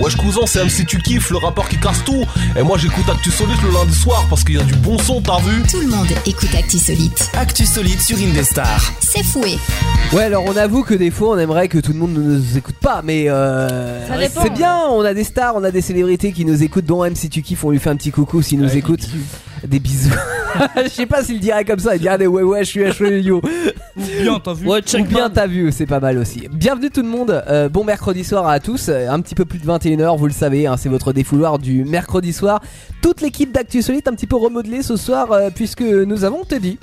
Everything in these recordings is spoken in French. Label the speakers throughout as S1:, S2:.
S1: Wesh cousin, c'est MC Tu Kiffes, le rappeur qui casse tout. Et moi j'écoute Actu Solide le lundi soir parce qu'il y a du bon son, t'as vu
S2: Tout le monde écoute Actisolite.
S3: Actu solide sur Indestar.
S2: C'est fouet.
S4: Ouais, alors on avoue que des fois on aimerait que tout le monde ne nous écoute pas, mais euh,
S5: Ça dépend,
S4: c'est
S5: ouais.
S4: bien, on a des stars, on a des célébrités qui nous écoutent, dont même si tu kiffes, on lui fait un petit coucou s'il nous écoute. Des bisous. Je sais pas s'il dirait comme ça, il dirait des ouais ouais, je suis HLU.
S6: Ou bien, t'as vu
S7: Ouais,
S4: Ou
S7: check
S4: bien t'as vu, c'est pas mal aussi. Bienvenue tout le monde, euh, bon mercredi soir à tous, euh, un petit peu plus de 21h, vous le savez, hein, c'est votre défouloir du mercredi soir. Toute l'équipe d'Actu Solide un petit peu remodelée ce soir, euh, puisque nous avons Teddy.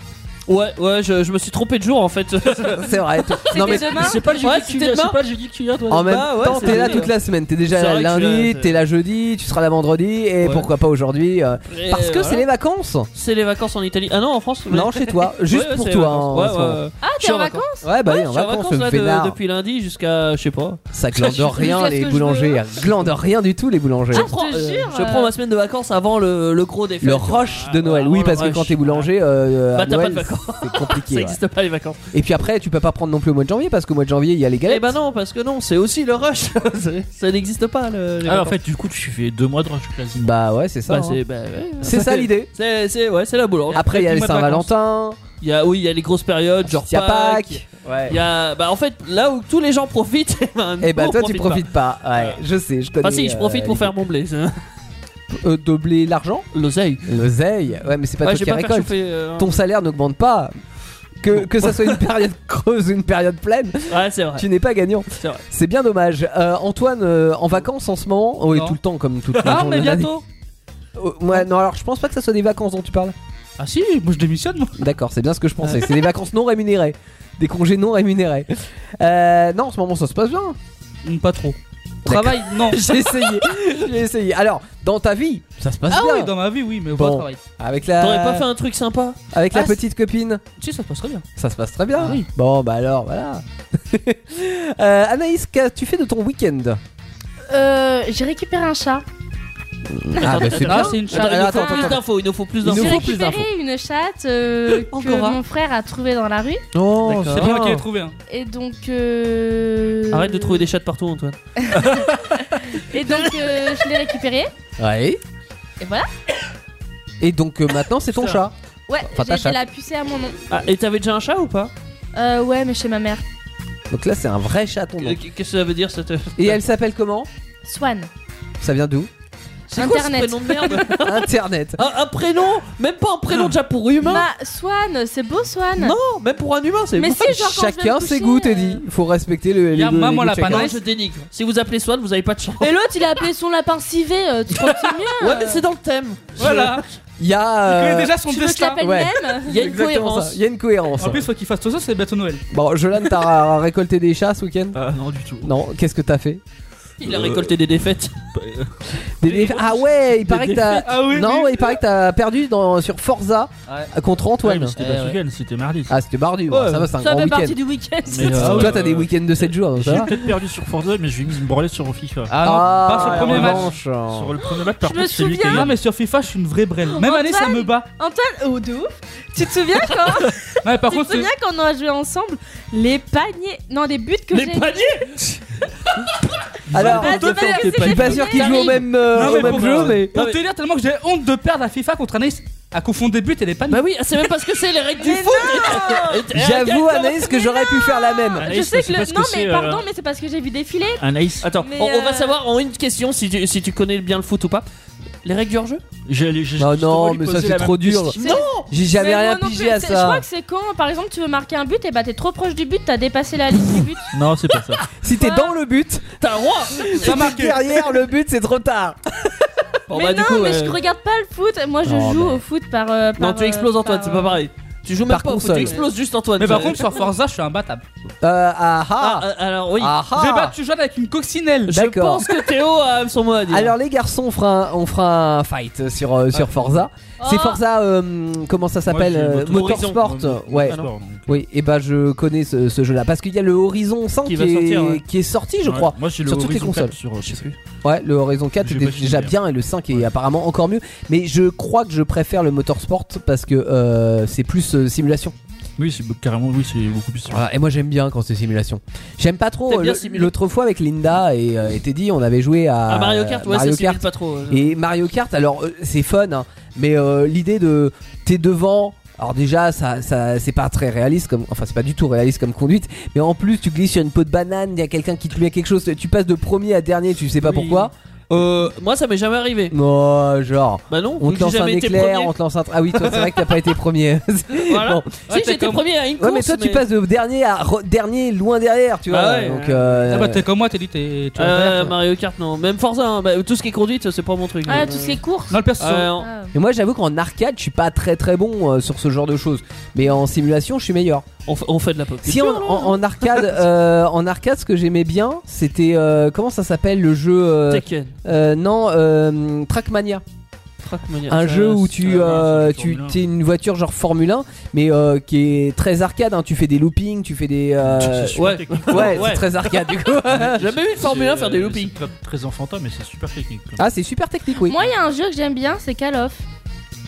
S7: Ouais, ouais, je, je me suis trompé de jour en fait.
S4: C'est vrai. toi-
S5: C'était demain
S7: C'est pas le jeudi
S5: Ouais,
S7: que tu
S5: c'était
S7: viens,
S5: demain.
S7: c'est pas le jeudi que tu viens, toi.
S4: En même
S7: Bah ouais,
S4: temps,
S7: c'est
S4: t'es là
S7: vrai,
S4: toute la semaine. T'es
S7: C'est
S4: déjà
S7: vrai que
S4: lundi,
S7: tu l'as-
S4: t'es là jeudi, tu seras là vendredi, et
S7: Ouais.
S4: pourquoi pas aujourd'hui euh,
S7: Et
S4: Parce que
S7: voilà.
S4: c'est les vacances.
S7: C'est les vacances en Italie. Ah non, en France
S4: Non, chez toi, juste
S7: Ouais, ouais,
S4: pour
S7: c'est les
S4: toi. hein, en ce
S7: vacances. Ouais, ouais,
S4: moment.
S7: ouais.
S5: Ah,
S7: Je suis
S5: t'es
S7: en
S5: en vacances
S4: Ouais, bah oui, en
S7: Je suis
S4: vacances,
S7: là,
S4: le
S7: de-
S4: vénard. Ah,
S7: depuis lundi jusqu'à euh, je sais pas.
S4: Ça glande
S7: Je fais
S4: rien,
S5: ce
S4: les
S5: que je
S4: boulangers.
S5: veux.
S4: Glande rien du tout, les boulangers.
S5: Je prends- te jure,
S7: je
S5: euh,
S7: prends ma semaine de vacances avant le, le gros des fêtes.
S4: Le rush de
S7: Ah,
S4: Noël,
S7: avant
S4: oui,
S7: le
S4: parce que
S7: rush.
S4: quand t'es boulanger, euh,
S7: Bah,
S4: à
S7: t'as pas
S4: Noël,
S7: de vacances.
S4: c'est
S7: Ça
S4: compliqué. ouais.
S7: existe pas les vacances.
S4: Et puis après, tu peux pas prendre non plus au mois de janvier, parce qu'au mois de janvier, il y a les
S7: Eh
S4: galettes.
S7: bah non, parce que non, c'est aussi le rush. C'est- ça n'existe pas le. les
S6: Ah, en
S7: vacances.
S6: fait, du coup, tu fais deux mois de rush quasiment.
S4: Bah ouais, c'est ça.
S7: Bah,
S4: hein.
S7: c'est bah, ouais.
S4: C'est ça l'idée.
S7: C'est c'est- ouais, c'est la boulange.
S4: Après, il y a
S6: Après,
S4: les
S6: tout le mois de
S4: Saint-Valentin,
S7: Il y a oui, il y a les grosses périodes, genre
S4: il y a Pâques.
S7: Il y a bah en fait là où tous les gens profitent.
S4: Et bah
S7: nous, on
S4: toi, tu
S7: Oh, profite pas.
S4: profites pas. Ouais, je sais, je connais.
S7: Enfin si, je profite
S4: euh,
S7: pour faire mon blé.
S4: euh, de blé l'argent
S7: L'oseille.
S4: L'oseille Ouais, mais c'est pas
S7: Ouais,
S4: toi
S7: j'ai
S4: qui
S7: pas faire
S4: récolte.
S7: chauffer. euh,
S4: Ton salaire n'augmente pas. Que, que ça soit une période creuse ou une période pleine,
S7: Ouais, c'est vrai.
S4: tu n'es pas gagnant.
S7: C'est vrai.
S4: C'est bien dommage. Euh, Antoine, euh, en vacances en ce moment Oui,
S6: Non.
S4: tout le temps, comme toute la
S7: Ah,
S4: journée
S7: mais
S4: de l'année.
S7: bientôt.
S4: Euh, ouais, non, alors je pense pas que ça soit des vacances dont tu parles.
S6: Ah, si, moi je démissionne, moi.
S4: D'accord, c'est bien ce que je pensais. C'est des vacances non rémunérées. Des congés non rémunérés. Euh, non, en ce moment, ça se passe bien.
S6: Mm, Pas trop. Travail, non.
S4: J'ai essayé. J'ai essayé. Alors, dans ta vie, ça se passe
S6: Ah
S4: bien.
S6: oui, dans ma vie, oui, mais
S4: Bon.
S6: pas travail.
S4: Avec la,
S7: T'aurais pas fait un truc sympa
S4: avec la
S7: Ah, c'est-
S4: petite copine.
S7: Tu sais, ça se passerait bien.
S4: Ça se passe très bien.
S7: Ah oui.
S4: Bon, bah alors, voilà. Euh, Anaïs, qu'as-tu fait de ton week-end
S5: Euh, j'ai récupéré un chat.
S4: Ah, bah c'est
S6: Ah, c'est une chatte.
S7: Attends, il nous
S4: attends,
S7: faut plus
S4: attends.
S7: d'infos. Il nous faut plus
S4: Il nous
S5: J'ai
S7: d'infos.
S4: faut plus
S5: récupéré une chatte euh, que
S7: Encore un.
S5: mon frère a trouvée dans la rue.
S4: Non,
S6: C'est pas moi qui l'ai trouvé, hein.
S5: Et donc. euh,
S7: Arrête de trouver des chats de partout, Antoine.
S5: Et donc, euh, je l'ai récupérée.
S4: Ouais.
S5: Et voilà.
S4: Et donc euh, maintenant, c'est ton chat.
S5: Ouais,
S4: Enfin, ta
S5: j'ai
S4: chatte.
S5: fait la pucer à mon nom.
S7: Ah, et t'avais déjà un chat ou pas
S5: Euh, ouais, mais chez ma mère.
S4: Donc là, c'est un vrai chaton.
S7: Euh,
S4: donc.
S7: Qu'est-ce que ça veut dire cette.
S4: Et elle s'appelle comment
S5: Swan.
S4: Ça vient d'où
S7: C'est quoi ce
S5: Internet.
S7: prénom de merde
S4: Internet.
S7: un, un prénom Même pas un prénom déjà pour humain
S5: Ma Swan, c'est beau Swan.
S7: Non, même pour un humain, c'est.
S5: mais
S7: ouf.
S5: si, genre, quand je vais
S4: Chacun
S5: me
S4: ses
S5: coucher,
S4: goûts,
S5: euh,
S4: Teddy. Il faut respecter le, les
S6: Y a
S4: goûts- les
S6: maman
S4: goûts de
S6: la
S4: chacun.
S7: Non,
S6: panache.
S7: je dénigre. Si vous appelez Swan, vous avez pas de chance.
S5: Et l'autre, il a appelé son lapin civé. euh, tu crois que c'est mieux
S7: Ouais, mais c'est dans le thème.
S6: Voilà.
S4: Il y
S6: Il
S4: a.
S6: connaît
S4: euh,
S6: déjà son
S5: Tu veux que je
S6: destin.
S5: l'appelle
S4: Ouais.
S5: même
S7: Il y a une
S4: exactement
S7: cohérence.
S4: ça. Il y a une cohérence. hein.
S6: En plus, faut qu'il fasse tout ça, c'est bientôt Noël.
S4: Bon, Jolan, t'as récolté des chats ce week-end
S7: Euh,
S6: Ah, non, du tout.
S4: Non, qu'est-ce que t'as fait
S7: Il a récolté des défaites.
S4: Des déf- Ah ouais, il paraît que t'as.
S6: Ah oui,
S4: Non,
S6: oui.
S4: ouais, il paraît que t'as perdu dans, sur Forza Ah, contre Antoine.
S6: C'était
S7: Eh
S6: pas ce
S7: ouais.
S6: week-end, c'était mardi.
S4: Ah, c'était mardi, bon,
S6: Ouais,
S4: ça va, c'est un
S5: Ça
S4: grand
S5: fait
S4: week-end.
S5: partie du week-end.
S6: Mais, euh,
S4: Toi,
S6: ah ouais,
S4: t'as des
S6: ouais.
S4: week-ends de 7 jours, donc
S6: J'ai
S4: ça va
S6: peut-être perdu sur Forza, mais j'ai mis une branlée sur FIFA. Ah non, pas sur le premier match.
S4: revanche, hein.
S6: Sur le premier match, par
S5: Je me
S6: contre, c'est lui qui a
S5: souviens.
S6: gagné. Non, mais sur FIFA, je suis une vraie brêle. Même année, ça me bat.
S5: Antoine, oh de ouf. Tu te souviens quand
S6: Ouais, par
S5: Tu te
S6: contre,
S5: souviens quand on a joué ensemble les paniers Non, les buts que j'ai.
S7: Les paniers
S4: Alors,
S5: Ah, c'est parce que
S4: je suis pas
S5: c'est
S4: sûr
S5: pas
S4: qu'ils jouent au
S5: Paris.
S4: même, euh,
S6: Non,
S4: au
S6: mais
S4: même
S6: pour-
S4: jeu, mais.
S6: Pour te dire tellement que j'ai honte de perdre à FIFA contre Anaïs à confondre des buts et des pannes.
S7: Bah oui, c'est même parce que c'est les règles du
S5: Mais
S7: foot. Et- et-
S4: J'avoue, Anaïs, que j'aurais pu faire la
S8: Ah,
S4: même.
S5: Je
S6: Anaïs,
S5: sais que
S6: c'est
S5: le.
S6: parce
S5: Non,
S6: que
S5: mais
S6: c'est, euh,
S5: pardon, mais c'est parce que j'ai vu défiler.
S6: Anaïs,
S7: Attends,
S5: Mais
S7: on, on va
S5: euh,
S7: savoir en une question si tu, si tu connais bien le foot ou pas. Les règles du jeu
S6: j'ai j'ai-
S4: Non,
S6: justement
S4: Bah, non,
S6: lui
S4: mais ça
S6: posé
S4: c'est
S6: la même
S4: trop dur.
S6: question.
S5: Non,
S4: J'ai jamais
S5: Mais moi
S4: rien
S5: non
S4: pigé
S5: plus,
S4: à
S5: c'est- Je crois
S4: ça.
S5: que c'est quand, par exemple, tu veux marquer un but et bah t'es trop proche du but, t'as dépassé la ligne du but.
S6: Non, c'est pas ça.
S4: Si t'es dans le but,
S7: T'as un roi
S4: si t'es derrière le but, c'est trop tard.
S7: Bon,
S5: mais
S7: bah,
S5: non,
S7: du coup,
S5: mais
S7: euh,
S5: je regarde pas le foot. Moi, je
S4: Non,
S5: joue
S4: mais-
S5: au foot par. euh,
S7: Non,
S5: par,
S7: tu
S5: euh,
S7: exploses Antoine,
S5: par,
S7: c'est pas
S5: euh,
S7: pareil. Tu joues même
S4: Par
S7: pas au foot,
S4: console.
S7: tu exploses juste Antoine.
S6: Mais par
S7: Euh,
S6: contre, sur Forza, je suis imbattable.
S4: Euh, ah
S7: Ah,
S4: ah.
S7: euh, alors oui.
S4: Ah ah.
S6: J'ai battu Jordan avec une coccinelle.
S7: Je
S4: d'accord.
S7: pense que Théo a son mot à dire.
S4: Alors les garçons, on fera un, on fera un fight sur, euh, sur Forza. C'est
S5: Oh.
S4: Forza, euh, comment ça s'appelle
S6: Moi, j'ai
S4: euh,
S7: Motorizon.
S4: Motorsport. Ouais.
S6: Ah non.
S4: Oui, et bah je connais ce, ce jeu-là parce qu'il y a le Horizon 5 qui,
S7: Qui va
S4: est,
S7: sortir, ouais.
S4: qui est sorti, je
S6: Ouais,
S4: crois.
S6: Moi, j'ai le
S4: Sur toutes les
S6: Horizon 4
S4: consoles.
S6: Sur, euh, je sais plus.
S4: Ouais, le Horizon 4
S6: J'ai
S4: était
S6: pas fini, hein.
S4: déjà
S6: merde.
S4: bien et le 5 est apparemment encore mieux. Mais je crois que je préfère le Motorsport parce que euh, c'est plus euh, simulation.
S6: Oui, c'est carrément, oui, c'est beaucoup plus. sûr.
S4: Voilà, et moi j'aime bien quand c'est simulation. J'aime pas trop.
S7: T'aimes
S4: euh,
S7: bien
S4: le-
S7: simuler.
S4: L'autre fois avec Linda et, euh, et Teddy, on avait joué à,
S7: Ah, Mario Kart, ouais,
S4: Euh, Mario
S7: ça simule
S4: Kart.
S7: pas trop. euh,
S4: Et Mario Kart, alors euh, c'est fun, hein, mais euh, l'idée de t'es devant. Alors déjà, ça, ça c'est pas très réaliste comme, enfin c'est pas du tout réaliste comme conduite, mais en plus tu glisses sur une peau de banane, il y a quelqu'un qui te met quelque chose, tu passes de premier à dernier, tu sais pas
S7: Oui.
S4: pourquoi.
S7: Euh, moi, ça m'est jamais arrivé.
S4: Non, genre,
S7: Bah non,
S4: on
S7: vu
S4: te
S7: que j'ai
S4: lance un
S7: jamais été
S4: éclair, on
S7: premier.
S4: te lance un. tra- Ah oui, toi c'est vrai que t'as pas été premier.
S7: Voilà.
S4: Bon.
S7: Si,
S5: si, j'étais
S7: j'étais
S5: premier à une
S4: Ouais,
S5: course.
S4: mais toi tu passes de dernier à re- dernier, loin derrière, tu vois.
S7: Bah ouais.
S4: Donc, euh,
S8: Ah bah t'es comme moi, t'as dit t'es. tu vas
S7: Euh,
S8: faire, toi.
S7: Mario Kart, non. Même Forza, hein. Bah, tout ce qui est conduite, c'est pas mon truc.
S5: Ah,
S7: Euh,
S5: tout ce qui est course.
S8: Non, le pire, c'est
S7: euh,
S8: sur-
S7: en-
S5: Ah.
S4: Et moi j'avoue qu'en arcade je suis pas très très bon euh, sur ce genre de choses, mais en simulation je suis meilleur.
S7: on, f- on fait de la pop
S4: Si en, en- en arcade, euh, en arcade, ce que j'aimais bien, c'était euh, comment ça s'appelle le jeu euh,
S7: Tekken,
S4: euh, Non, euh, Trackmania.
S7: Trackmania.
S4: Un
S7: ça,
S4: jeu où
S7: c'est-
S4: tu,
S6: euh,
S4: euh,
S6: c'est
S4: tu
S6: Formule un.
S4: t'es une voiture genre Formule 1, mais euh, qui est très arcade. hein. Tu fais des loopings, tu fais des. euh,
S6: super
S7: Ouais.
S6: technique.
S4: ouais,
S7: Ouais.
S4: c'est très arcade du coup.
S7: J'ai jamais vu une Formule
S6: C'est,
S7: 1 faire des
S6: euh,
S7: loopings.
S6: c'est Très, très enfantin, mais c'est super technique. comme-
S4: Ah, c'est super technique, oui.
S5: Moi, il y a un jeu que j'aime bien, c'est Call of.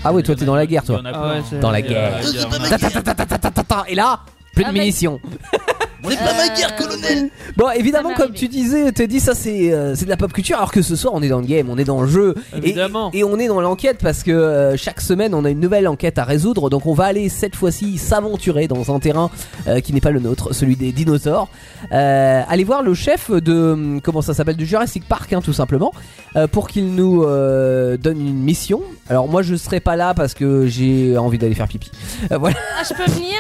S4: Ah, oui, toi t'es dans la guerre,
S6: Il y
S4: toi.
S6: en a
S7: Ah
S6: plein,
S7: ouais,
S6: hein.
S7: c'est-
S4: Dans la
S6: Il y a-
S4: guerre.
S6: il y a-
S4: Ta, ta, ta, ta, ta, ta, ta, ta, Et là, plus de
S5: Ah, mais-
S4: munitions. Euh,
S6: Moi, je-
S5: pas ma guerre, colonel.
S4: Bon, évidemment,
S5: Ça
S4: comme
S5: m'est
S4: tu disais, Teddy, ça c'est euh, c'est de la pop culture, alors que ce soir on est dans le game, on est dans le jeu, et-
S7: Évidemment.
S4: Et, et on est dans l'enquête parce que euh, chaque semaine on a une nouvelle enquête à résoudre, donc on va aller cette fois-ci s'aventurer dans un terrain euh, qui n'est pas le nôtre, celui des dinosaures. Euh, allez voir le chef de hum, comment ça s'appelle du Jurassic Park, hein, tout simplement, euh, pour qu'il nous euh, donne une mission. Alors moi je serai pas là parce que j'ai envie d'aller faire pipi. Euh, voilà.
S5: Ah, je peux venir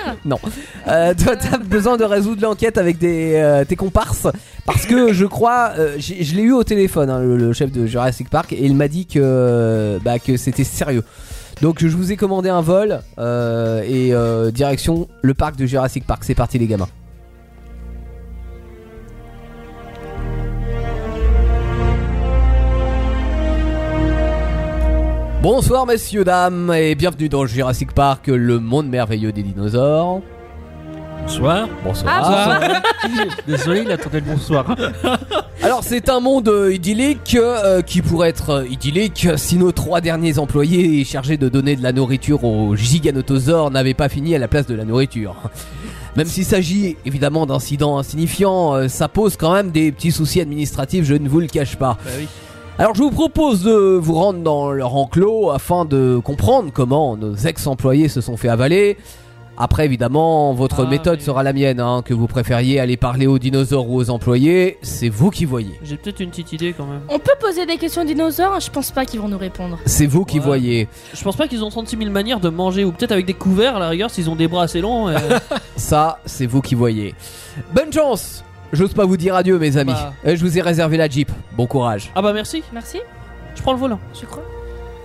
S4: Euh, toi, t'as besoin de résoudre l'enquête avec des, euh, tes comparses parce que je crois, euh, j'ai- je l'ai eu au téléphone, hein, le, le chef de Jurassic Park, et il m'a dit que, euh, bah, que c'était sérieux. Donc je vous ai commandé un vol euh, et euh, direction le parc de Jurassic Park. C'est parti les gamins. Bonsoir messieurs, dames et bienvenue dans Jurassic Park, le monde merveilleux des dinosaures.
S6: Bonsoir.
S5: Ah,
S4: Bonsoir.
S6: Désolé, il attendait le bonsoir.
S4: Alors c'est un monde euh, idyllique euh, qui pourrait être euh, idyllique si nos trois derniers employés chargés de donner de la nourriture aux giganotosaures n'avaient pas fini à la place de la nourriture. Même s'il s'agit évidemment d'incidents insignifiants, euh, ça pose quand même des petits soucis administratifs, je ne vous le cache pas.
S7: oui.
S4: Alors je vous propose de vous rendre dans leur enclos afin de comprendre comment nos ex-employés se sont fait avaler. Après évidemment, votre
S7: Ah,
S4: méthode
S7: oui.
S4: sera la mienne, hein, que vous préfériez aller parler aux dinosaures ou aux employés, c'est vous qui voyez.
S7: J'ai peut-être une petite idée quand même.
S5: On peut poser des questions dinosaures, je pense pas qu'ils vont nous répondre.
S4: C'est vous qui
S7: Ouais.
S4: voyez.
S7: Je pense pas qu'ils ont 36 000 manières de manger, ou peut-être avec des couverts à la rigueur s'ils ont des bras assez longs. euh,
S4: Ça, c'est vous qui voyez. Bonne chance J'ose pas vous dire adieu, mes amis.
S7: Bah.
S4: Euh, Je vous ai réservé la Jeep. Bon courage.
S7: Ah bah merci,
S5: Merci,
S7: je prends le volant.
S5: je crois.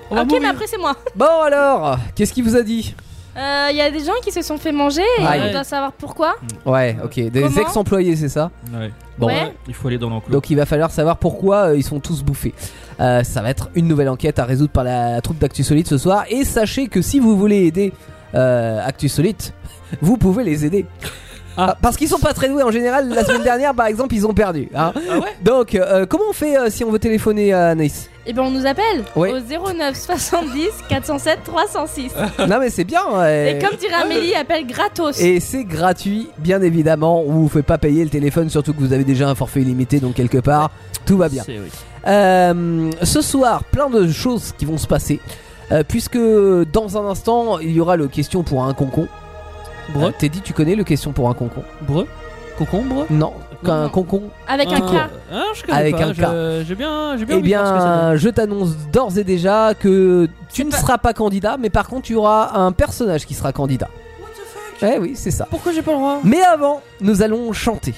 S7: On va
S5: ok,
S7: mourir.
S5: mais après, c'est moi.
S4: Bon alors, qu'est-ce qu'il vous a dit
S5: Euh, Il y a des gens qui se sont fait manger et
S4: Aïe.
S5: on doit savoir pourquoi.
S4: Ouais, ok. Des
S5: Comment
S4: ex-employés, c'est ça
S6: Ouais.
S4: Bon.
S5: Ouais.
S6: Il faut aller dans l'enclos.
S4: Donc il va falloir savoir pourquoi euh, ils sont tous bouffés. Euh, ça va être une nouvelle enquête à résoudre par la troupe d'Actu Solide ce soir. Et sachez que si vous voulez aider euh, Actu Solide, vous pouvez les aider. Ah, parce qu'ils sont pas très doués en général. La semaine dernière, par exemple, ils ont perdu. hein.
S5: Ah
S4: Donc, euh, comment on fait euh, si on veut téléphoner à Nice
S5: Et ben on nous appelle
S4: Ouais.
S5: au 09 70 407 306.
S4: Non, mais c'est bien. euh,
S5: Et comme dirait Amélie, appelle gratos.
S4: Et c'est gratuit, bien évidemment. On vous fait pas payer le téléphone, surtout que vous avez déjà un forfait illimité, donc quelque part, tout va bien.
S7: C'est- oui.
S4: Euh, ce soir, plein de choses qui vont se passer. euh, puisque dans un instant, il y aura le question pour un concon.
S7: Breu,
S4: Euh, Teddy, tu connais le question pour un concon
S7: breu, concombre.
S4: Non, qu'un
S7: Non.
S4: concon.
S5: Avec un
S7: Ah,
S5: K.
S7: ah, je connais
S4: Avec
S7: pas,
S4: un
S7: je-
S4: K.
S7: J'ai bien, j'ai bien
S4: Eh
S7: envie de voir ce que ça donne.
S4: bien, je t'annonce d'ores et déjà que tu ne
S5: pas-
S4: seras pas candidat, mais par contre, tu auras un personnage qui sera candidat. Eh oui, c'est ça.
S7: Pourquoi j'ai pas le droit
S4: Mais avant, nous allons chanter.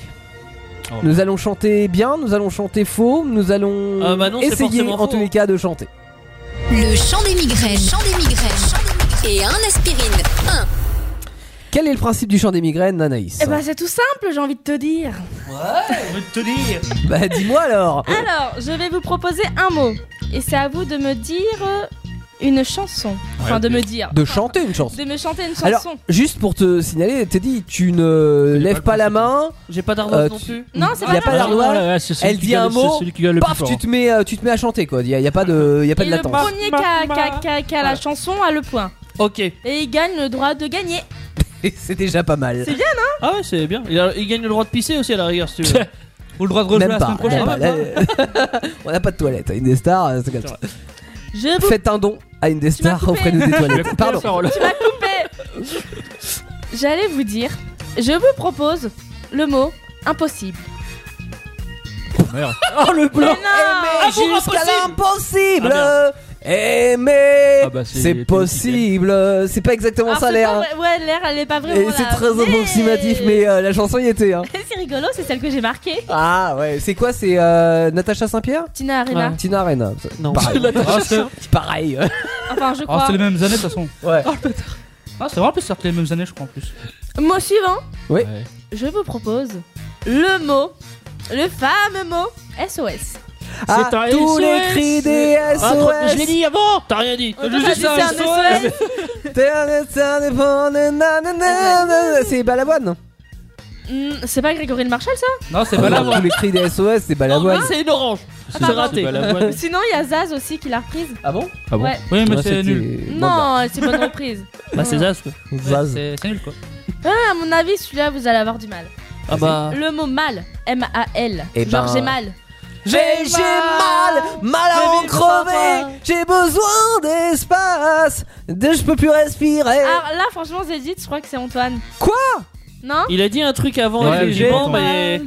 S6: Oh.
S4: Nous allons chanter bien, nous allons chanter faux, nous allons
S7: Ah bah non, c'est
S4: essayer
S7: forcément
S4: en tous
S7: faux.
S4: les cas de chanter.
S2: Le chant des migraines. Chant des migraines. Et un aspirine. Un.
S4: Quel est le principe du chant des migraines, Anaïs
S5: Eh ben c'est tout simple, j'ai envie de te dire.
S8: Ah,
S4: Bah dis-moi alors
S5: Alors, je vais vous proposer un mot. Et c'est à vous de me dire euh, une chanson. Enfin,
S6: Ouais,
S5: de
S6: ok.
S5: me dire.
S4: De chanter une chanson.
S5: De me chanter une chanson.
S4: Alors, juste pour te signaler, Teddy, tu ne lèves
S6: pas
S4: pas
S6: le
S4: la main,
S7: J'ai pas d'ardoise
S4: Euh,
S7: non
S4: tu-
S7: plus.
S5: Non, c'est
S4: il n'y a
S5: pas
S4: pas
S5: grave.
S4: d'ardoise,
S6: Ouais, ouais, c'est celui
S4: Elle
S6: qui
S4: dit
S6: gueule-
S4: un mot,
S6: c'est celui qui gueule le plus
S4: paf,
S6: fort.
S4: tu te, mets, euh, tu te mets à chanter quoi. Il n'y a, il y a pas de, il y a pas
S5: Et
S4: de
S5: le
S4: latence.
S5: premier qui a, qui a- qui a- qui a la chanson a le point.
S7: Ok.
S5: Et il gagne le droit de gagner.
S4: Et c'est déjà pas mal.
S5: C'est bien, non
S7: Ah ouais, c'est bien. Il, a- il gagne le droit de pisser aussi à la rigueur, si tu veux.
S8: Ou le droit de rejouer
S4: Même
S8: la
S4: pas.
S8: semaine prochaine.
S4: même pas. Là, on n'a pas de toilette. hein, Indestar, euh, c'est comme ça.
S5: Je vous
S4: Faites un don à
S5: Tu
S4: Indestar,
S5: m'as coupé.
S4: offrez-nous des
S6: Il a
S4: toilettes.
S6: coupé
S4: Pardon.
S6: la parole.
S5: Tu m'as coupé J'allais vous dire, je vous propose le mot impossible.
S6: Merde.
S4: Oh le
S5: Mais
S4: blanc
S5: non Ah
S4: Aimer jusqu'à l'impossible
S6: Ah,
S4: Aimer
S6: Ah bah, c'est-
S4: C'est
S6: c'est
S4: possible C'est pas exactement
S5: Alors,
S4: ça
S5: Ah, c'est
S4: l'air.
S5: pas
S4: hein.
S5: vrai- Ouais, l'air, elle est pas vraiment.
S4: Et
S5: là,
S4: c'est très
S5: mais-
S4: approximatif, mais euh, la chanson y était. Hein.
S5: c'est rigolo, c'est celle que j'ai marquée.
S4: Ah ouais, c'est quoi C'est euh, Natacha Saint-Pierre
S5: Tina Arena.
S4: Tina Arena. Bah,
S7: Non.
S4: Pareil.
S8: Ah, c'est
S4: Pareil.
S5: Enfin, je
S8: ah,
S5: crois. Oh,
S8: c'est les mêmes années de toute façon.
S4: Ouais.
S8: Ah, c'est vrai, en plus, c'est les mêmes années, je crois, en plus.
S5: Mot suivant.
S4: Oui.
S6: Ouais.
S5: Je vous propose le mot, le fameux mot SOS.
S4: Ah,
S7: C'est un
S4: tous
S7: SOS.
S4: les cris des
S7: Ah, trop- je l'ai
S4: SOS.
S7: dit avant T'as rien dit
S5: On peut pas dire c'est un SOS.
S4: C'est Balavoine.
S5: Hmm, C'est pas Grégory le Marshal, ça
S8: Non, c'est pas là, moi.
S4: Tous les cris des SOS, c'est
S7: Oh, mais
S4: Balavoine.
S7: C'est une orange C'est
S5: pardon.
S7: raté
S5: Sinon, il y a Zaz aussi qui l'a reprise.
S4: Ah bon
S6: Ah bon
S5: Ouais.
S8: Oui, mais
S4: Ouais,
S8: c'est
S4: c'était-
S8: nul.
S4: bon, bah,
S5: Non, euh, c'est bonne reprise.
S7: Bah, c'est Zaz quoi.
S8: Ouais,
S4: Zaz.
S8: C'est c'est nul, quoi.
S5: Ah, à mon avis, celui-là, vous allez avoir du mal.
S7: Ah bah.
S5: Le mot mal, M-A-L.
S4: Eh
S5: Genre
S4: ben,
S5: j'ai mal.
S4: J'ai j'ai mal, mal à en crever. J'ai besoin d'espace. De, je peux plus respirer.
S5: Alors Ah, là, franchement, j'hésite, je crois que c'est Antoine.
S4: Eh. Quoi
S5: Non
S7: Il a dit un truc avant
S8: Ouais,
S7: intelligent,
S8: j'ai
S7: mais.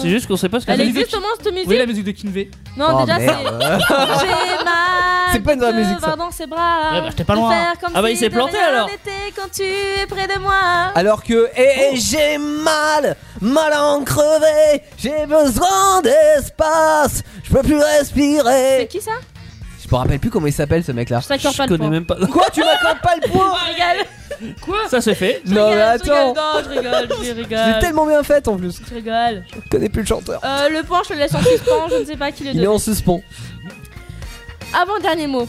S7: C'est juste qu'on sait pas ce que
S5: Elle
S7: c'est.
S5: existe au moins cette musique
S8: Oui, la musique de Kinvey.
S5: Non,
S4: Oh,
S5: déjà, c'est.
S4: merde.
S5: J'ai mal.
S4: C'est pas une vraie
S5: de
S4: musique, ça.
S5: voir dans ses bras.
S7: Ouais, bah, j'étais pas
S5: de
S7: loin.
S5: faire comme
S7: Ah bah,
S5: si
S7: il s'est
S5: de
S7: planté,
S5: rien
S7: alors.
S5: n'était quand tu es près de moi.
S4: Alors que
S7: Oh.
S5: oh.
S4: eh, eh, j'ai mal, mal à en crever. J'ai besoin d'espace. Je peux plus
S5: C'est
S4: respirer.
S5: qui ça
S4: Je me rappelle plus comment il s'appelle ce mec là.
S5: Je t'accorde pas
S7: Je
S5: le
S7: connais
S5: point.
S7: même pas.
S4: Quoi Tu m'accordes pas le point
S5: Je rigole.
S7: Ça c'est fait.
S5: Je
S4: Non mais
S5: rigole, je
S4: attends.
S5: rigole, non, Je rigole, je
S4: Je l'ai
S5: rigole.
S4: tellement bien fait en plus.
S5: Je rigole.
S4: Je connais plus le chanteur.
S5: Euh, le point, je le laisse en suspens. Je ne sais pas qui le
S4: Il est
S5: donne.
S4: en suspens.
S5: Avant dernier mot.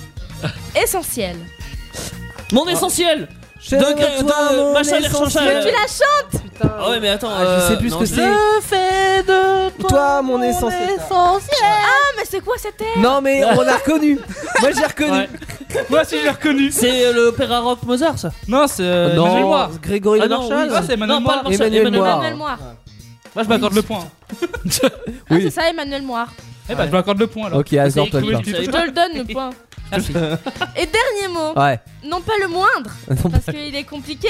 S5: Essentiel.
S7: Euh, Mon essentiel
S4: Je
S7: De-
S4: veux
S7: de-
S4: toi, mon
S7: machin, l'air
S4: Euh, essentiel.
S7: chanchal.
S5: Tu la chantes
S7: Ah ouais, mais attends.
S4: Ah, je
S7: euh,
S4: sais plus ce
S7: non,
S4: que c'est.
S5: fais de
S4: Toi, mon essentiel.
S5: Ah, mais c'est quoi cette air
S4: Non mais on a reconnu. Moi j'ai reconnu.
S7: Ouais.
S8: Moi aussi, j'ai reconnu.
S7: C'est euh, l'opéra rock Mozart ça.
S8: Non, c'est. euh,
S4: non,
S8: Emmanuel Moir.
S4: Grégory
S7: Ah
S4: Le
S7: non,
S4: Marchal.
S7: oui,
S8: Ah, c'est Emmanuel
S7: non, pas le
S8: Moir.
S7: Marshall,
S4: Emmanuel Moir.
S5: Emmanuel Moir.
S8: Moi, je m'accorde le point.
S5: Ah,
S4: Oui.
S5: c'est ça, Emmanuel Moir.
S8: Eh
S7: ben,
S8: bah, je m'accorde le point alors.
S4: Ok, Euh, Azor toi.
S8: Oui,
S4: le
S8: je
S5: Je
S8: dis-
S5: te le donne, le point.
S8: Merci.
S5: Et dernier mot,
S4: part. Ouais.
S5: non pas le moindre,
S4: Non,
S5: parce qu'il est compliqué,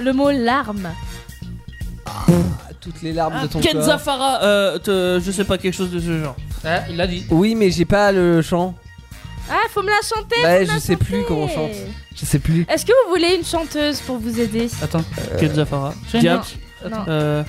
S5: le mot larme.
S4: Toutes les larmes de ton
S7: Ken
S4: corps.
S7: Zafara, euh, te- je sais pas quelque chose de ce genre.
S8: Ah, il l'a dit.
S4: Oui mais j'ai pas le chant.
S5: Ah, faut me la chanter
S4: Ouais,
S5: faut me
S4: Bah, je
S5: la
S4: sais plus
S5: chanter.
S4: comment on chante. Je sais plus.
S5: Est-ce que vous voulez une chanteuse pour vous aider
S4: Ah,
S8: Attends.
S7: Euh, Ken Zafara.
S8: J'ai une-
S7: Diams.
S5: Non.
S7: Euh,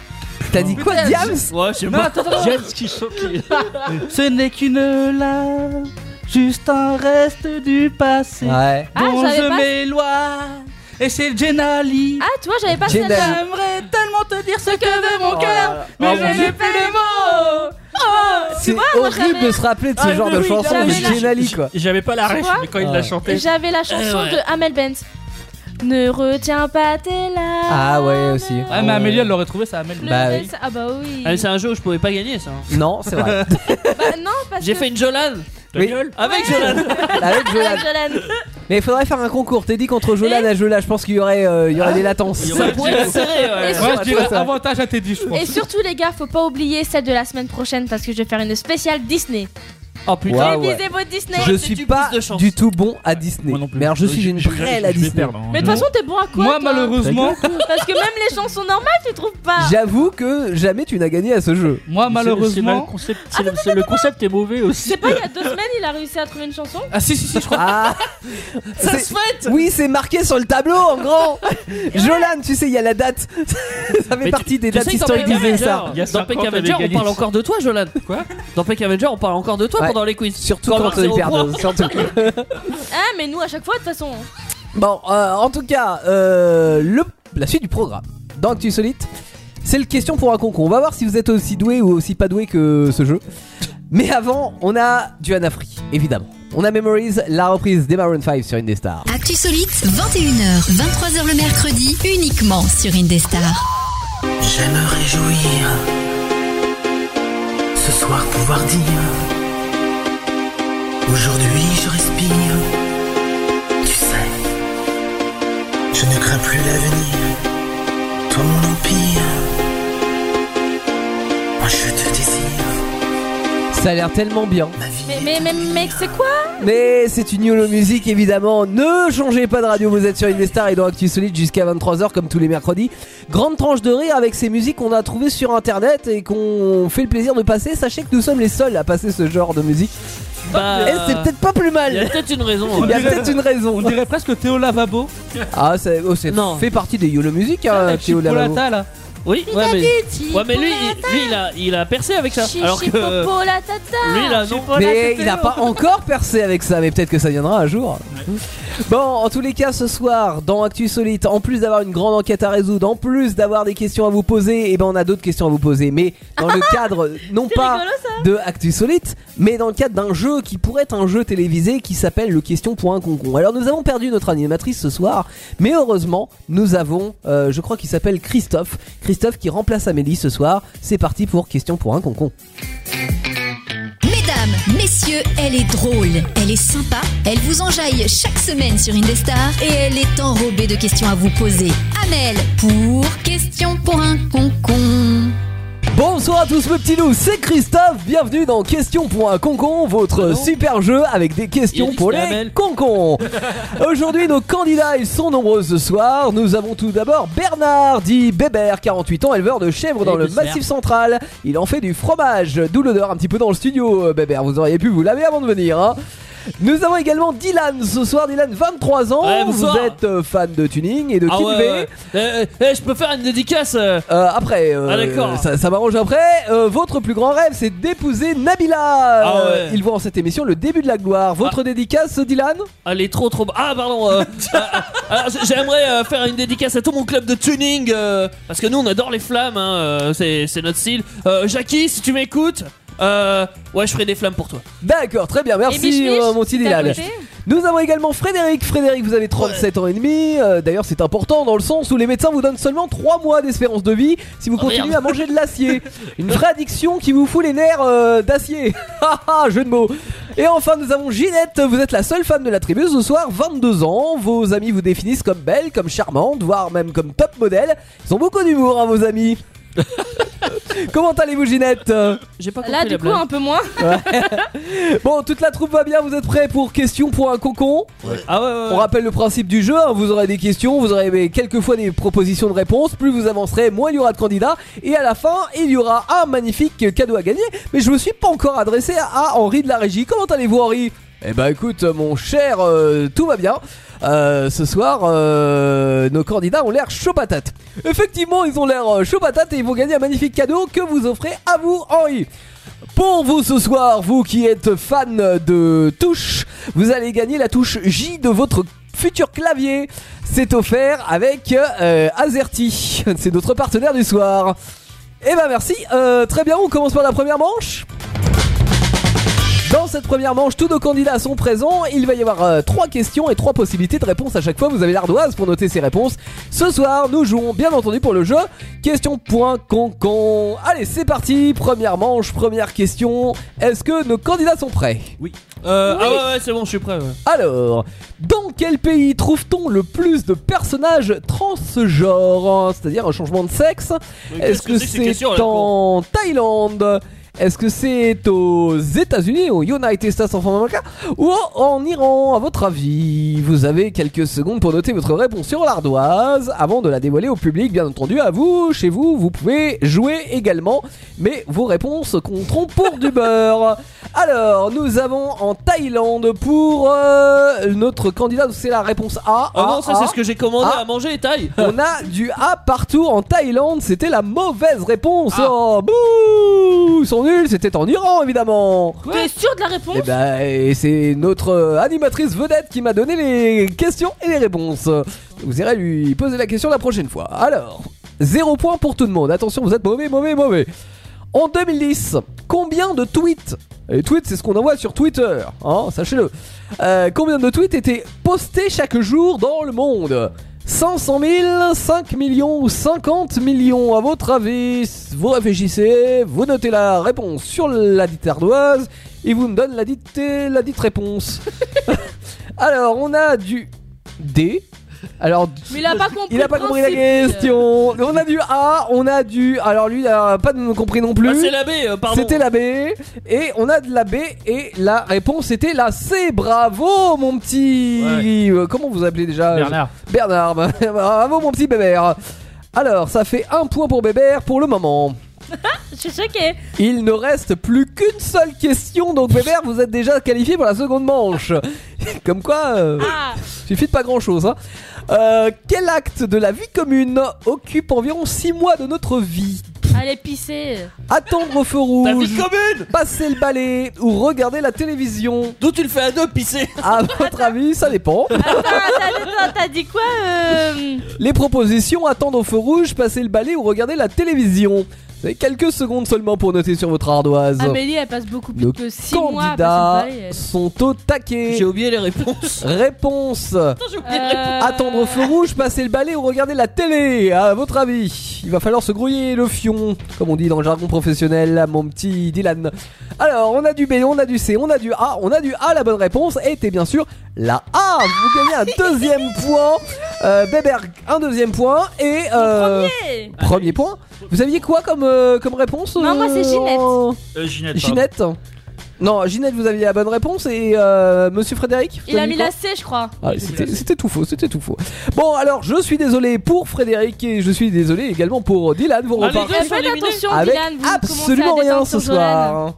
S4: T'as dit quoi
S5: Putain,
S4: Diams
S7: ouais, je sais pas. Diams qui chante.
S8: Ce n'est qu'une lame, juste un reste du passé.
S4: Ouais.
S5: Ah,
S8: dont
S5: j'avais
S8: je
S5: pas-
S8: m'éloigne. Et c'est Jenali.
S5: Ah, tu vois, j'avais pas
S4: Jenna.
S5: celle-là.
S8: J'aimerais tellement te dire ce que veut mon
S4: Oh
S8: cœur,
S4: là là.
S8: mais
S4: Ah
S8: je
S4: oui.
S8: n'ai plus les mots.
S5: Oh,
S4: C'est
S5: moi,
S4: horrible
S5: j'avais-
S4: de se rappeler de ce
S7: Ah,
S4: genre
S7: mais
S4: de
S7: oui,
S4: chanson
S5: j'avais
S4: de
S5: la-
S4: Jenali quoi.
S7: J'avais pas la
S5: ref,
S7: mais quand il
S4: l'a
S7: chanté.
S5: Et J'avais la chanson
S7: Eh ouais.
S5: de Amel Bent. Ne retiens pas tes larmes.
S4: Ah ouais aussi.
S8: Ah, mais Amélie, elle l'aurait trouvé, ça Amélie.
S5: Le
S4: Bah
S5: bel-
S4: oui.
S5: Ah bah oui.
S7: c'est un jeu où je pouvais pas gagner ça.
S4: Non, c'est vrai.
S5: Bah non, parce
S7: J'ai
S5: que
S7: fait une Jolane
S4: Oui.
S7: avec Jolane.
S4: Ah, Avec Jolan.
S7: Ah,
S5: Avec Jolane.
S4: Mais il faudrait faire un concours. T'es dit contre Jolan à Jolan, je pense qu'il y aurait, euh, il y aurait des latences.
S7: Ça pourrait être serré, ouais.
S5: Et sur-
S8: Ouais, je dirais
S4: ça.
S8: avantage à Teddy, je
S5: Et
S8: pense.
S5: surtout les gars, faut pas oublier celle de la semaine prochaine parce que je vais faire une spéciale Disney.
S7: Oh putain.
S4: Ah ouais.
S5: Révisez votre Disney.
S4: Je
S7: c'est
S4: suis
S7: du
S4: pas
S7: plus de chance.
S4: du tout bon à Disney. Mais alors je suis une prêle à Disney.
S5: Mais de toute façon, t'es bon à quoi
S8: Moi,
S5: toi
S8: malheureusement,
S5: Parce que même les chansons normales, tu trouves pas.
S4: J'avoue que jamais tu n'as gagné à ce jeu.
S8: moi, malheureusement.
S7: le concept est mauvais aussi.
S5: C'est pas il y a deux semaines, il a réussi à trouver une chanson
S8: Ah, si, si, si, je crois.
S4: Ah
S7: Ça
S4: C'est-
S7: se fête
S4: Oui, c'est marqué sur le tableau en grand. Jolan, tu sais, il y a la date. Ça fait
S7: Mais
S4: partie des
S7: Tu
S4: dates
S7: sais que dans
S4: historiques
S7: Peck
S4: Disney
S7: Avenger, hein.
S4: Star.
S6: Il y a
S7: dans
S6: cinq
S7: Peck
S6: ans, t'avais
S7: Avenger, on
S6: gagné.
S7: parle encore de toi, Jolan.
S8: Quoi
S7: Dans Peck Avenger, on parle encore de toi
S4: Ouais.
S7: pendant les quiz.
S4: Surtout quand
S7: Marc,
S4: ils
S7: zéro point.
S4: perdent. Surtout.
S5: Ah, mais nous à chaque fois de toute façon.
S4: Bon, euh, en tout cas, euh, le, la suite du programme dans Actu Solite, c'est le question pour un concours. On va voir si vous êtes aussi doué ou aussi pas doué que ce jeu. Mais avant, on a du Anafri, évidemment. On a Memories, la reprise des Maroon 5 sur Indestar.
S2: Actu Solite, 21h, 23h le mercredi, uniquement sur Indestar.
S9: Je me réjouir ce soir pouvoir dire
S4: euh,
S9: aujourd'hui je respire tu sais je ne crains n'écris plus l'avenir. Toi mon empire, moi je te désire.
S4: Ça a l'air tellement bien.
S5: Mais, mais, mais, mec, c'est quoi
S4: Mais c'est une YOLO musique évidemment. Ne changez pas de radio, vous êtes sur Indestar et dans Actu Solide jusqu'à 23h comme tous les mercredis. Grande tranche de rire avec ces musiques qu'on a trouvées sur internet et qu'on fait le plaisir de passer. Sachez que nous sommes les seuls à passer ce genre de musique.
S7: Bah,
S4: Et Eh, c'est peut-être pas plus
S7: Il y a
S4: mal.
S7: peut-être une raison.
S4: Il y a
S7: ouais.
S4: peut-être une
S8: On
S4: raison.
S8: dirait presque Théo Lavabo.
S4: Ah, c'est oh, c'est-
S7: Non.
S4: fait partie des YOLO musiques, hein,
S8: avec
S4: Théo Lavabo.
S8: Chipolata, là.
S7: Oui, ouais, mais, ouais, mais lui, il, lui, il a, il a percé avec ça. Alors que euh,
S5: Chichipopo la tata
S7: lui, là, non.
S4: Mais il n'a pas encore percé avec ça, mais peut-être que ça viendra un jour. Bon, en tous les cas, ce soir, dans Actu Solite, en plus d'avoir une grande enquête à résoudre, en plus d'avoir des questions à vous poser, et ben on a d'autres questions à vous poser. Mais dans le cadre, non pas
S5: rigolo,
S4: de Actu Solite, mais dans le cadre d'un jeu qui pourrait être un jeu télévisé qui s'appelle le Question pour un concon. Alors nous avons perdu notre animatrice ce soir, mais heureusement, nous avons, euh, je crois qu'il s'appelle Christophe. Christophe qui remplace Amélie ce soir. C'est parti pour Question pour un concon.
S2: Mesdames, messieurs, elle est drôle, elle est sympa, elle vous enjaille chaque semaine sur Indestar et elle est enrobée de questions à vous poser. Amel pour Question pour un concon.
S4: Bonsoir à tous mes petits loups, c'est Christophe, bienvenue dans Question pour un concon, votre super jeu avec des
S7: Il a
S4: questions
S7: dit
S4: pour
S7: que c'était
S4: les
S7: Amel.
S4: concons. Aujourd'hui nos candidats, ils sont nombreux ce soir. Nous avons tout d'abord Bernard dit Bébert, 48 ans, éleveur de chèvres dans
S7: Et
S4: le
S7: Bébert.
S4: Massif Central. Il en fait du fromage, d'où l'odeur un petit peu dans le studio euh, Bébert, vous auriez pu vous laver avant de venir. hein. Nous avons également Dylan ce soir, Dylan 23 ans,
S7: Ouais,
S4: vous
S7: bonsoir.
S4: êtes euh, fan de tuning et de
S7: Ah
S4: Kid
S7: ouais,
S4: V.
S7: ouais. Euh, euh, je peux faire une dédicace. euh,
S4: Euh, après, euh,
S7: Ah, d'accord.
S4: ça, ça m'arrange après. Euh, votre plus grand rêve, c'est d'épouser Nabila.
S7: Ah
S4: Euh,
S7: ouais. Ah.
S4: Il voit en cette émission le début de la gloire. Votre dédicace, Dylan
S7: Elle est trop trop. Ah, pardon. euh, euh, alors, j- J'aimerais euh, faire une dédicace à tout mon club de tuning. euh, parce que nous, on adore les flammes. hein, euh, c'est c'est notre style. Euh, Jackie, si tu m'écoutes, euh, ouais, je ferai des flammes pour toi.
S4: D'accord, très bien,
S5: Et
S4: merci
S5: Biche Biche,
S4: euh, mon petit
S5: t'as
S4: Dylan.
S5: noté
S4: Nous avons également Frédéric. Frédéric, vous avez 37 ans et demi. Euh, D'ailleurs, c'est important dans le sens où les médecins vous donnent seulement 3 mois d'espérance de vie si vous
S7: Oh,
S4: continuez
S7: merde.
S4: à manger de l'acier. Une vraie addiction qui vous fout les nerfs euh, d'acier. Haha, jeu de mots. Et enfin, nous avons Ginette. Vous êtes la seule femme de la tribu ce soir, 22 ans. Vos amis vous définissent comme belle, comme charmante, voire même comme top modèle. Ils ont beaucoup d'humour, hein, vos amis. Comment allez-vous, Ginette
S7: J'ai pas compris
S5: Là,
S7: la
S5: du coup,
S7: blague.
S5: un peu moins.
S4: Bon, toute la troupe va bien. Vous êtes prêts pour question pour un concon
S7: Ah ouais, ouais,
S4: on
S7: ouais.
S4: rappelle le principe du jeu, hein, vous aurez des questions, vous aurez quelquefois des propositions de réponses, plus vous avancerez, moins il y aura de candidats, et à la fin, il y aura un magnifique cadeau à gagner, mais je me suis pas encore adressé à Henri de la régie. Comment allez-vous Henri Eh bah écoute, mon cher, euh, tout va bien. Euh, ce soir, euh, nos candidats ont l'air chaud patate. Effectivement, ils ont l'air euh, chaud patate et ils vont gagner un magnifique cadeau que vous offrez à vous, Henri. Pour vous ce soir, vous qui êtes fan de touche, vous allez gagner la touche J de votre futur clavier. C'est offert avec euh, Azerty, c'est notre partenaire du soir. Eh ben merci, Euh, très bien, on commence par la première manche. Dans cette première manche, tous nos candidats sont présents. Il va y avoir euh, trois questions et trois possibilités de réponse à chaque fois. Vous avez l'ardoise pour noter ces réponses. Ce soir, nous jouons bien entendu pour le jeu. Question point concon. Allez, c'est parti. Première manche, première question. Est-ce que nos candidats sont prêts
S7: Euh, Ah ouais, ouais, c'est bon, je suis prêt. ouais.
S4: Alors, dans quel pays trouve-t-on le plus de personnages transgenres C'est-à-dire un changement de sexe
S7: Mais
S4: Est-ce que
S7: que ces questions, là,
S4: c'est en Thaïlande Est-ce que c'est aux États-Unis, au United States of America Ou en Iran, à votre avis Vous avez quelques secondes pour noter votre réponse sur l'ardoise avant de la dévoiler au public, bien entendu. À vous, chez vous, vous pouvez jouer également, mais vos réponses compteront pour du beurre. Alors, nous avons en Thaïlande pour euh, notre candidat, c'est la réponse A.
S7: Oh non,
S4: A,
S7: ça
S4: A.
S7: c'est ce que j'ai commandé
S4: Ah.
S7: à manger et taille.
S4: On a du A partout en Thaïlande, c'était la mauvaise réponse.
S7: Ah.
S4: Oh, bouh Ils sont nuls, c'était en Iran évidemment.
S5: T'es sûr de la réponse
S4: Et bah, et c'est notre euh, animatrice vedette qui m'a donné les questions et les réponses. Vous irez lui poser la question la prochaine fois. Alors, zéro point pour tout le monde. Attention, vous êtes mauvais, mauvais, mauvais. En 2010, combien de tweets Les tweets, c'est ce qu'on envoie sur Twitter, hein, sachez-le. Euh, combien de tweets étaient postés chaque jour dans le monde 500 000, 5 millions ou 50 millions à votre avis Vous réfléchissez, vous notez la réponse sur la dite ardoise et vous me donne la dite, la dite réponse. Alors, on a du D, Alors,
S5: Mais il a pas compris
S4: il a
S5: le
S4: pas compris la
S5: principe, euh.
S4: question. On a du A, on a du. Alors lui, il a pas nous compris non plus.
S7: Ah, c'est la B, euh, pardon.
S4: C'était la B. Et on a de la B. Et la réponse était la C. Bravo, mon petit. euh, Comment vous appelez déjà
S6: Bernard.
S4: Bernard. Bravo, mon petit Bébert. Alors, ça fait un point pour Bébert pour le moment.
S5: Ah, Je suis choquée.
S4: Il ne reste plus qu'une seule question. Donc, Bébert, vous êtes déjà qualifié pour la seconde manche. Comme quoi. euh,
S5: Ah,
S4: Suffit de pas grand chose. Hein. Euh, quel acte de la vie commune occupe environ 6 mois de notre vie
S5: allez pisser.
S4: Attendre au feu
S7: La vie
S4: rouge,
S7: commune
S4: passer le balai ou regarder la télévision
S7: D'où tu le fais à deux, pisser
S4: À votre avis, ça dépend.
S5: Attends, attends, attends, t'as dit quoi euh...
S4: Les propositions attendre au feu rouge, passer le balai ou regarder la télévision. Vous avez quelques secondes seulement pour noter sur votre ardoise.
S5: Amélie, elle passe beaucoup plus
S4: Le
S5: que 6 mois. bah, à
S4: Candidats
S5: passer le balai, elle.
S4: sont au taquet.
S7: J'ai oublié les réponses.
S4: Réponse
S5: Euh,
S4: Attendre au feu rouge, passer le balai ou regarder la télé, à votre avis Il va falloir se grouiller le fion, comme on dit dans le jargon professionnel, là, mon petit Dylan. Alors, on a du B, on a du C, on a du A, on a du A, la bonne réponse était bien sûr la A Vous gagnez un deuxième point, euh, Beberg un deuxième point, et... euh,
S5: hey.
S4: premier point Vous aviez quoi comme, euh, comme réponse
S5: Non, moi, c'est Ginette.
S6: Euh, Ginette. pardon.
S4: Ginette Non, Ginette, vous aviez la bonne réponse, et euh, Monsieur Frédéric vous
S5: Il a
S4: aviez
S5: mis
S4: quoi
S5: la C, je crois.
S4: ah, c'était c'était tout faux, c'était tout faux. Bon, alors je suis désolé pour Frédéric et je suis désolé également pour Dylan. Vous
S7: Ah,
S4: repartez
S7: les
S5: Faites
S7: sont éliminés.
S5: attention,
S4: avec
S5: Dylan, vous
S4: absolument
S5: commencez à
S4: rien
S5: descendre
S4: ce
S5: sur Jolan.
S4: soir.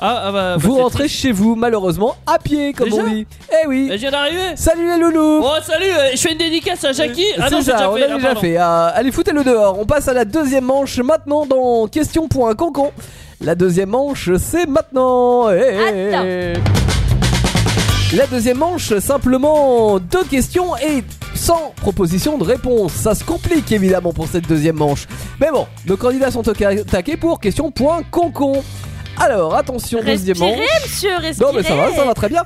S7: Ah, ah bah. bah,
S4: vous
S7: c'est
S4: rentrez
S7: triste.
S4: chez vous, malheureusement, à pied, comme
S7: Déjà
S4: on dit. Eh oui.
S7: Eh, Je viens d'arriver
S4: Salut les loulous.
S7: Oh, salut euh, Je fais une dédicace à Jackie Ah non,
S4: Euh, C'est
S7: j'ai
S4: ça,
S7: déjà
S4: on
S7: fait.
S4: a
S7: ah,
S4: déjà
S7: pardon.
S4: fait. Ah, allez, foutez-le dehors. On passe à la deuxième manche maintenant dans Question pour un concon. La deuxième manche, c'est maintenant. Eh, eh,
S5: Attends.
S4: eh. La deuxième manche, simplement deux questions et sans proposition de réponse. Ça se complique évidemment pour cette deuxième manche. Mais bon, nos candidats sont au ca- taquet pour question point concon. Alors, attention, deuxième
S5: Respirez,
S4: manche.
S5: monsieur, respirez.
S4: Non mais ça va, ça va très bien.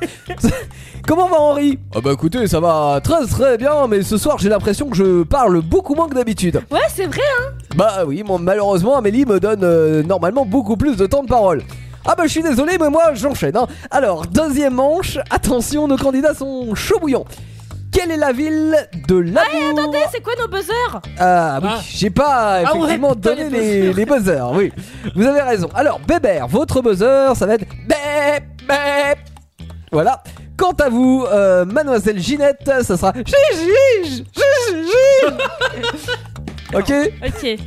S4: Comment va Henri Ah bah écoutez, ça va très très bien, mais ce soir j'ai l'impression que je parle beaucoup moins que d'habitude.
S5: Ouais, c'est vrai. hein.
S4: Bah oui, mon- malheureusement Amélie me donne euh, normalement beaucoup plus de temps de parole. Ah bah je suis désolé, mais moi j'enchaîne. hein. Alors, deuxième manche, attention, nos candidats sont chauds bouillants. Quelle est la ville de l'amour
S5: Attendez, c'est quoi nos buzzers
S4: Ah oui,
S7: Ah.
S4: j'ai pas
S7: Ah ouais,
S4: effectivement
S7: putain,
S4: donné
S7: les
S4: les, les buzzers, oui. Vous avez raison. Alors, Bébert, votre buzzer, ça va être Bép, Bép. Voilà. Quant à vous, euh, mademoiselle Ginette, ça sera Gigi, Ok
S5: Ok.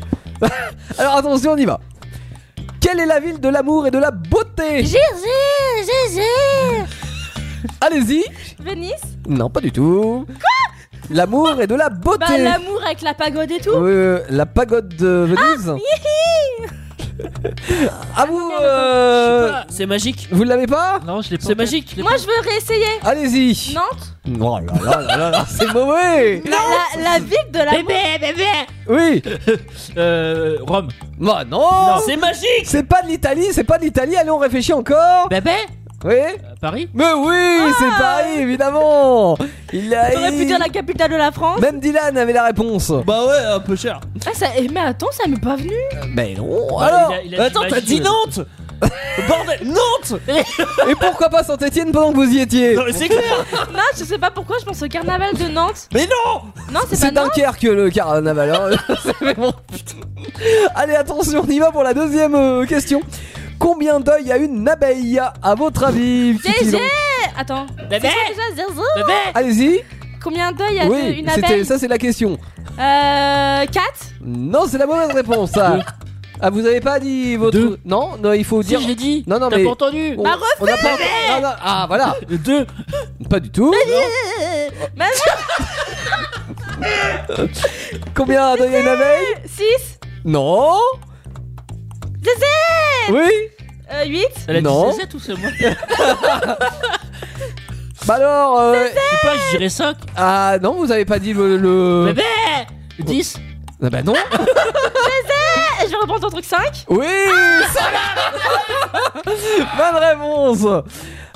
S4: Alors attention, on y va. Quelle est la ville de l'amour et de la beauté
S5: Gégé, Gégé.
S4: Allez-y
S5: Venise
S4: Non, pas du tout. L'amour et de la beauté
S5: Bah, l'amour avec la pagode et tout.
S4: Euh, la pagode de
S5: Ah,
S4: Venise Ah, vous euh,
S7: Ah, C'est magique
S4: Vous l'avez pas
S6: Non, je l'ai pas.
S7: C'est magique
S5: Moi, je veux réessayer.
S4: Allez-y
S5: Nantes
S4: Oh là là là là là, c'est mauvais
S5: la, la ville de l'amour.
S4: Oui
S6: Euh, Rome.
S4: Bah non,
S7: C'est magique
S4: C'est pas de l'Italie, c'est pas de l'Italie, allez on réfléchit encore
S6: Bébé
S4: Oui
S7: Euh,
S6: Paris
S4: Mais oui, c'est Paris, évidemment Il a...
S5: Ah. T'aurais pu
S4: il-
S5: dire la capitale de la France.
S4: Même Dylan avait la réponse
S7: Bah ouais, un peu cher
S5: Ah, ça, eh, mais attends, ça m'est pas venu.
S4: Mais non
S7: Bah,
S4: Alors
S7: il a- il a
S6: Attends, t'as dit
S7: magie, euh. Bordel Nantes
S4: Et pourquoi pas Saint-Etienne pendant que vous y étiez
S7: Non mais c'est clair
S5: Non, je sais pas pourquoi, je pense au carnaval de Nantes.
S7: Mais non
S5: Non, c'est pas
S4: C'est
S5: Nantes.
S4: Dunkerque euh, le carnaval. hein. C'est vraiment- Allez, attention, on y va pour la deuxième euh, question. Combien d'œils a une abeille, à votre avis Titi
S5: Gégé
S4: Long
S5: Attends.
S7: Bébé
S5: C'est quoi déjà zéro
S7: Bébé
S4: Allez-y.
S5: Combien d'œil a de-
S4: Oui,
S5: une
S4: c'était-
S5: abeille
S4: ça, c'est la question.
S5: Euh. 4
S4: Non, c'est la mauvaise réponse. ça. Ah, vous avez pas dit votre.
S6: Deux.
S4: Non, non, il faut
S6: Si,
S4: dire.
S6: je l'ai dit.
S4: Non, non,
S6: T'as
S4: mais-
S6: pas entendu Euh,
S4: On,
S5: Bah,
S4: on a pas- Non, non, Ah, voilà.
S6: Deux.
S4: Pas du tout.
S5: Mais
S4: Combien d'œils a une abeille
S5: 6
S4: Non. Oui.
S5: 8
S6: Elle a dit
S4: Non.
S6: c'est ça, tout ça, moi.
S4: Bah alors. euh,
S6: Je sais pas, je dirais 5.
S4: Ah non, vous avez pas dit le. le-
S6: Bébé 10.
S4: Ah, bah non.
S5: Je vais reprendre ton truc 5
S4: Oui Bonne réponse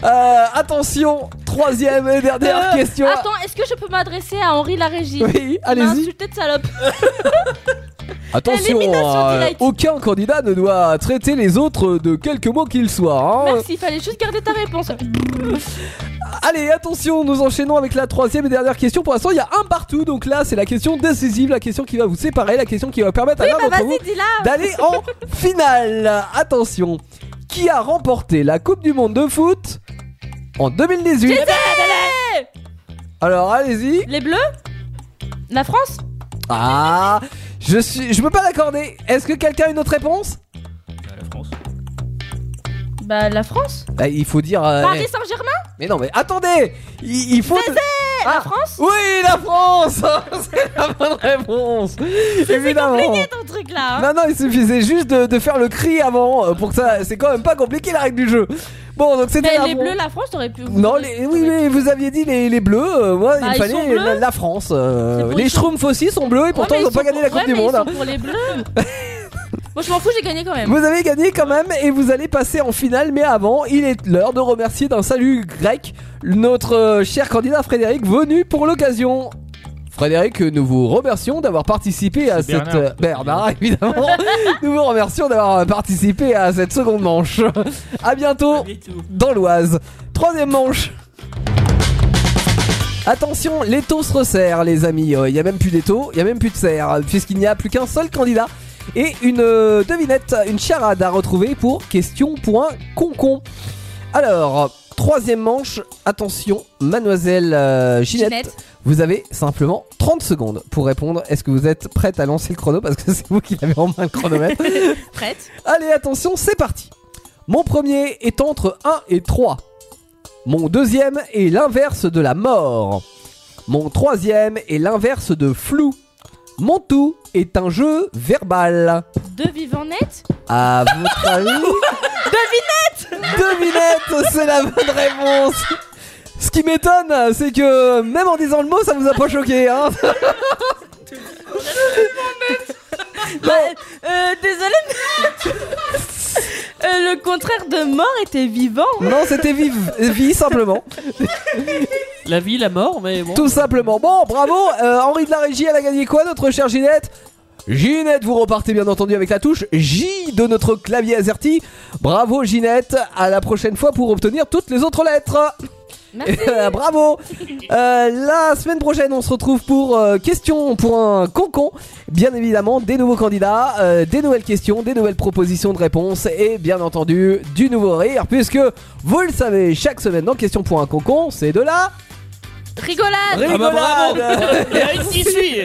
S4: Euh, Attention, troisième et dernière question.
S5: Euh, Attends, est-ce que je peux m'adresser à Henri la régie
S4: Oui,
S5: Il m'a
S4: allez-y.
S5: insulté de salope.
S4: Attention,
S5: Élimination
S4: euh,
S5: directe.
S4: aucun candidat ne doit traiter les autres de quelques mots qu'ils soient. hein.
S5: Merci, il fallait juste garder ta réponse.
S4: Allez, attention, nous enchaînons avec la troisième et dernière question. Pour l'instant, il y a un partout, donc là, c'est la question décisive, la question qui va vous séparer, la question qui va permettre à
S5: Oui,
S4: l'un
S5: bah
S4: d'entre
S5: vas-y,
S4: vous
S5: dis-la.
S4: d'aller en finale. Attention, qui a remporté la Coupe du Monde de foot en 2018 Alors, allez-y.
S5: Les bleus La France
S4: Ah, je suis, je peux pas l'accorder. Est-ce que quelqu'un a une autre réponse
S5: Bah la France
S4: Bah, Il faut dire. euh,
S5: Paris
S4: eh,
S5: Saint-Germain
S4: Mais non, mais attendez, il, il faut. Ah,
S5: La France
S4: Oui, la France C'est la bonne réponse Évidemment
S5: Ton truc là hein.
S4: Oh. Non, non, il suffisait juste de, de faire le cri avant euh, pour que ça. C'est quand même pas compliqué la règle du jeu Bon, donc c'était.
S5: Mais
S4: la
S5: les
S4: Fran-
S5: bleus, la France, t'aurais pu.
S4: Non, les, oui, mais vous aviez dit les, les bleus, euh, moi
S5: Bah,
S4: il
S5: ils
S4: me
S5: sont
S4: fallait
S5: bleus.
S4: la, la France. euh,
S5: C'est pour
S4: les
S5: ils sont-
S4: Schtroumpfs aussi sont bleus et pourtant
S5: Ouais, mais
S4: ils ont pas
S5: sont
S4: gagné
S5: pour-
S4: la Coupe
S5: ouais,
S4: du
S5: mais ils
S4: Monde. hein.
S5: sont pour les bleus. Moi, je m'en fous, j'ai gagné quand même.
S4: Vous avez gagné quand même et vous allez passer en finale, mais avant, il est l'heure de remercier d'un salut grec notre euh, cher candidat Frédéric venu pour l'occasion. Frédéric, euh, nous vous remercions d'avoir participé à
S6: C'est
S4: cette...
S6: Bernard.
S4: euh, Bernard, évidemment. nous vous remercions d'avoir euh, participé à cette seconde manche. à bientôt dans l'Oise. Troisième manche. Attention, l'étau se resserre, les amis. Il n'y a même plus d'étau, il n'y a même plus de serre, puisqu'il n'y a plus qu'un seul candidat. Et une euh, devinette, une charade à retrouver pour question point concon. Alors, troisième manche, attention, mademoiselle euh, Ginette,
S5: Ginette.
S4: vous avez simplement 30 secondes pour répondre. Est-ce que vous êtes prête à lancer le chrono Parce que c'est vous qui l'avez en main le chronomètre.
S5: Prête
S4: Allez, attention, c'est parti. Mon premier est entre 1 et 3. Mon deuxième est l'inverse de la mort. Mon troisième est l'inverse de flou. Mon tout est un jeu verbal.
S5: Deux vivants nets
S4: À votre avis Devinette Devinette, c'est la bonne réponse Ce qui m'étonne, c'est que même en disant le mot, ça vous a pas choqué, hein
S5: Euh, désolé, mais. Euh, le contraire de mort était vivant.
S4: Non, c'était vive, vie simplement.
S7: La vie, la mort, mais bon.
S4: Tout simplement. Bon, bravo. Euh, Henri de la Régie, elle a gagné quoi, notre chère Ginette Ginette, vous repartez bien entendu avec la touche J de notre clavier AZERTY. Bravo Ginette, à la prochaine fois pour obtenir toutes les autres lettres.
S5: Merci.
S4: Euh, Bravo. Euh, la semaine prochaine, on se retrouve pour euh, question pour un concon. Bien évidemment, des nouveaux candidats, euh, des nouvelles questions, des nouvelles propositions de réponses et bien entendu du nouveau rire puisque vous le savez, chaque semaine dans question pour un concon, c'est de la
S5: Rigolade
S7: Ah bah bravo
S4: rigolade.
S7: Et là, il s'y suit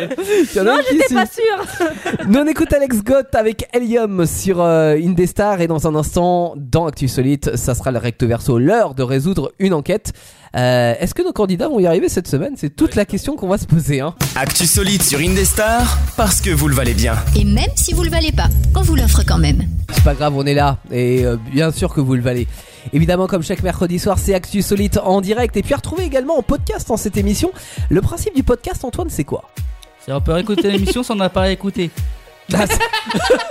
S4: Il y en a un qui
S5: T'es
S4: suit.
S5: pas sûr
S4: Nous on écoute Alex Gott avec Helium sur euh, Indestar et dans un instant dans Actu Solite, ça sera le recto verso, l'heure de résoudre une enquête. Euh, Est-ce que nos candidats vont y arriver cette semaine C'est toute la question qu'on va se poser. Hein.
S3: Actu solide sur Indestar, parce que vous le valez bien.
S2: Et même si vous le valez pas, on vous l'offre quand même.
S4: C'est pas grave, on est là et euh, bien sûr que vous le valez. Évidemment, comme chaque mercredi soir, c'est Actu Solite en direct et puis à retrouver également en podcast en cette émission. Le principe du podcast, Antoine, c'est quoi
S8: C'est on peut réécouter l'émission sans n'a pas écouté.
S4: Ah, c'est-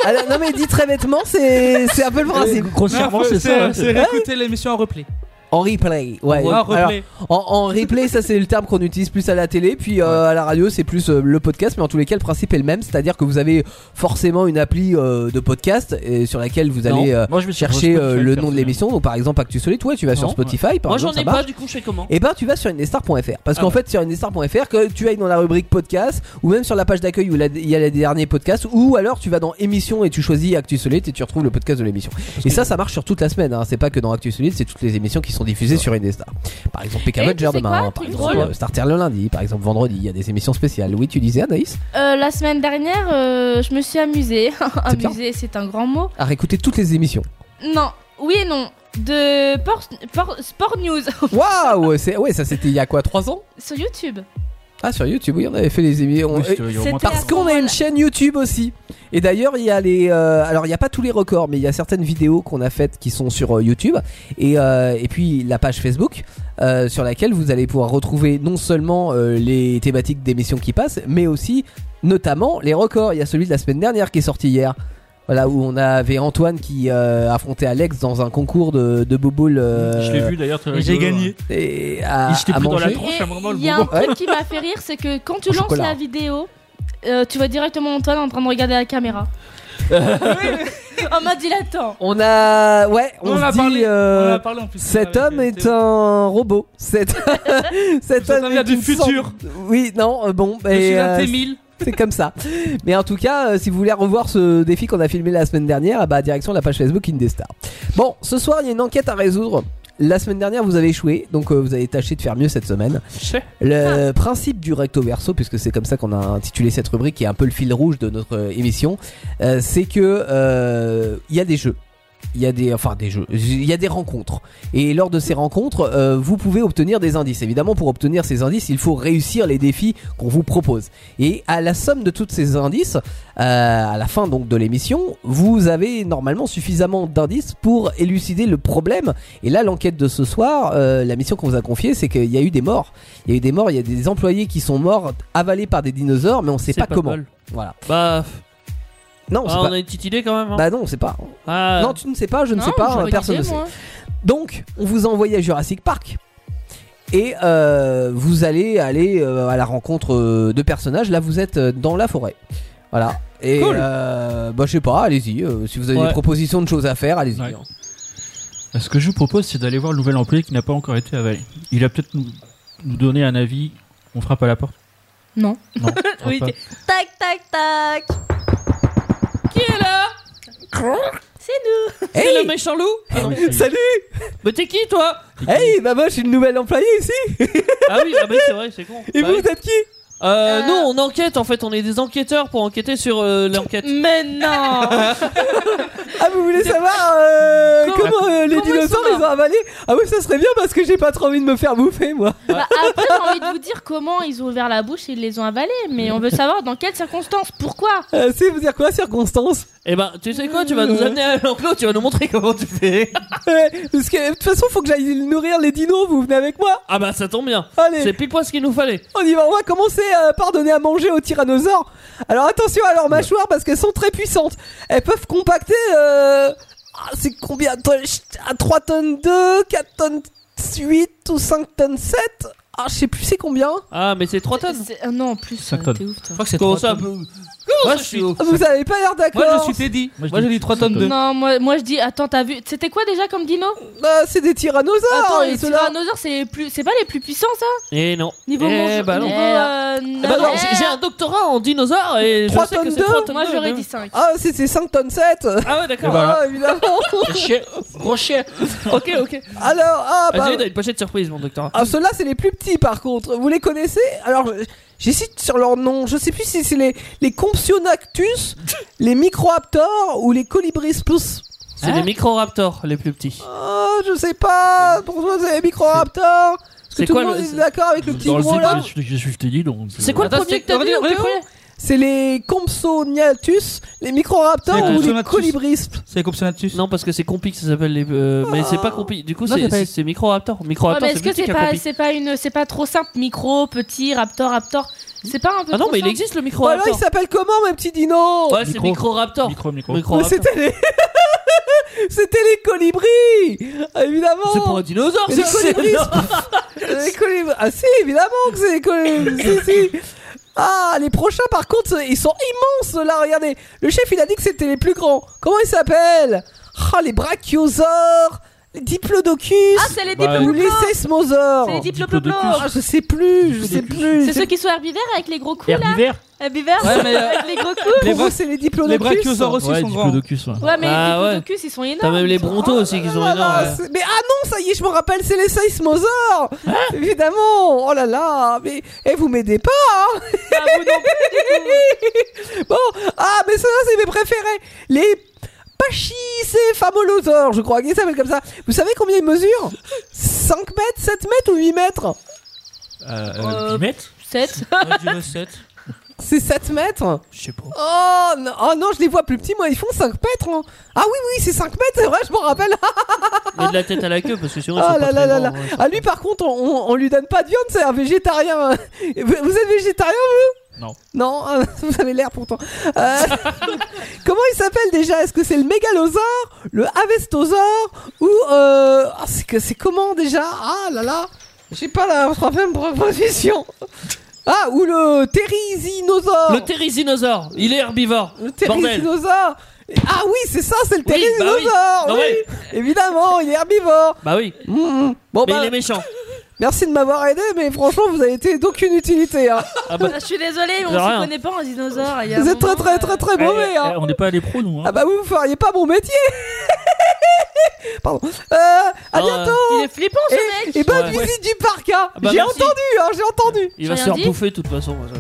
S4: Ah, Non mais dit très bêtement, c'est c'est un peu le principe.
S6: Euh, Grossièrement, c'est ça. hein.
S8: hein.
S6: ouais, c'est-
S8: réécouter l'émission en replay.
S4: En replay, ouais.
S8: En replay.
S4: Alors, En, en replay, ça c'est le terme qu'on utilise plus à la télé, puis euh, à la radio c'est plus euh, le podcast, mais en tous les cas le principe est le même, c'est-à-dire que vous avez forcément une appli euh, de podcast et sur laquelle vous allez euh,
S6: Moi, je me suis
S4: chercher
S6: sur
S4: euh,
S6: Spotify,
S4: le nom de
S6: personnellement.
S4: l'émission, donc par exemple Actu Solide, ouais, tu vas sur
S6: Non,
S4: Spotify, par
S7: Moi j'en
S4: exemple,
S7: ai
S4: ça marche.
S7: pas, du coup je fais comment
S4: Et ben tu vas sur indestar.fr parce
S6: Ah
S4: qu'en
S6: ouais.
S4: fait sur indestar.fr que tu ailles dans la rubrique podcast ou même sur la page d'accueil où la- il y a les derniers podcasts ou alors tu vas dans émission et tu choisis Actu Solide et tu retrouves le podcast de l'émission. Et ça ça marche sur toute la semaine hein. c'est pas que dans Actu Solide, c'est toutes les émissions qui sont diffusées sur Indestar. Par exemple PK
S5: Et Eh, tu
S4: Manager
S5: sais
S4: demain,
S5: quoi,
S4: par
S5: truc
S4: exemple
S5: drôle
S4: euh, Starter le lundi, par exemple vendredi, il y a des émissions spéciales. Oui, tu disais Anaïs
S5: Euh, La semaine dernière, euh, je me suis amusée.
S4: bien.
S5: amusée, c'est un grand mot.
S4: à réécouter toutes les émissions.
S5: Non, oui et non. De Por- Por- Sport News
S4: Waouh, c'est ouais, ça c'était il y a quoi 3 ans
S5: sur YouTube.
S4: Ah sur YouTube, oui, on avait fait les émissions.
S6: Oui,
S4: on-
S6: c'était il y a au moins
S5: C'était
S4: Parce qu'on a une chaîne YouTube aussi. Et d'ailleurs, il y a les. euh, alors, il n'y a pas tous les records, mais il y a certaines vidéos qu'on a faites qui sont sur euh, YouTube. Et, euh, et puis, la page Facebook, euh, sur laquelle vous allez pouvoir retrouver non seulement euh, les thématiques d'émissions qui passent, mais aussi, notamment, les records. Il y a celui de la semaine dernière qui est sorti hier. Voilà, où on avait Antoine qui euh, affrontait Alex dans un concours de, de bouboule. euh,
S6: Je l'ai vu d'ailleurs. hein.
S8: Et j'ai gagné.
S4: Et à,
S6: Il s'était
S4: à
S6: pris dans la
S4: manger.
S6: tronche.
S5: Et
S6: Franchement, vraiment, le
S5: il y a un
S6: bonbon.
S5: truc qui m'a fait rire, c'est que quand tu
S4: Au
S5: lances
S4: chocolat.
S5: la vidéo, euh, tu vois directement Antoine en train de regarder la caméra. En mode il attend.
S4: On a. Ouais, on,
S8: On en
S4: se
S8: a
S4: dit.
S8: parlé,
S4: euh,
S8: on en a parlé en plus.
S4: Cet
S8: Avec,
S4: homme
S8: euh,
S4: est
S8: Théo.
S4: un robot. Cet, cet
S8: Cet homme vient
S4: est
S8: du
S4: une sorte-
S8: futur.
S4: Oui, non, euh, bon.
S8: Je
S4: et,
S8: suis un
S4: euh,
S8: T1000.
S4: c'est comme ça. Mais en tout cas, euh, si vous voulez revoir ce défi qu'on a filmé la semaine dernière, ah bah direction la page Facebook Indestar. Bon, ce soir, il y a une enquête à résoudre. La semaine dernière, vous avez échoué, donc euh, vous allez tâcher de faire mieux cette semaine. Le principe du recto verso, puisque c'est comme ça qu'on a intitulé cette rubrique, qui est un peu le fil rouge de notre euh, émission, euh, c'est que euh, il y a des jeux. Il y a des, enfin des jeux, il y a des rencontres. Et lors de ces rencontres, euh, vous pouvez obtenir des indices. Évidemment, pour obtenir ces indices, il faut réussir les défis qu'on vous propose. Et à la somme de tous ces indices, euh, à la fin donc de l'émission, vous avez normalement suffisamment d'indices pour élucider le problème. Et là, l'enquête de ce soir, euh, la mission qu'on vous a confiée, c'est qu'il y a eu des morts. Il y a eu des morts. Il y a des employés qui sont morts avalés par des dinosaures, mais on sait
S7: C'est
S4: pas,
S7: pas
S4: comment.
S7: mal.
S4: Voilà.
S7: Bah,
S4: Non, on
S7: ah,
S4: sait
S7: on
S4: pas.
S7: a une petite idée quand même. hein.
S4: Bah non, on sait pas.
S7: Ah,
S4: Non, tu ne sais pas, je ne sais pas, personne ne sait.
S5: sait.
S4: Donc, on vous a envoyé à Jurassic Park. Et euh, vous allez aller euh, à la rencontre euh, de personnages. Là, vous êtes euh, dans la forêt. Voilà. Et
S7: Cool.
S4: euh, bah, je sais pas, allez-y. euh, si vous avez des
S7: Ouais.
S4: propositions de choses à faire, allez-y. hein.
S6: Ouais. Euh, Ce que je vous propose, c'est d'aller voir le nouvel employé qui n'a pas encore été avalé. Il a peut-être nous, nous donner un avis. On frappe à la porte
S5: Non.
S6: Non. on frappe
S5: Oui,
S6: pas.
S5: t'es- Tac, tac, tac. Qui est là C'est nous.
S7: c'est
S4: Hey
S7: le méchant loup
S6: Ah oui, c'est-
S4: Salut
S7: Mais t'es qui toi
S4: Hey, maman, je suis une nouvelle employée ici
S7: Ah oui, ah bah, c'est vrai, c'est con.
S4: Et
S7: Bah
S4: vous,
S7: oui.
S4: vous êtes qui
S7: Euh, Nous, on enquête en fait, on est des enquêteurs pour enquêter sur euh, l'enquête.
S5: Mais non.
S4: Ah, vous voulez savoir euh,
S5: Comment-
S4: comment euh, les
S5: comment ils
S4: dinosaures
S5: sont
S4: les ont avalés Ah, oui, ça serait bien parce que j'ai pas trop envie de me faire bouffer, moi.
S5: Bah, après, j'ai envie de vous dire comment ils ont ouvert la bouche et ils les ont avalés. Mais on veut savoir dans quelles circonstances, pourquoi.
S4: Euh, c'est vous dire quoi, circonstance
S7: Et ben, tu sais quoi, tu vas nous amener à l'enclos, tu vas nous montrer comment tu fais.
S4: Ouais, Parce que de toute façon, faut que j'aille nourrir les dinos, vous venez avec moi
S7: Ah bah, ça tombe bien.
S4: Allez
S7: C'est pile poil ce qu'il nous fallait.
S4: On y va, on va commencer euh, par donner à manger aux tyrannosaures. Alors attention à leurs mâchoires parce qu'elles sont très puissantes. Elles peuvent compacter. Euh... ah, c'est combien de tonnes Chut, à 3 tonnes 2, 4 tonnes 8 ou 5 tonnes 7 Ah, je sais plus c'est combien.
S7: Ah, mais c'est 3 tonnes.
S5: C'est- ah non, en plus, euh,
S6: Cinq tonnes.
S5: t'es ouf, toi.
S8: crois que c'est
S7: Comment
S8: trois
S7: ça
S8: tonnes.
S7: peu-
S8: Moi,
S7: Ouais,
S8: je
S7: je
S8: suis-
S7: suis
S4: Ah, Vous avez pas l'air d'accord.
S8: Moi, je suis Teddy.
S6: Moi, je
S8: Moi,
S6: dis
S8: j'ai dit 3
S6: cinq
S8: tonnes
S6: tonnes.
S8: 2.
S5: Non, moi, moi je dis, attends, t'as vu, c'était quoi déjà comme dino
S4: Ah, c'est des tyrannosaures.
S5: Attends,
S4: et
S5: les
S4: ceux-là.
S5: tyrannosaures, c'est les plus... c'est pas les plus puissants, ça
S7: Et non.
S5: Niveau
S7: Eh
S5: mange-
S7: bah non.
S5: niveau, euh,
S7: Eh bah non,
S5: nature.
S7: j'ai j'ai un doctorat en dinosaures Ah, et je
S4: Trois
S7: sais que
S4: tonnes
S7: c'est 3
S4: d'œufs
S7: tonnes. hein.
S5: Moi,
S7: d'œufs,
S5: j'aurais
S7: mais-
S5: dit 5.
S4: Ah, c'est c'est 5 tonnes 7.
S7: Ah ouais, d'accord.
S4: Ah, évidemment.
S8: Rocher.
S7: ok, ok.
S4: Alors, ah, bah.
S7: Vas-y, t'as une pochette surprise, mon doctorat.
S4: Ah, ceux-là, c'est les plus petits par contre. Vous les connaissez Alors, euh, j'hésite sur leur nom. Je sais plus si c'est les, les Compsognathus, les Microaptors ou les Colibris plus.
S7: C'est
S4: hein
S7: les microraptors les plus petits.
S4: Ah, je sais pas. Pour toi, c'est les Microaptors. Est-ce que
S7: C'est
S4: tout
S7: quoi
S4: le monde
S7: le-
S4: est d'accord avec le petit
S6: Dans le
S4: gros là
S6: zip, je, je suis Teddy donc.
S7: C'est quoi le
S8: Attends,
S7: premier que
S8: c'est-
S7: t'as dit
S8: redis- redis
S7: Théo
S8: le premier.
S4: C'est les Compsognathus, les
S6: C'est
S4: Microaptors
S6: les
S4: ou les
S8: Compsognathus.
S4: Colibris
S8: C'est comme Sonatus.
S7: Non, parce que c'est Compi que ça s'appelle les. euh, mais c'est
S4: Ah.
S7: pas Compi. Du coup,
S8: Non,
S7: c'est
S8: c'est pas-
S7: c'est- c'est Microraptor. Microraptor,
S5: mais
S7: c'est
S5: est-ce que
S7: plus petit
S5: c'est
S7: qu'un
S5: pas,
S7: Compi.
S5: c'est pas une, c'est pas trop simple, micro, petit, raptor, raptor, c'est pas un peu
S7: Ah non,
S5: trop
S7: mais il
S5: simple
S7: existe le
S4: Voilà, Bah il
S7: Microraptor.
S4: s'appelle comment, mes petits dinos
S7: Ouais, c'est
S6: Micro.
S7: Microraptor.
S6: Micro, micro.
S4: Mais
S7: Microraptor.
S4: C'était les. C'était les Colibris Évidemment
S7: C'est pour un dinosaure,
S4: Mais
S7: ça,
S4: les
S7: c'est-
S4: colibris, Les colibris- Ah si, évidemment que c'est les colibris. si, si. Ah, les prochains par contre, ils sont immenses là, regardez. Le chef il a dit que c'était les plus grands. Comment ils s'appellent Ah, les brachiosaures, les diplodocus,
S5: Ah, c'est les
S6: Bah,
S4: ou
S5: diplodocus.
S4: les sésmosaures.
S7: Oh,
S5: C'est les diplodocus.
S4: Ah, je sais plus, je sais plus.
S5: C'est ceux qui sont herbivores avec les gros coups là.
S6: Herbivore
S5: Herbivores
S8: Ouais, mais, euh,
S5: avec les gros coups.
S4: Pour
S8: Les
S4: vous,
S8: bra-
S4: c'est les
S8: Les
S4: diplodocus.
S8: brachiosaures aussi
S6: Ouais,
S8: sont grands.
S6: diplodocus. ouais.
S5: Ouais, mais
S7: Ah,
S5: les
S7: ouais.
S5: diplodocus ils sont
S7: T'as
S5: énormes.
S7: même les brontos aussi qui sont
S4: Ah là là,
S7: énormes.
S4: c'est- mais ah non, ça y est, je me rappelle, c'est les seismosaures!
S7: Hein
S4: Évidemment! Oh là là! Mais, eh, vous m'aidez pas! hein.
S5: Ah, vous non plus.
S4: Bon, ah, mais ça, c'est mes préférés. Les pachycéphamolosaures, je crois qu'ils s'appellent comme ça. Vous savez combien ils mesurent 5 mètres, 7 mètres ou 8 mètres
S6: Euh,
S5: Euh,
S6: euh, 10 mètres
S5: Sept.
S8: Moi, je dirais sept.
S4: C'est 7 mètres
S6: Je sais pas.
S4: oh non, oh non, je les vois plus petits, moi, ils font 5 mètres. hein. Ah oui, oui, c'est 5 mètres, c'est vrai, je m'en rappelle.
S7: Mais de la tête à la queue, parce que sinon, ils
S4: Ah
S7: sont
S4: là
S7: pas
S4: là
S7: très hein,
S4: là là.
S7: grands, ouais, ils sont
S4: Ah lui, par contre, on, on- on lui donne pas de viande, c'est un végétarien. Vous vous êtes végétarien, vous
S6: Non.
S4: Non, ah, vous avez l'air pourtant. Euh, comment il s'appelle déjà Est-ce que c'est le mégalosaure, le avestosaure ou euh, ah, c'est que c'est comment déjà Ah là là, j'ai pas la troisième proposition. Ah, ou le Térisinosaure
S7: Le ptérysinosaure, il est herbivore.
S4: Le
S7: Bordel.
S4: Térisinosaure Ah oui, c'est ça, c'est le
S7: Oui, bah oui.
S4: Térisinosaure
S7: Bah
S4: oui. Évidemment, il est herbivore
S7: Bah oui,
S4: Mhm. Bon
S7: mais
S4: bah,
S7: il est méchant.
S4: merci de m'avoir aidé, mais franchement, vous avez été d'aucune utilité. hein.
S7: Ah
S5: Ah bah,
S7: bah,
S5: Je suis désolée, on
S7: De rien.
S5: se connaît pas en dinosaure. il y a un
S4: Vous êtes très
S5: moment,
S4: très
S5: euh,
S4: très très
S6: Eh,
S4: mauvais hein.
S6: eh, on n'est pas allé pro, nous. hein.
S4: Ah bah vous, vous feriez pas mon métier Pardon. Euh, à
S7: Non,
S4: bientôt
S8: euh,
S5: Il est flippant ce
S4: et,
S5: mec
S4: et bonne
S7: Ouais.
S4: visite Eh ben, du parc hein.
S7: Ah bah
S4: J'ai
S7: merci.
S4: entendu, hein, j'ai entendu
S7: Il
S5: J'ai
S7: va se
S5: rien
S7: faire
S5: dit.
S7: bouffer de toute façon. moi, ça-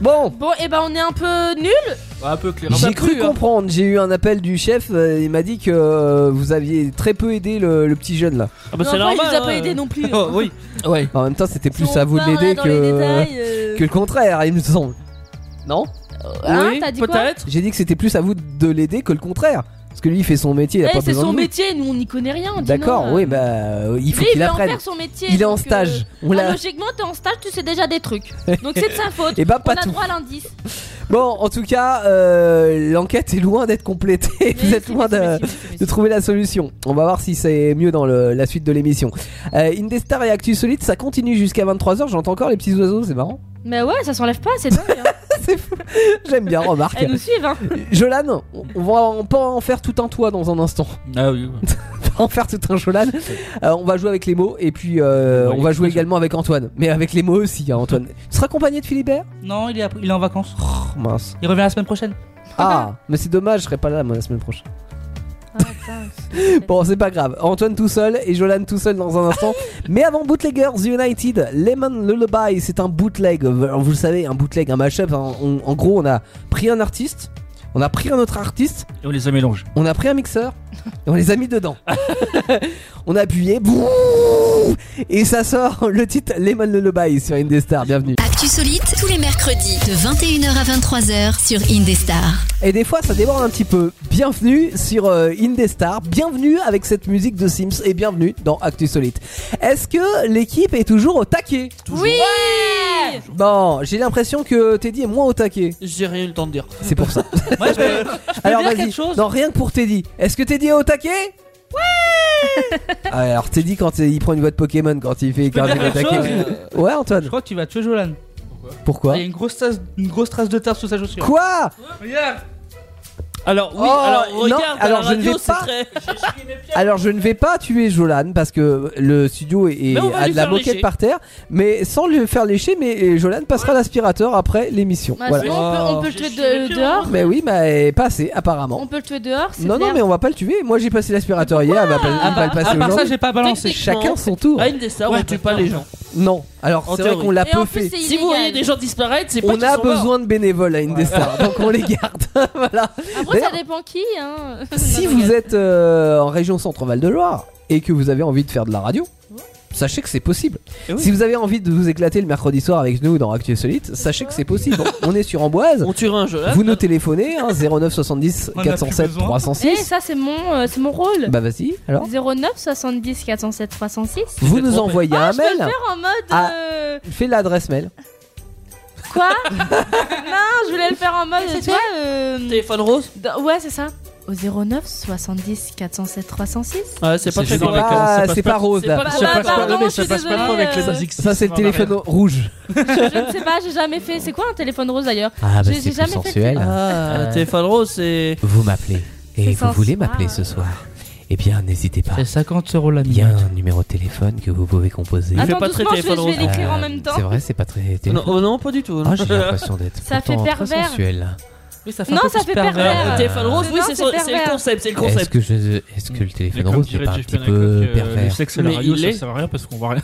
S4: Bon,
S5: Bon, et ben on est un peu nuls
S6: Un peu clair.
S4: j'ai
S7: J'ai
S4: cru
S7: cru, hein.
S4: comprendre, j'ai eu un appel du chef, euh, il m'a dit que euh, vous aviez très peu aidé le, le petit jeune là.
S7: Ah bah
S5: mais
S7: c'est
S5: enfin,
S7: normal.
S5: il nous a
S7: hein.
S5: pas aidé non plus.
S7: Oh, oui.
S4: Ouais. En même temps, c'était plus
S5: Si on
S4: à vous de
S5: part, là,
S4: l'aider
S5: dans les
S4: que...
S5: détails, euh,
S4: que le contraire, il me semble. Non
S5: Hein,
S7: oui,
S5: t'as dit quoi
S7: peut-être.
S4: J'ai dit que c'était plus à vous de l'aider que le contraire. Parce que lui, il fait son métier, il a
S5: Eh,
S4: pas
S5: c'est
S4: besoin
S5: son
S4: de nous.
S5: métier, nous on n'y connaît rien. dis-nous.
S4: D'accord, oui, bah euh, il faut
S5: Lui,
S4: qu'il
S5: veut en
S4: apprenne.
S5: faire son métier.
S4: Il est en
S5: donc, euh,
S4: stage. On
S5: ah,
S4: l'a.
S5: logiquement, t'es en stage, tu sais déjà des trucs. Donc c'est de sa faute.
S4: Et bah pas
S5: on a
S4: tout.
S5: droit à l'indice.
S4: Bon, en tout cas, euh, l'enquête est loin d'être complétée. Vous
S5: Mais
S4: êtes
S5: si,
S4: loin
S5: mais si,
S4: de,
S5: mais si, mais si, mais
S4: de
S5: si.
S4: trouver la solution. On va voir si c'est mieux dans le- la suite de l'émission. Euh, Indestar et Actu Solide, ça continue jusqu'à 23h. J'entends encore les petits oiseaux, c'est marrant.
S5: Mais ouais, ça s'enlève pas, c'est dingue. hein.
S4: C'est fou. J'aime bien, remarque.
S5: Elles nous suivent, hein.
S4: Jolan, on- on va on peut en faire tout un toit dans un instant.
S6: Ah oui. oui.
S4: en faire tout un Jolan. Euh, on va jouer avec les mots et puis euh,
S6: Ouais,
S4: on va jouer
S6: expression.
S4: également avec Antoine. Mais avec les mots aussi, hein, Antoine. Tu seras accompagné de Philibert
S8: Non, il est, à- il est en vacances.
S4: Oh, Mince.
S8: Il revient la semaine prochaine.
S4: Ah, mais c'est dommage, je serai pas là moi, la semaine prochaine.
S5: Ah, putain, c'est-
S4: Bon, c'est pas grave. Antoine tout seul et Jolan tout seul dans un instant. Mais avant Bootleggers United, Lemon Lullaby, c'est un bootleg. Vous le savez, un bootleg, un mashup. hein. On- en gros, on a pris un artiste, on a pris un autre artiste,
S6: Et on les a mélangés.
S4: on a pris un mixeur et on les a mis dedans. on a appuyé boum, et ça sort le titre Lemon Lullaby sur Indestar. Bienvenue.
S2: Actu Solite, tous les mercredis, de 21h à 23h sur Indestar.
S4: Et des fois, ça déborde un petit peu. Bienvenue sur euh, Indestar, bienvenue avec cette musique de Sims et bienvenue dans Actu Solite. Est-ce que l'équipe est toujours au taquet
S5: Oui
S4: Bon, j'ai l'impression que Teddy est moins au taquet.
S7: J'ai rien eu le temps de dire.
S4: C'est pour ça.
S8: Moi, je peux, je peux
S4: Alors
S8: dire
S4: vas-y.
S8: quelque chose
S4: Non, rien que pour Teddy. Est-ce que Teddy est au taquet Ouais Ah, Alors Teddy quand il prend une voix de Pokémon quand il fait
S8: Je peux
S4: quand
S8: dire
S4: il est au
S8: quelque
S4: taquet.
S8: chose Euh,
S4: Ouais
S8: Je
S4: Antoine.
S8: crois que tu vas tuer Jolan.
S4: Pourquoi
S8: Il y a une grosse, trace, une grosse trace de terre sous sa chaussure.
S4: Quoi
S8: Regarde
S7: Alors oui,
S4: Oh,
S7: alors
S4: non,
S7: regarde, à
S4: alors
S7: la
S4: je ne vais
S7: radio, c'est
S4: pas-
S7: très.
S4: Alors je ne vais pas tuer Jolan parce que le studio est,
S7: Mais on va
S4: a
S7: lui
S4: de la
S7: faire
S4: moquette
S7: lécher.
S4: par terre, mais sans le faire lécher, mais euh, Jolan passera l'aspirateur après l'émission.
S5: Bah,
S4: voilà.
S5: sinon, on peut-
S7: Oh.
S5: on peut le tuer de- dehors.
S4: Mais oui, mais pas assez apparemment.
S5: On peut le tuer dehors, c'est
S4: Non non,
S5: clair.
S4: mais on va pas le tuer. Moi j'ai passé l'aspirateur hier, elle va pas,
S7: Ah
S4: elle va
S7: bah,
S4: pas le passer
S8: À part ça,
S4: aujourd'hui.
S8: j'ai pas balancé.
S4: Chacun son tour.
S7: À une des stars, on tue pas les gens.
S4: Non. Alors
S7: En
S4: c'est vrai
S7: théorie.
S4: qu'on l'a
S5: Et en
S4: peu
S5: plus,
S4: fait.
S5: c'est
S7: Si vous voyez
S5: illégal.
S7: des gens disparaître, c'est pas
S4: On
S7: qu'ils
S4: a
S7: sont morts.
S4: besoin de bénévoles à Indestar, donc on les garde. voilà.
S5: Après, ça
S4: D'ailleurs-
S5: dépend qui, hein.
S4: Si
S5: Non,
S4: vous
S5: regarde.
S4: êtes euh, en région Centre-Val de Loire et que vous avez envie de faire de la radio, sachez que c'est possible.
S7: Eh oui.
S4: Si vous avez envie de vous éclater le mercredi soir avec nous dans Actu Solite, sachez que c'est possible. on est sur Amboise.
S7: On tuera un jeu là.
S4: Vous nous téléphonez hein, 09 70
S8: On en a plus
S4: 407
S8: besoin.
S5: Eh,
S4: 306.
S5: ça, c'est mon, euh, c'est mon rôle.
S4: Bah vas-y. Alors
S5: 09 70 407 306.
S4: vous nous
S7: trompé.
S4: envoyez un
S5: Ah, Je peux le
S4: mail.
S5: faire en mode.
S4: Ah.
S5: euh,
S4: Fais l'adresse mail.
S5: Quoi Non, je voulais le faire en mode. Tu vois, euh,
S7: Téléphone rose
S5: dans- Ouais, c'est ça. Au 09 70 407 306.
S7: Ouais, c'est pas
S6: C'est
S7: très
S6: dans
S7: cool.
S6: les
S4: Ah,
S6: ça passe
S4: c'est
S6: pas-
S4: pas rose.
S7: C'est
S4: là.
S7: pas
S5: Bah,
S7: trop-
S5: bah,
S6: pas-
S5: pardon,
S6: mais
S5: je
S6: ça
S5: suis
S6: passe pas trop
S5: désolée,
S6: avec les
S5: euh,
S6: basics.
S4: Ça c'est le téléphone rouge.
S5: Je ne sais pas, j'ai jamais fait. C'est quoi un téléphone rose d'ailleurs
S4: Ah
S5: bah, J'ai- c'est j'ai plus jamais fait- sensuel.
S7: Ah,
S4: Euh,
S7: téléphone rose, c'est.
S4: hein. Vous m'appelez
S5: C'est vous voulez sensuel. m'appeler ce
S4: soir Eh bien, n'hésitez pas.
S8: C'est 50 euros la
S4: Il y
S8: minute.
S4: a un numéro de téléphone que vous pouvez composer.
S7: fait
S5: Attends,
S7: pas très
S5: doucement, je vais,
S7: téléphone
S5: je vais
S7: rose.
S5: l'écrire en
S4: Euh,
S5: même temps.
S4: C'est vrai, c'est pas très. téléphone.
S7: Non, oh, non, pas du tout.
S4: Ah, j'ai l'impression d'être.
S5: Ça
S4: pourtant
S5: fait
S4: très
S5: pervers.
S4: sensuel.
S8: Oui, ça fait
S5: Non,
S8: un peu
S5: ça
S8: plus
S5: fait
S8: pervers.
S7: Alors,
S5: pervers.
S7: téléphone rose,
S5: Euh,
S7: oui,
S5: non,
S7: c'est
S5: c'est
S7: son- c'est
S5: pervers.
S7: le concept, c'est le
S4: Est-ce
S7: concept.
S4: que, je- est-ce que le téléphone
S6: Mais comme
S4: rose n'est
S6: dirait
S4: pas un
S6: Jeff
S4: petit
S6: Panaclock,
S4: peu
S6: euh, Le
S4: pervers
S6: sexe à
S7: Mais
S6: la radio,
S7: il
S6: ça
S7: est.
S6: sert à rien parce qu'on voit rien.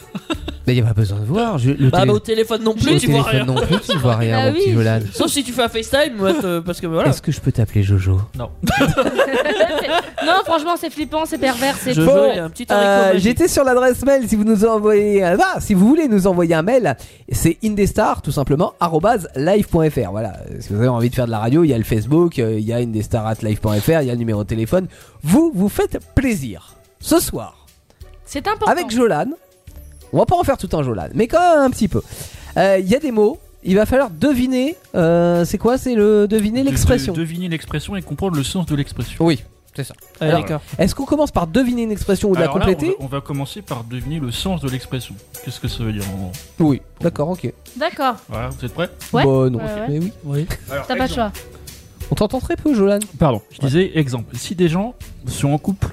S4: Mais il n'y a pas besoin de voir. Je, le
S7: Bah,
S4: télé-
S7: bah, au téléphone non
S4: le
S7: plus, tu vois
S4: téléphone
S7: rien.
S4: non plus, tu vois rien,
S5: Bah
S4: mon petit
S5: oui.
S4: Jolan.
S7: Sauf si tu fais un FaceTime, ouais, te- parce que voilà.
S4: Est-ce que je peux t'appeler Jojo
S5: Non, franchement, c'est flippant, c'est pervers, c'est
S7: Je
S4: Bon,
S7: jouais un petit haricot
S4: Euh,
S7: magique.
S4: J'étais sur l'adresse mail si vous nous envoyez un- ah, si vous voulez nous envoyer un mail, c'est indestar tout simplement arobase @live.fr. Voilà, Euh, si vous avez envie de faire de la radio, il y a le Facebook, euh, il y a indestar@live.fr, il y a le numéro de téléphone. Vous vous faites plaisir. Ce soir,
S5: c'est important.
S4: avec Jolan, on va pas en faire tout un Jolan, mais quand même un petit peu. Euh, Il y a des mots, il va falloir deviner. euh, c'est quoi C'est le deviner l'expression.
S6: De- de- Deviner l'expression et comprendre le sens de l'expression.
S4: Oui. c'est ça.
S7: Allez,
S4: Alors,
S7: d'accord.
S4: Est-ce qu'on commence par deviner une expression ou de Ah, la
S6: Ah, Alors là, on va-
S4: compléter
S6: on, va commencer par deviner le sens de l'expression. Qu'est-ce que ça veut dire en gros
S4: Oui. D'accord, ok.
S5: D'accord,
S6: Voilà, vous êtes prêts
S5: Ouais.
S4: Bah, non.
S5: Ouais, ouais.
S4: Mais oui.
S6: Alors,
S5: t'as pas le
S6: exemple.
S5: choix.
S4: On t'entend très peu, Jolan.
S6: Pardon, je disais exemple. Si des gens sont en couple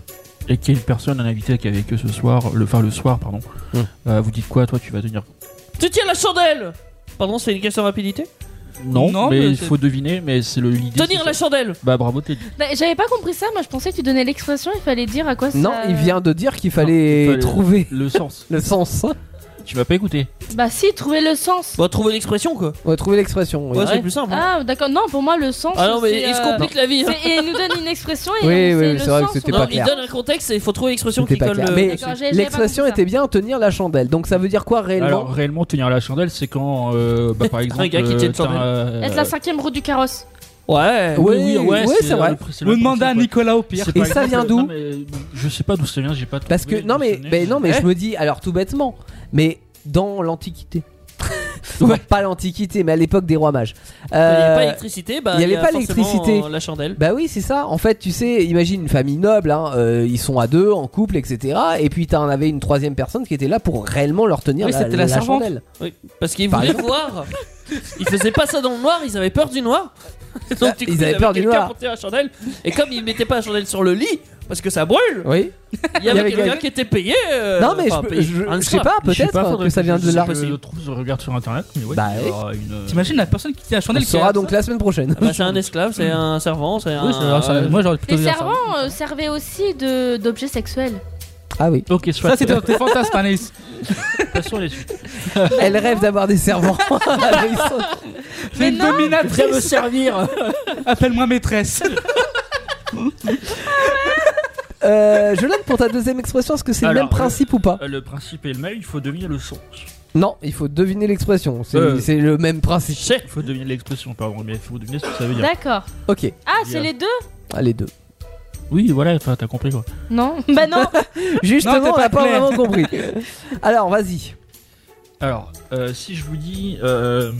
S6: et qu'il y a une personne, un invité qui est avec eux ce soir, le, enfin le soir, pardon,
S4: Mm.
S6: euh, vous dites quoi Toi, tu vas tenir.
S7: Tu tiens la chandelle Pardon, c'est une question de rapidité
S6: Non,
S8: Non,
S6: mais
S8: mais
S6: il
S8: c'est- Ah,
S6: faut deviner, mais c'est le l'idée.
S7: Tenir
S6: c'est-
S7: la chandelle
S6: Bah bravo, t'es dit.
S5: Bah, J'avais pas compris ça, moi je pensais que tu donnais l'expression, il fallait dire à quoi ça.
S4: Non, il vient de dire qu'il
S6: il
S4: fallait,
S6: fallait-
S4: trouver
S6: Le sens.
S4: le sens.
S6: tu vas pas écouter.
S5: Bah si, trouver le sens.
S7: On va trouver l'expression quoi
S4: On va trouver l'expression. oui.
S7: Ouais, c'est
S5: Ouais.
S7: plus simple. hein.
S5: Ah, d'accord, non, pour moi le sens.
S7: Ah non, mais
S5: c'est,
S7: il se
S5: euh,
S7: complique la vie hein.
S5: c'est- Et il nous donne une expression et
S4: Oui,
S5: on
S4: oui,
S5: sait
S4: oui,
S5: le
S4: c'est vrai que
S5: sens,
S4: c'était
S5: on-
S7: Non,
S4: pas
S7: il
S4: clair.
S7: donne un contexte et il faut trouver l'expression
S4: C'était
S7: qui
S4: pas
S7: colle.
S4: clair.
S7: euh,
S4: Mais-
S7: dessus.
S5: D'accord, j'ai- j'avais pas
S4: L'expression
S5: compris ça.
S4: était bien tenir la chandelle. Donc ça veut dire quoi réellement
S6: Alors réellement, tenir la chandelle, c'est quand, euh, bah, par exemple,
S7: gars qui
S6: euh,
S7: tient une
S6: t'as,
S7: chandelle.
S6: euh,
S5: Être la cinquième roue du carrosse.
S7: Ouais.
S4: Ouais, ouais, c'est
S6: le-
S4: vrai.
S6: c'est le
S8: Vous demandez à
S6: principe, ouais.
S8: Nicolas au pire.
S6: C'est par
S4: Et ça
S6: exemple-
S4: vient d'où
S6: Non, mais euh, Je sais pas d'où ça vient, j'ai pas.
S4: Parce que
S6: trouvé
S4: non mais,
S6: le
S4: mais- non mais
S7: Eh
S4: je me dis alors tout bêtement, mais dans l'antiquité. Enfin, Pas l'antiquité, mais à l'époque des rois mages.
S7: Il n'y avait
S4: Euh,
S7: pas l'électricité, bah,
S4: il y avait
S7: a
S4: pas
S7: forcément,
S4: l'électricité.
S7: euh, La chandelle.
S4: bah oui, c'est ça. En fait, tu sais, imagine une famille noble, hein, euh, ils sont à deux, en couple, etc. Et puis t'en avais une troisième personne qui était là pour réellement leur tenir
S8: Oui,
S4: la,
S8: c'était la servante.
S4: chandelle.
S7: Oui, parce qu'ils
S4: Par
S7: voulaient voir. Ils faisaient pas ça dans le noir, ils avaient peur du noir. Donc, du
S4: Ils avaient peur du
S7: quelqu'un
S4: noir.
S7: pour tenir la chandelle. Et comme ils mettaient pas la chandelle sur le lit, parce que ça brûle,
S4: Oui.
S7: il y avait quelqu'un qui était payé. euh,
S4: Non mais
S7: enfin,
S4: je,
S7: payé,
S4: je-
S7: un
S4: je sais
S7: esclave.
S4: pas,
S6: Je sais pas,
S4: peut-être hein,
S6: faudrait
S4: que ça vient
S6: je-
S4: de là.
S6: Je le trouve, je regarde sur internet, mais ouais.
S4: Bah
S6: il y
S8: Ah,
S6: aura une-
S8: T'imagines
S7: Euh,
S8: la personne qui tient la
S4: On
S8: chandelle
S4: le
S8: qui a-
S4: saura donc la semaine prochaine.
S7: Ah bah, c'est un esclave, c'est un servant, c'est un.
S6: Oui, c'est vrai, ça- moi j'aurais plutôt
S5: Les
S6: dit un servant.
S5: servants euh, servaient aussi de- d'objets sexuels.
S4: Ah oui.
S6: Ok, soit.
S8: Ça,
S7: euh,
S8: c'était dans tes fantasmes, Anaïs.
S6: Passons à la suite.
S4: Elle rêve d'avoir des servants.
S7: Ah,
S4: Ils sont-
S8: C'est une
S5: non.
S8: dominatrice.
S6: me servir.
S8: Appelle-moi maîtresse.
S5: Ah
S4: Euh, Jolane, pour ta deuxième expression, est-ce que c'est le
S6: Alors,
S4: même principe ou pas
S6: Le principe est le même, il faut deviner le sens.
S4: Non, il faut deviner l'expression. C'est
S6: Euh.
S4: c'est le même principe.
S6: Il faut deviner l'expression, pardon, mais il faut deviner ce que ça veut dire.
S5: D'accord.
S4: Ok,
S5: Ah,
S6: Bien.
S5: c'est les deux
S4: ah, les deux.
S6: Oui, voilà, enfin, t'as compris quoi.
S5: Non Bah non
S4: Justement,
S8: Non, t'es
S4: on
S8: pas
S4: n'a pas
S8: clair.
S4: vraiment compris. Alors, vas-y.
S6: Alors, euh, si je vous dis. euh,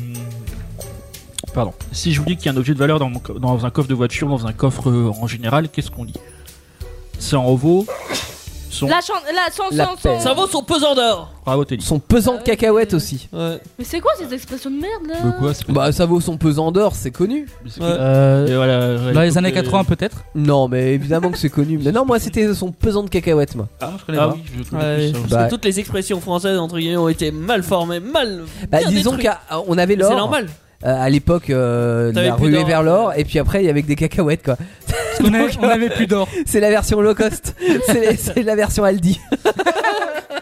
S6: Pardon. Si je vous dis qu'il y a un objet de valeur dans, mon co- dans un coffre de voiture, dans un coffre euh, en général, qu'est-ce qu'on dit C'est en vaut son.
S5: La chan- la son-
S4: La
S5: son-
S4: paix.
S5: son-
S7: Ça vaut son pesant d'or.
S6: Bravo, Teddy.
S4: Son pesant
S5: Ah
S4: de
S5: oui,
S4: cacahuètes
S5: euh.
S4: aussi.
S7: Ouais.
S5: Mais c'est quoi ces expressions de merde là
S6: De quoi c'est-
S4: Bah, ça vaut son pesant d'or, c'est connu.
S6: mais c'est-
S7: Ouais.
S6: Et
S8: Dans
S6: voilà, ouais,
S8: les
S6: donc,
S8: années
S6: euh,
S8: 80, peut-être.
S4: Non, mais évidemment que c'est connu. Mais non, moi, c'était son pesant de cacahuètes, moi.
S6: Ah, je
S8: connais
S6: ah
S8: pas.
S6: oui, je
S7: Ouais.
S6: connais plus ça.
S4: Bah,
S7: Et Toutes les expressions françaises entre guillemets ont été mal formées, mal.
S4: Bah,
S7: bien
S4: disons
S7: détruites.
S4: qu'on avait
S7: C'est
S4: l'or euh,
S7: normal.
S4: à l'époque, euh, de
S7: T'avais
S4: la
S7: plus
S4: ruée
S7: d'or.
S4: vers l'or, et puis après, il y avait que des cacahuètes, quoi.
S8: Parce qu'on avait- on avait plus d'or.
S4: C'est la version low cost, c'est la- c'est la version Aldi.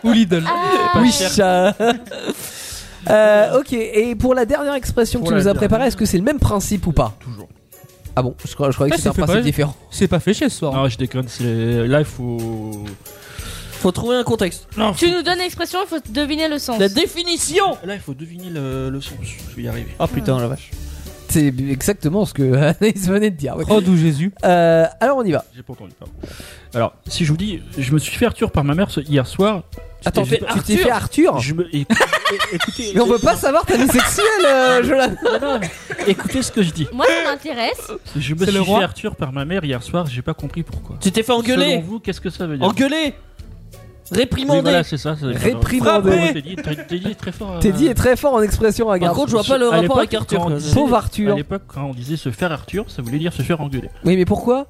S8: Ou Lidl.
S5: Ah,
S4: Oui, chat. Euh, ok, et pour la dernière expression
S6: Pour
S4: que tu
S6: la
S4: nous as préparée,
S6: dernière.
S4: est-ce que c'est le même principe ou pas
S6: Toujours.
S4: Ah bon, je, crois- je
S6: Eh,
S4: croyais que
S8: Ah,
S4: c'était
S8: c'est
S4: un
S8: fait
S4: principe
S8: pareil.
S4: différent.
S8: C'est pas fait chez ce soir.
S6: Non, je déconne, c'est. Là, il faut.
S7: Faut trouver un contexte.
S6: Non,
S5: Tu nous donnes l'expression, il faut deviner le sens.
S7: La définition.
S6: Là, il faut deviner le, le sens. Je vais y arriver.
S7: Ah putain la vache.
S4: C'est exactement ce que Anaïs venait de dire. oui.
S8: Oh, d'où Jésus.
S4: Euh, alors on y va.
S6: J'ai pas entendu, pardon. Alors, si je vous dis, je me suis fait Arthur par ma mère ce- hier soir.
S4: Attends,
S6: je-
S4: tu tu t'es fait Arthur
S6: Je me. éc- é- Écoutez.
S4: Mais on veut pas savoir ta vie sexuelle, euh, Jolan.
S6: Non, non, Écoutez ce que je dis.
S5: Moi ça m'intéresse.
S6: Je me
S8: C'est
S6: suis
S8: le roi
S6: fait Arthur par ma mère hier soir, j'ai pas compris pourquoi.
S7: Tu t'es fait engueuler.
S6: Selon vous, qu'est-ce que ça veut dire
S7: Engueulé.
S6: Oui,
S7: Réprimandé.
S6: voilà, c'est ça. ça veut dire-
S4: Réprimandé.
S6: Teddy- Teddy est très fort. euh,
S4: Teddy est très fort en expression,
S7: Par
S4: regarde.
S7: contre, je vois pas le
S6: à
S7: rapport
S6: l'époque,
S7: avec Arthur.
S6: quand
S7: quoi.
S6: on disait-
S4: Pauvre
S6: À
S4: Arthur.
S6: l'époque, quand on disait se faire Arthur, ça voulait dire se faire engueuler.
S4: Oui, mais pourquoi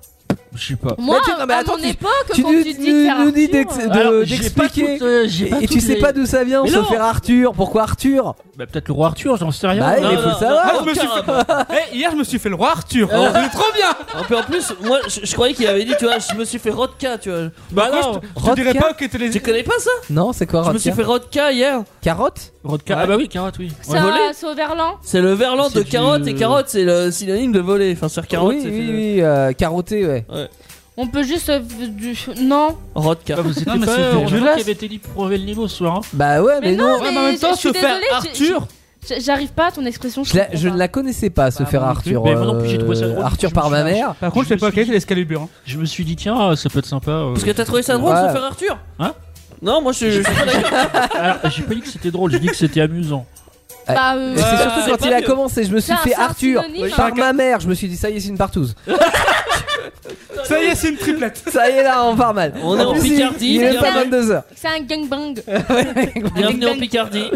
S6: Je sais pas.
S5: Moi,
S4: Mais tu- non, mais
S5: à
S4: attends,
S5: mon
S4: tu-
S5: époque,
S4: Tu
S5: quand
S4: nous,
S5: tu dis
S4: nous-
S5: faire
S4: nous dis
S5: Arthur,
S4: d'ex-
S5: euh,
S4: de-
S6: Alors, j'ai pas
S4: d'expliquer.
S6: toutes, euh, j'ai
S4: Et
S6: toutes
S4: tu sais
S6: les-
S4: pas d'où ça vient,
S6: Mais
S4: se
S6: non.
S4: faire Arthur. Pourquoi Arthur
S6: Bah, peut-être le roi Arthur, j'en sais rien.
S4: Bah, il
S7: Non,
S4: mais
S7: non,
S4: faut le
S7: non,
S4: savoir.
S7: non,
S8: Ah, je me suis
S7: aucun
S8: fait-
S7: rapport.
S8: Eh, hier, je me suis fait le roi Arthur. Oh, c'est trop bien.
S7: Ah, puis Euh. en plus, moi je, je croyais qu'il avait dit, tu vois, je me suis fait Rodka, tu vois.
S8: Bah,
S7: non.
S8: non, je te dirais
S4: Rodka.
S8: pas que t'es les.
S7: Tu connais pas ça
S4: Non, c'est quoi
S7: Je me suis
S4: Rodka
S7: fait Rodka hier.
S4: Carotte
S6: Rodka- Ah bah oui, carotte, oui.
S5: C'est un- c'est au Verlan.
S7: C'est le verlan
S6: C'est
S7: de
S6: du-
S7: carotte et carotte, c'est le synonyme de voler. Enfin, sur carotte,
S4: Oui,
S7: c'est
S4: oui, oui, euh, carotté, ouais.
S5: On peut juste. euh, du- Non.
S7: Rodka.
S6: Ah, vous étiez
S8: Non, mais
S6: pas,
S8: c'est
S6: euh, heureusement
S8: dégueulasse.
S6: qu'il y avait Teddy pour relever le niveau ce soir. hein.
S4: Bah ouais, mais, non.
S8: Ouais, mais en même
S5: je-
S8: temps,
S5: je suis
S8: se faire
S5: désolée, j'ai-
S8: Arthur.
S5: j'ai- J'arrive pas à ton expression.
S4: Je, la- je ne la connaissais pas, se
S8: Bah,
S4: faire
S8: moi non plus.
S4: Arthur.
S6: Mais moi non plus, j'ai trouvé ça
S4: euh,
S6: drôle.
S4: Arthur
S6: Je
S4: par
S6: me
S4: ma
S6: suis-
S4: mère.
S8: Par contre, je sais pas quel c'est l'escalibur. hein.
S6: Je me suis dit, tiens, ça peut être sympa. euh.
S7: Parce que t'as trouvé ça drôle,
S4: Ouais.
S7: se faire Arthur
S6: Hein
S7: Non, moi je je suis pas d'accord.
S6: Alors, j'ai pas dit que c'était drôle, j'ai dit que c'était amusant.
S5: Bah, euh,
S4: Et c'est surtout
S7: c'est
S4: quand
S7: pas
S4: il a
S7: mieux.
S4: commencé, je me suis
S5: C'est un-
S4: fait
S5: c'est un
S4: Arthur
S5: synonyme,
S4: par
S5: hein.
S4: ma mère. Je me suis dit, ça y est, c'est une partouze.
S8: Ça y est, c'est une triplette.
S4: Ça y est, là, on part mal.
S7: On est en
S4: plus, il-
S7: Picardie,
S4: Il est même pas
S5: Picardie.
S4: 22h.
S5: C'est un gangbang.
S7: Bienvenue en Picardie.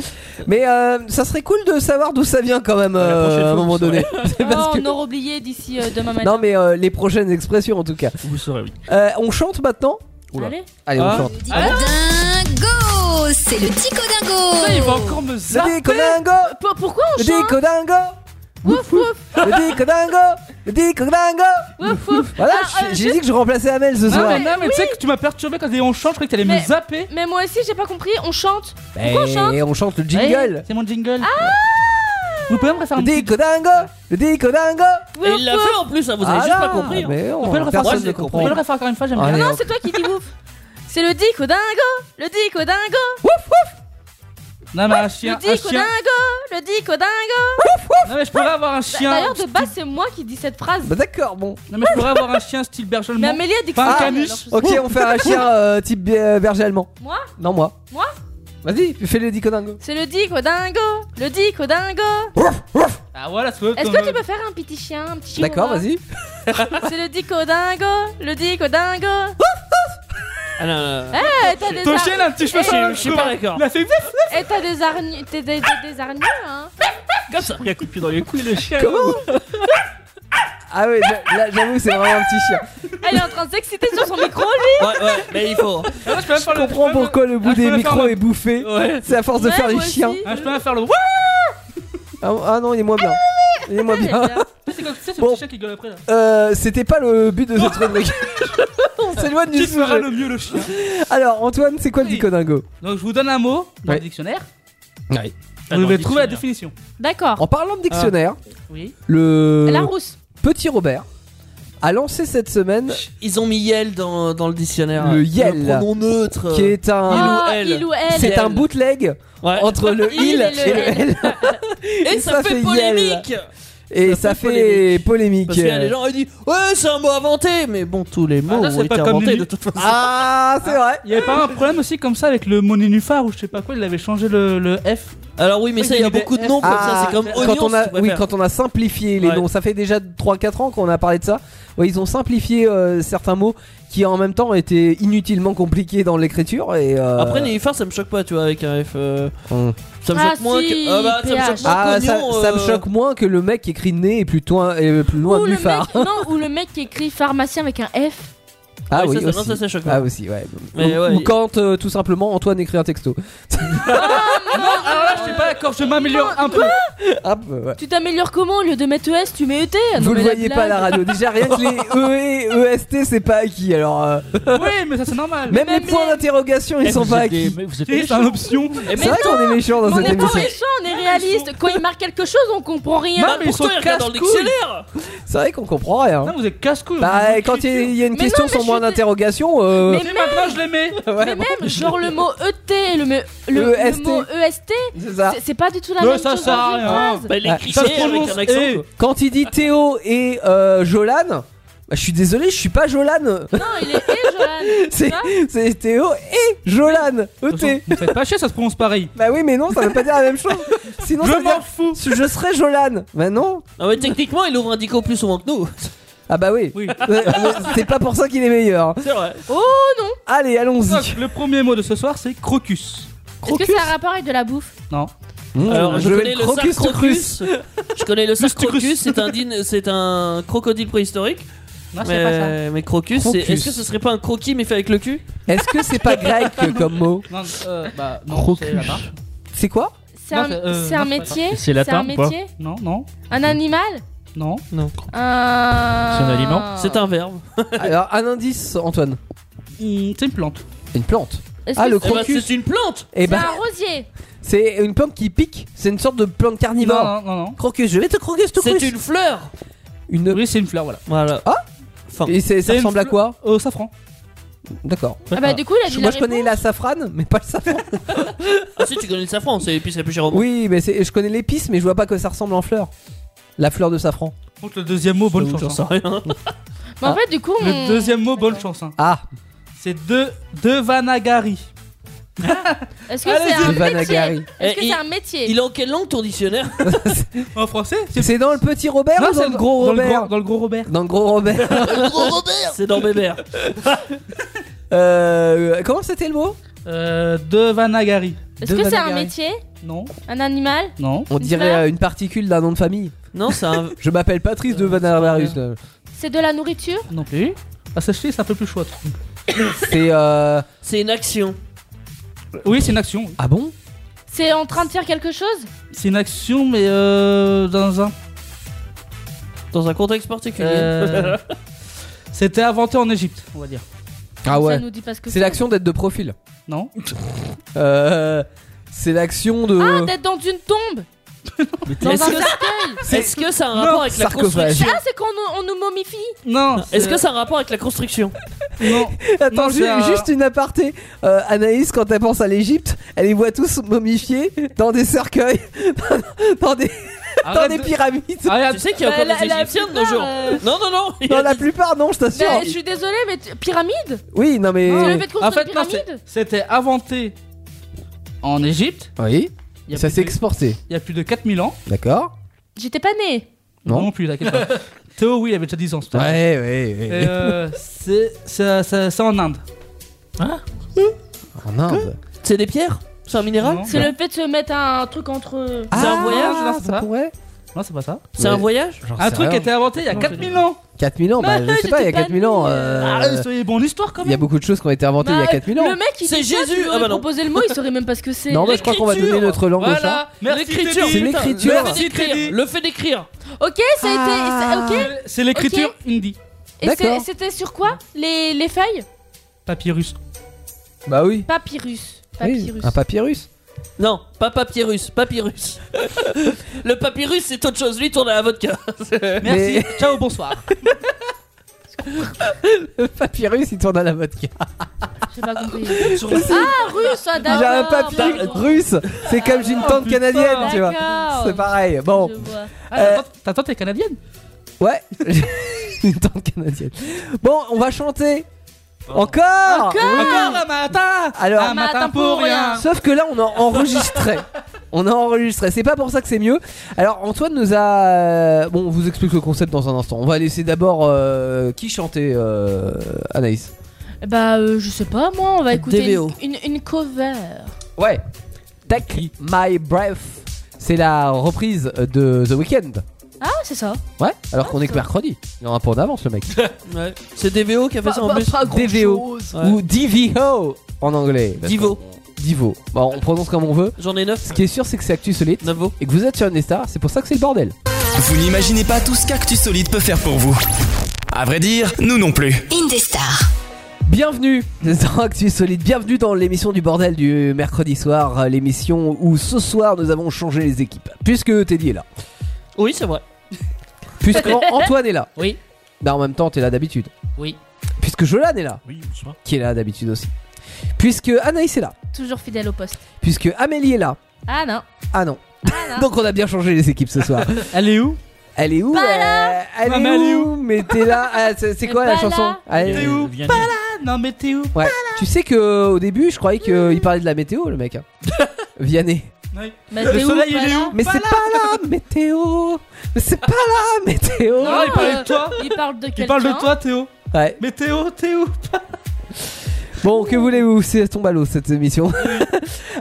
S4: Mais euh, ça serait cool de savoir d'où ça vient quand même euh,
S6: prochaine
S4: à un
S6: fois,
S4: moment
S6: vous
S4: donné. C'est parce
S5: Oh,
S4: que-
S5: on aura oublié d'ici euh, demain matin.
S4: Non, mais euh, les prochaines expressions en tout cas.
S6: Vous saurez, oui.
S4: Euh, on chante maintenant
S6: Oula.
S5: Allez.
S4: Allez,
S6: Ah.
S4: on chante.
S2: Dingo C'est le tico dingo
S8: Il va encore me
S4: Le
S8: zapper.
S4: dico dingo
S5: Pour- pourquoi on
S4: Le
S5: chante
S4: dico dingo
S5: Wouf wouf
S4: Le dico dingo Le dico dingo
S5: wouf wouf.
S4: Voilà,
S5: Ah, euh,
S4: j'ai- j'ai dit que je remplaçais Amel ce
S8: Non,
S4: soir.
S8: mais, non, mais tu sais que tu m'as perturbé quand t'as dit on chante, je croyais que t'allais
S5: Mais-
S8: me zapper.
S5: Mais moi aussi, j'ai pas compris. On chante. Ah,
S4: Et
S5: on chante
S4: on chante le jingle.
S8: Ouais, C'est mon jingle. Vous pouvez me refaire un
S4: Le
S8: petit.
S4: dico dingo Le dico dingo
S5: Wouf,
S7: Et il l'a
S5: wouf.
S7: fait en plus, hein, vous avez
S4: Ah
S7: juste pas
S4: là,
S7: compris. hein.
S4: mais
S8: On
S4: on,
S8: peut le refaire,
S4: personne
S7: moi,
S4: ne
S7: je
S8: On
S4: comprend.
S8: peut le refaire encore une fois, j'aime
S4: Allez,
S8: bien.
S5: Non,
S4: on-
S5: c'est toi qui dis wouf. C'est le dico dingo. Le dico dingo.
S8: Non, mais un chien.
S5: Le
S8: Un
S5: dico
S8: chien.
S5: dingo. Le dico dingo.
S8: Non, mais je pourrais avoir un chien.
S5: Bah, D'ailleurs, de base, c'est moi qui dis cette phrase.
S4: Bah d'accord, bon.
S8: Non, mais je pourrais avoir un chien style berger
S5: Mais
S8: allemand.
S5: Amélie a dit que
S8: Pas un
S5: c'était
S8: Camus.
S5: elle, alors je sais
S4: Ok, on fait un chien euh, type euh, berger allemand.
S5: pas. Moi
S4: Non, moi.
S5: Moi
S4: Vas-y, fais le dico dingo.
S5: C'est le dico dingo. Le dico dingo.
S8: Ah, voilà, c'est
S5: Est-ce que tu peux faire un petit chien, un petit chien
S4: euh, D'accord,
S5: voilà.
S4: vas-y.
S5: C'est le dico dingo. Le dico dingo.
S7: Ah, non, non, non.
S5: Eh, t'as des
S8: Ton
S5: ar-
S8: chien, il a un petit cheveu
S5: Eh,
S8: sur
S7: je suis pas d'accord.
S8: Il a fait
S5: Eh, t'as des hargneux. T'es des, t'as des hargneux, hein.
S6: Comme ça, il a coupé dans les couilles le chien.
S4: Ah ouais, j'a- là j'avoue, c'est vraiment un petit chien.
S5: Elle est en train de s'exciter sur son micro,
S7: Ouais, ouais, mais il faut.
S8: Ah, je peux même faire
S4: Je comprends
S8: le- je peux même-
S4: pourquoi le bout
S8: Ah, je
S4: des
S8: peux
S4: micros
S8: faire le-
S4: est bouffé.
S7: Ouais.
S4: euh, C'est à force de
S5: Ouais,
S4: faire les
S5: moi aussi.
S4: chiens.
S8: Ah, je peux même faire le. Wouh
S4: Ah, ah non, il est moins bien. Il est moins
S5: lui.
S4: bien.
S8: C'est comme tu sais, ce
S4: Bon.
S8: petit chien qui gueule après là.
S4: Euh, C'était pas le but de cette chronique. On s'éloigne du
S8: Qui fera
S4: sujet.
S8: le mieux le chien
S4: Alors, Antoine, c'est quoi le
S8: Oui.
S4: dico dingo
S8: Donc je vous donne un mot dans
S4: Ouais.
S8: le dictionnaire.
S6: Ah,
S8: vous
S6: dans le
S8: devez trouver
S6: dictionnaire.
S8: la définition.
S5: D'accord.
S4: En parlant de dictionnaire,
S7: Ah.
S8: Oui.
S4: le
S5: La rousse.
S4: petit Robert a lancé cette semaine
S7: Ils ont mis Yel dans, dans le
S6: Ah,
S7: dictionnaire.
S4: Le Yel.
S7: Le pronom neutre.
S4: qui est un.
S5: Ah,
S7: elle.
S5: Il ou elle.
S4: C'est un
S7: Yel.
S4: bootleg
S7: Ouais.
S4: entre le
S5: Il et
S4: il et
S5: le
S4: le
S5: elle.
S4: elle.
S7: Et ça, fait polémique.
S4: Et ça,
S7: Ça
S4: fait
S7: fait
S4: polémique.
S7: Parce que les gens ont dit Ouais, c'est un mot inventé. Mais bon, tous les mots
S8: Ah, ça,
S7: ont
S8: c'est
S7: été
S8: pas comme
S7: inventés
S8: Lulu.
S7: de toute façon.
S4: Ah, c'est vrai.
S8: Il y avait pas un problème aussi comme ça avec le mot nénuphar ou je sais pas quoi, il avait changé le, le F.
S7: Alors, oui, mais ça, il y a
S8: Lulu,
S7: beaucoup de
S8: F.
S7: noms comme
S4: Ah,
S7: ça. C'est comme oignon.
S4: quand on a,
S7: si tu
S4: oui,
S7: préfères.
S4: quand on a simplifié les
S7: Ouais.
S4: noms, ça fait déjà 3-4 ans qu'on a parlé de ça. Ouais, ils ont simplifié euh, certains mots qui en même temps étaient inutilement compliqués dans l'écriture. Et euh,
S7: Après, Néifer, ça me choque pas, tu vois, avec un F. euh,
S4: Hmm.
S7: Ça me
S5: Ah,
S7: choque moins
S5: si,
S7: que. Ah, bah, ça me choque
S5: PH.
S7: moins
S4: ah,
S7: que
S4: ça,
S7: oignon,
S4: ça me
S7: euh,
S4: choque moins que le mec qui écrit nez et plus, loin- et plus loin
S5: Ou
S4: du
S5: le,
S4: phare.
S5: mec, non, ou le mec qui écrit pharmacien avec un F.
S4: Ah
S7: Ouais,
S4: oui,
S7: ça, ça- non,
S4: aussi.
S7: ça, ça choque
S4: Ah
S7: pas.
S4: aussi, ouais.
S7: Mais
S4: ou,
S7: ouais,
S4: ou
S7: y-
S4: quand euh, tout simplement Antoine écrit un texto.
S8: Alors là, je suis pas d'accord, je m'améliore un peu.
S4: Hop, Ah, bah, ouais.
S5: Tu t'améliores comment au lieu de mettre ES, tu mets ET Ah, Non,
S4: Vous
S5: mais
S4: le voyez pas à la
S5: blague.
S4: radio. Déjà rien que les E et EST, c'est pas acquis. Alors euh,
S8: Oui, mais ça c'est normal.
S4: même,
S5: Même
S4: les points
S5: les-
S4: d'interrogation, ils
S6: Eh,
S4: sont
S6: vous
S4: pas
S6: êtes des-
S4: acquis.
S6: mais Vous êtes
S8: c'est
S6: méchants.
S8: un option.
S7: Eh,
S4: C'est
S7: mais
S4: vrai qu'on est méchant dans
S5: Mais on
S4: cette
S5: est pas
S4: émission.
S5: méchant, on est réaliste. Quand il marque quelque chose, on comprend rien.
S8: Non, mais ils
S7: pourtant,
S8: sont
S7: il regarde dans le
S8: casse-couilles.
S7: dictionnaire.
S4: C'est vrai qu'on comprend rien.
S8: Non, vous êtes casse-couille.
S4: Bah, quand il y a- il y a une
S5: Mais
S4: question
S5: non, mais
S4: sans
S5: je
S4: moins
S5: suis-
S4: d'interrogation, euh,
S5: Mais
S8: Et Ah. maintenant, je l'aimais.
S4: ouais,
S5: Mais même, genre le mot ET et le, me- le, le
S4: EST.
S5: mot EST,
S4: c'est ça.
S5: c'est- c'est pas du tout la
S8: Ouais,
S5: même
S8: ça
S5: chose.
S8: sert à
S5: dans une
S8: rien.
S5: phrase.
S7: Bah, il
S4: Ah,
S7: écrit
S8: ça se
S7: avec
S8: prononce
S7: un accent.
S8: et. Ah.
S7: quoi.
S4: Quand il dit Théo et euh, Jolan, bah, je suis désolé, je suis pas Jolan.
S5: Non, il est et Jolan.
S4: C'est-
S5: Ça
S4: C'est Théo et Jolan. ET.
S8: Vous faites pas chier, ça se prononce pareil.
S4: Bah oui, mais non, ça veut pas dire la même chose. Sinon, ça
S8: Je
S4: veut dire
S8: m'en fous.
S4: je serais Jolan. Bah non.
S7: Non, mais Ah techniquement, il ouvre un dico plus souvent que nous.
S4: Ah bah oui.
S8: Oui.
S4: Ouais, mais C'est pas pour ça qu'il est meilleur.
S7: C'est vrai.
S5: Oh,
S4: Allez,
S8: Donc,
S4: allons-y.
S8: le premier mot de ce soir, c'est crocus.
S5: Est-ce que ça a un rapport avec de la bouffe
S8: Non.
S4: Mmh,
S7: Alors, Hmm, je,
S4: vais
S7: connais le
S4: crocus de crus.
S7: sarcrocus. Je connais le sarcrocus,
S8: Lustucrus.
S7: c'est un, dine- c'est un crocodile préhistorique.
S8: Non, c'est pas ça.
S7: Mais, mais crocus, c'est-
S4: Crocus.
S7: est-ce que ce serait pas un croquis mais fait avec le cul
S4: Est-ce que c'est pas grec euh, comme mot
S8: Non, euh, bah, non,
S6: Crocus.
S8: c'est là-bas.
S4: C'est quoi
S5: C'est
S8: Non,
S5: un,
S8: c'est- euh,
S5: c'est un
S8: non, c'est pas
S5: métier
S6: ça. C'est latin
S5: un
S6: ou pas
S5: métier
S8: Non, non,
S5: Un animal
S8: non.
S7: Non.
S5: Un...
S6: C'est un aliment
S7: C'est un verbe.
S4: Ah. Alors, un indice, Antoine.
S8: Hmm, c'est une plante.
S4: Une plante.
S5: Est-ce
S4: Ah,
S5: que
S4: le
S5: c'est-
S7: Eh ben,
S4: crocus.
S7: c'est une plante.
S4: Et
S5: C'est
S4: bah,
S5: un rosier.
S4: c'est une plante qui pique. C'est une sorte de plante carnivore.
S8: Non, non, non.
S4: Crocus, je vais te croquer ce
S7: C'est une fleur.
S4: une...
S8: Oui, c'est une fleur, voilà.
S7: Voilà.
S4: Ah
S7: Enfin,
S4: Et c'est- ça
S8: C'est une
S4: ressemble à
S8: fleur-
S4: quoi
S8: Au safran.
S4: D'accord.
S5: Ah bah du coup, il a dit
S4: Je- Moi
S5: la
S4: je connais
S5: réponse.
S4: la safrane, mais pas le safran.
S7: ah, si tu connais le safran, c'est l'épice la plus chère au monde.
S4: Oui, mais c'est- je connais l'épice, mais je vois pas que ça ressemble en fleur. La fleur de safran.
S8: Donc, le deuxième mot, bonne
S7: Donc, j'en
S8: chance.
S7: sais
S8: hein.
S7: rien.
S5: Mais
S8: Ah.
S5: en fait, du coup, on...
S8: Le deuxième mot, bonne chance. hein.
S4: Ah,
S8: C'est de Devanagari.
S5: Est-ce que
S7: Allez-y.
S5: c'est un
S4: Sylvain
S5: métier
S4: Agari.
S5: Est-ce que
S7: Eh, il-
S5: c'est un métier
S7: Il est en quelle langue ton dictionnaire
S8: En français
S4: C'est dans le petit Robert ou dans le gros
S8: dans
S4: Robert
S8: dans le gros Robert.
S4: Dans le gros Robert.
S7: C'est dans Bébert.
S4: Euh, comment c'était le mot
S8: Euh, de Vanagari.
S5: Est-ce
S4: de
S5: que c'est un
S4: Vanagari.
S5: métier
S8: Non.
S5: Un animal
S8: Non.
S4: On dirait euh, une particule d'un nom de famille.
S7: Non, c'est un.
S4: Je m'appelle
S8: Euh,
S4: Patrice de Vanarbarus.
S5: C'est de la nourriture
S8: Non plus. Ah, sachez, c'est un peu plus chouette.
S4: C'est euh...
S7: C'est une action.
S8: Oui, c'est une action.
S4: ah bon
S5: C'est en train de faire quelque chose
S8: C'est une action, mais euh, dans un.
S7: Dans un contexte particulier.
S8: Euh, C'était inventé en Égypte, on va dire.
S4: Ah
S5: Ça
S4: ouais.
S5: nous dit pas ce que
S4: C'est l'action d'être de profil.
S8: Non.
S4: Euh, c'est l'action de.
S5: Ah, d'être dans une tombe Dans un
S7: Est-ce que,
S5: cercueil
S4: c'est-
S7: est-ce que ça a un rapport avec la
S4: sarcophage.
S7: construction
S5: Ah, c'est qu'on nous, on nous momifie
S8: Non.
S7: Est-ce que ça a un rapport avec la construction
S8: Non.
S4: Attends,
S8: Non,
S4: ju-
S8: c'est un-
S4: juste une aparté. Euh, Anaïs, quand elle pense à l'Égypte, elle les voit tous momifiés dans des cercueils, dans des, dans
S8: Arrête
S4: des
S8: de-
S4: pyramides.
S8: Arrête.
S7: Ah, Tu sais qu'il y a encore
S5: Bah,
S7: des
S5: la- la
S7: Égyptiens de nos
S5: plupart,
S7: jours.
S5: euh,
S7: Non, non, non. il y a
S4: Dans la
S7: des-
S4: plupart, non, je t'assure.
S5: Mais Ben, je suis désolée, mais tu- pyramide
S4: Oui, non Ah, mais.
S5: C'est le Ah, fait de construire
S8: En fait,
S5: une
S8: non,
S5: pyramide
S8: c'est- c'était inventé en Égypte.
S4: Oui.
S8: Il y a
S4: Ça
S8: plus
S4: s'est
S8: de-
S4: exporté,
S8: Il y a plus de 4000 ans.
S4: d'accord
S5: J'étais pas née
S4: Non.
S8: plus, t'inquiète pas. Théo, oui, il avait déjà 10 ans. ce temps.
S4: Ouais, ouais,
S8: Et,
S4: ouais.
S8: euh, c'est c'est- c'est- c'est en Inde.
S4: Hein En Inde.
S7: C'est des pierres C'est un minéral
S8: Non.
S5: C'est le fait de se mettre un truc entre...
S7: C'est un voyage,
S8: là, ça
S4: ça pourrait
S8: Non, c'est pas ça.
S7: C'est un voyage
S4: J'en
S8: Un
S4: sais
S8: truc qui a
S4: rien.
S8: été inventé il y a 4000 ans.
S4: 4000 ans, bah,
S5: Mais
S4: je sais pas, il y a
S5: j'étais pas
S4: 4000 ans.
S5: née.
S4: euh,
S8: Ah, soyez bon l'histoire quand
S4: Il y a
S8: même.
S4: beaucoup de choses qui ont été inventées il y a
S5: Bah,
S4: 4000 ans.
S5: Le mec, il
S7: C'est
S5: dit ça,
S7: Jésus.
S5: tu lui
S7: Ah bah non.
S5: proposé le mot, il saurait même pas ce que c'est
S4: Non, mais je crois qu'on va donner notre langue au chat.
S7: Voilà,
S8: Merci,
S7: l'écriture.
S8: Teddy.
S4: C'est l'écriture.
S7: Le fait
S8: Merci, Teddy.
S7: d'écrire. Le fait d'écrire.
S5: Ok, ça a
S4: Ah.
S5: été... c'est- Ok
S8: C'est l'écriture hindi.
S5: Et c'est-
S4: D'accord.
S5: c'était sur quoi les, les feuilles
S8: Papyrus.
S4: Bah oui.
S5: Papyrus.
S4: Oui,
S5: Papyrus.
S4: un papyrus.
S7: Non, pas papyrus, papyrus. le papyrus, c'est autre chose. Lui, tourne à la vodka.
S8: Merci. Ciao, bonsoir.
S4: Le papyrus, il tourne à la vodka.
S5: J'ai pas compris.
S7: Sur le-
S5: Ah, russe, ah,
S4: Il
S5: d'accord.
S4: a un papyrus
S5: pardon.
S4: russe. C'est comme j'ai une tante
S8: Oh, putain.
S4: canadienne, tu vois.
S5: D'accord.
S4: C'est pareil. Bon, Euh,
S5: Je vois.
S8: Ah, ta tante- Ta tante est canadienne
S4: ouais. une tante canadienne. Bon, on va chanter. Encore.
S8: Encore un matin
S4: Alors-
S8: Un matin pour rien
S4: Sauf que là, on a enregistré. On a enregistré. C'est pas pour ça que c'est mieux. Alors, Antoine nous a. euh, Bon, on vous explique le concept dans un instant. On va laisser d'abord euh, qui chanter euh, Anaïs.
S5: Bah, euh, je sais pas, moi, on va écouter
S7: DVO.
S5: une, une, une cover.
S4: Ouais. Take My Breath. C'est la reprise de The Weeknd.
S5: Ah, c'est ça.
S4: Ouais. Alors qu'on est que mercredi. Il en a un point d'avance, le mec.
S7: Ouais. Ah, C'est DVO qui a fait ça en plus.
S4: DVO.
S7: Ouais.
S4: Ou DVO en anglais.
S7: Divo.
S4: Divo. Bon, on prononce comme on veut.
S7: J'en ai 9.
S4: Ce qui est sûr, c'est que c'est Actu Solide.
S7: Navo.
S4: Et que vous êtes sur Indestar, c'est pour ça que c'est le bordel.
S3: Vous n'imaginez pas tout ce qu'Actu Solide peut faire pour vous. À vrai dire, nous non plus.
S2: Indestar.
S4: Bienvenue dans Actu Solide, bienvenue dans l'émission du bordel du mercredi soir, euh, l'émission où ce soir nous avons changé les équipes. Puisque Teddy est là,
S7: Oui, c'est vrai.
S4: puisque An- Antoine est là.
S7: Oui.
S4: Bah en même temps, t'es là d'habitude.
S7: Oui.
S4: Puisque Jolan est là,
S6: Oui, bonsoir.
S4: qui est là d'habitude aussi. Puisque Anaïs est là,
S5: Toujours fidèle au poste.
S4: puisque Amélie est là.
S5: Ah non.
S4: Ah non.
S5: Ah non.
S4: Donc on a bien changé les équipes ce soir.
S8: Elle est où
S4: Elle est où
S5: Pas
S4: euh, elle,
S8: Maman,
S4: est où Mais t'es là. Ah, c'est c'est quoi
S5: Pas
S4: la chanson
S5: là.
S4: Elle-
S8: T'es où
S6: Vianney.
S8: Pas là Non mais t'es où
S4: Ouais. Tu sais que au début, je croyais qu'il parlait de la météo, le mec. hein. Vianney.
S5: Bah,
S8: Le
S5: t'es où,
S8: soleil,
S5: pas
S8: il est
S5: là
S8: où
S4: Mais c'est pas la météo Mais c'est pas la météo
S5: Non,
S8: Ah, il parlait de
S5: euh,
S8: toi.
S5: Il parle de quelqu'un.
S8: Il parle de toi, Théo.
S4: Ouais.
S8: Mais Théo, Théo.
S4: Bon, que voulez-vous C'est tombe à l'eau cette émission.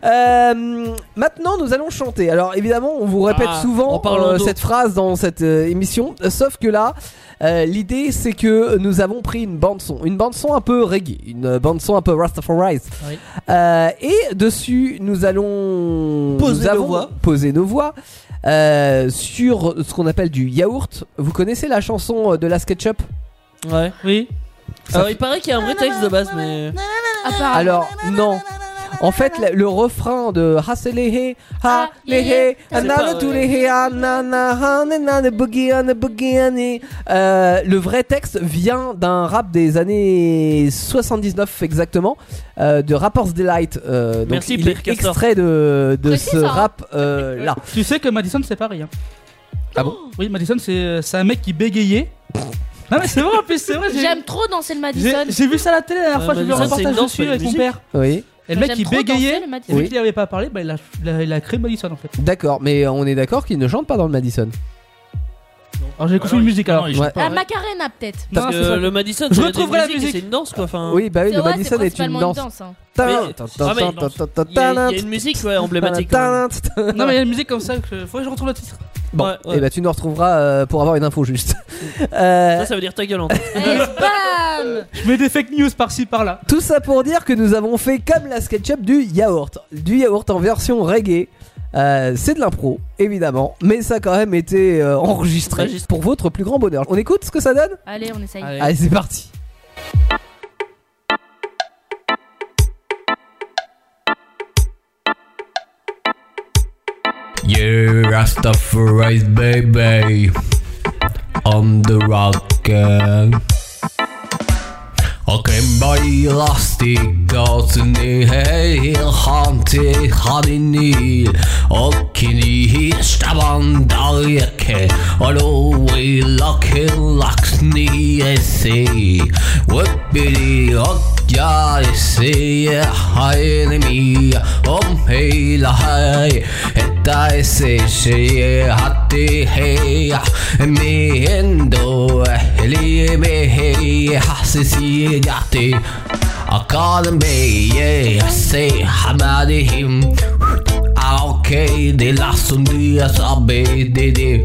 S4: Euh, maintenant, nous allons chanter. Alors, évidemment, on vous répète
S7: Ah,
S4: souvent
S7: en parlant
S4: euh,
S7: d'eau.
S4: cette phrase dans cette euh, émission. Euh, Sauf que là, euh, l'idée, c'est que nous avons pris une bande-son. Une bande-son un peu reggae. Une euh, bande-son un peu Rastafari.
S7: Oui.
S4: Euh, et dessus, nous allons nous
S7: Poser nos
S4: avons
S7: voix.
S4: posé nos voix. euh, sur ce qu'on appelle du yaourt. Vous connaissez la chanson euh, de la SketchUp
S7: Ouais.
S8: Oui.
S7: Alors, il paraît qu'il y a un vrai texte de base, mais.
S5: Apparemment.
S4: Alors non. En fait, la- le refrain de Haselehe, ha lehe, anana tu lehe, anana hanena ne boogie on the boogie on the- Euh, le vrai texte vient d'un rap des années 79 exactement, euh, de Rapper's Delight. euh, donc
S7: Merci,
S4: il est
S7: Pierre Castor.
S4: extrait de, de
S5: Précis,
S4: ce
S5: ça, hein.
S4: rap euh, là.
S8: Tu sais que Madison c'est pareil. Hein.
S4: Ah bon
S7: Oh.
S8: Oui, Madison c'est euh, c'est un mec qui bégayait. Non mais c'est vrai en plus, c'est vrai. j'ai-
S5: J'aime trop danser le Madison.
S8: J'ai j'ai vu ça à la télé la dernière
S7: Ouais,
S8: fois, j'ai vu un
S7: Euh, Madison, c'est
S8: reportage
S7: une danse,
S8: dessus
S7: pas une
S8: avec mon
S7: musique.
S8: père.
S4: Oui.
S8: Et le mec
S5: J'aime
S8: il
S5: trop
S8: bégayait,
S5: danser le matin.
S8: et vu
S4: Oui.
S8: qu'il n'avait pas parlé, bah, il, a, il a- il a créé Madison en fait.
S4: D'accord, mais on est d'accord qu'il ne chante pas dans le Madison.
S8: Alors j'ai confondu
S6: non,
S8: une
S6: il-
S8: musique alors.
S6: non, il-
S4: Ouais.
S5: La Ah, Macarena peut-être.
S8: Non,
S7: Parce
S8: c'est
S7: que
S8: ça.
S7: le Madison,
S8: Je
S7: c'est
S8: retrouverai la musique.
S7: et C'est une danse quoi. Enfin,
S4: Oui, bah oui,
S5: C'est
S4: le
S5: vrai,
S4: Madison
S5: c'est
S4: est une
S5: principalement
S4: danse.
S5: hein.
S4: Tin,
S7: Mais-
S4: tin, tin,
S7: Ah, mais-
S4: tin, tin, tin, tin,
S7: il y, a- il y a
S4: tin,
S7: une musique ouais, emblématique. quand même.
S4: tin, tin, tin.
S8: Non mais il y a une musique comme ça, que... faudrait que je retrouve le titre.
S7: Bon,
S4: Bon,
S7: ouais.
S4: et bah tu nous retrouveras euh, pour avoir une info juste. Euh,
S7: Ça, ça veut dire ta gueule en fait.
S5: Et bam
S8: Je mets des fake news par-ci par-là.
S4: Tout ça pour dire que nous avons fait comme la SketchUp du yaourt. Du yaourt en version reggae. Euh, c'est de l'impro, évidemment, mais ça a quand même été euh, enregistré
S7: Enregistré.
S4: pour votre plus grand bonheur. On écoute ce que ça donne
S5: Allez, on essaye.
S8: Allez.
S4: Allez, c'est parti.
S10: Yeah, Rastafari's baby on the rock. Okay, by elastic goes in the hail, haunted, honey knee. Okay, he stab on Daliake. Although we lock in locks knee, I see. What pity, okay. يا سي هاي نمي ام هي لهاي الدايسي شي حتي هي مي هندو لي مي هي حسسي يعطي أقال مي سي حمادهم اوكي دي لحسن دي صبي دي دي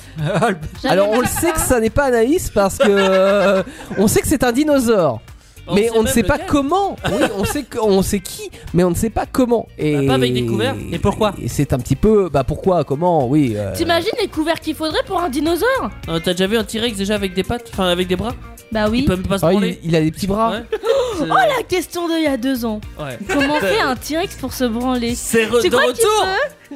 S4: Alors on le sait que ça n'est pas Anaïs parce que euh, on sait que c'est un dinosaure.
S7: On
S4: mais
S7: sait
S4: on ne
S7: même
S4: sait pas
S7: lequel.
S4: comment. Oui, on sait que- on sait qui, mais on ne sait pas comment. Et
S7: Bah, pas avec des couverts.
S4: Et pourquoi Et c'est un petit peu bah pourquoi, comment, oui. euh,
S5: T'imagines les couverts qu'il faudrait pour un dinosaure
S7: Euh, T'as déjà vu un T-Rex déjà avec des pattes Enfin, avec des bras
S5: Bah oui.
S7: Il peut même pas se
S4: ah,
S7: branler.
S4: il, il a des petits bras.
S7: Ouais.
S5: Oh la question d'il y a deux ans.
S7: Ouais.
S5: Comment fait un T-Rex pour se branler
S7: C'est re-
S5: Tu
S7: de
S5: crois qu'il
S7: retour.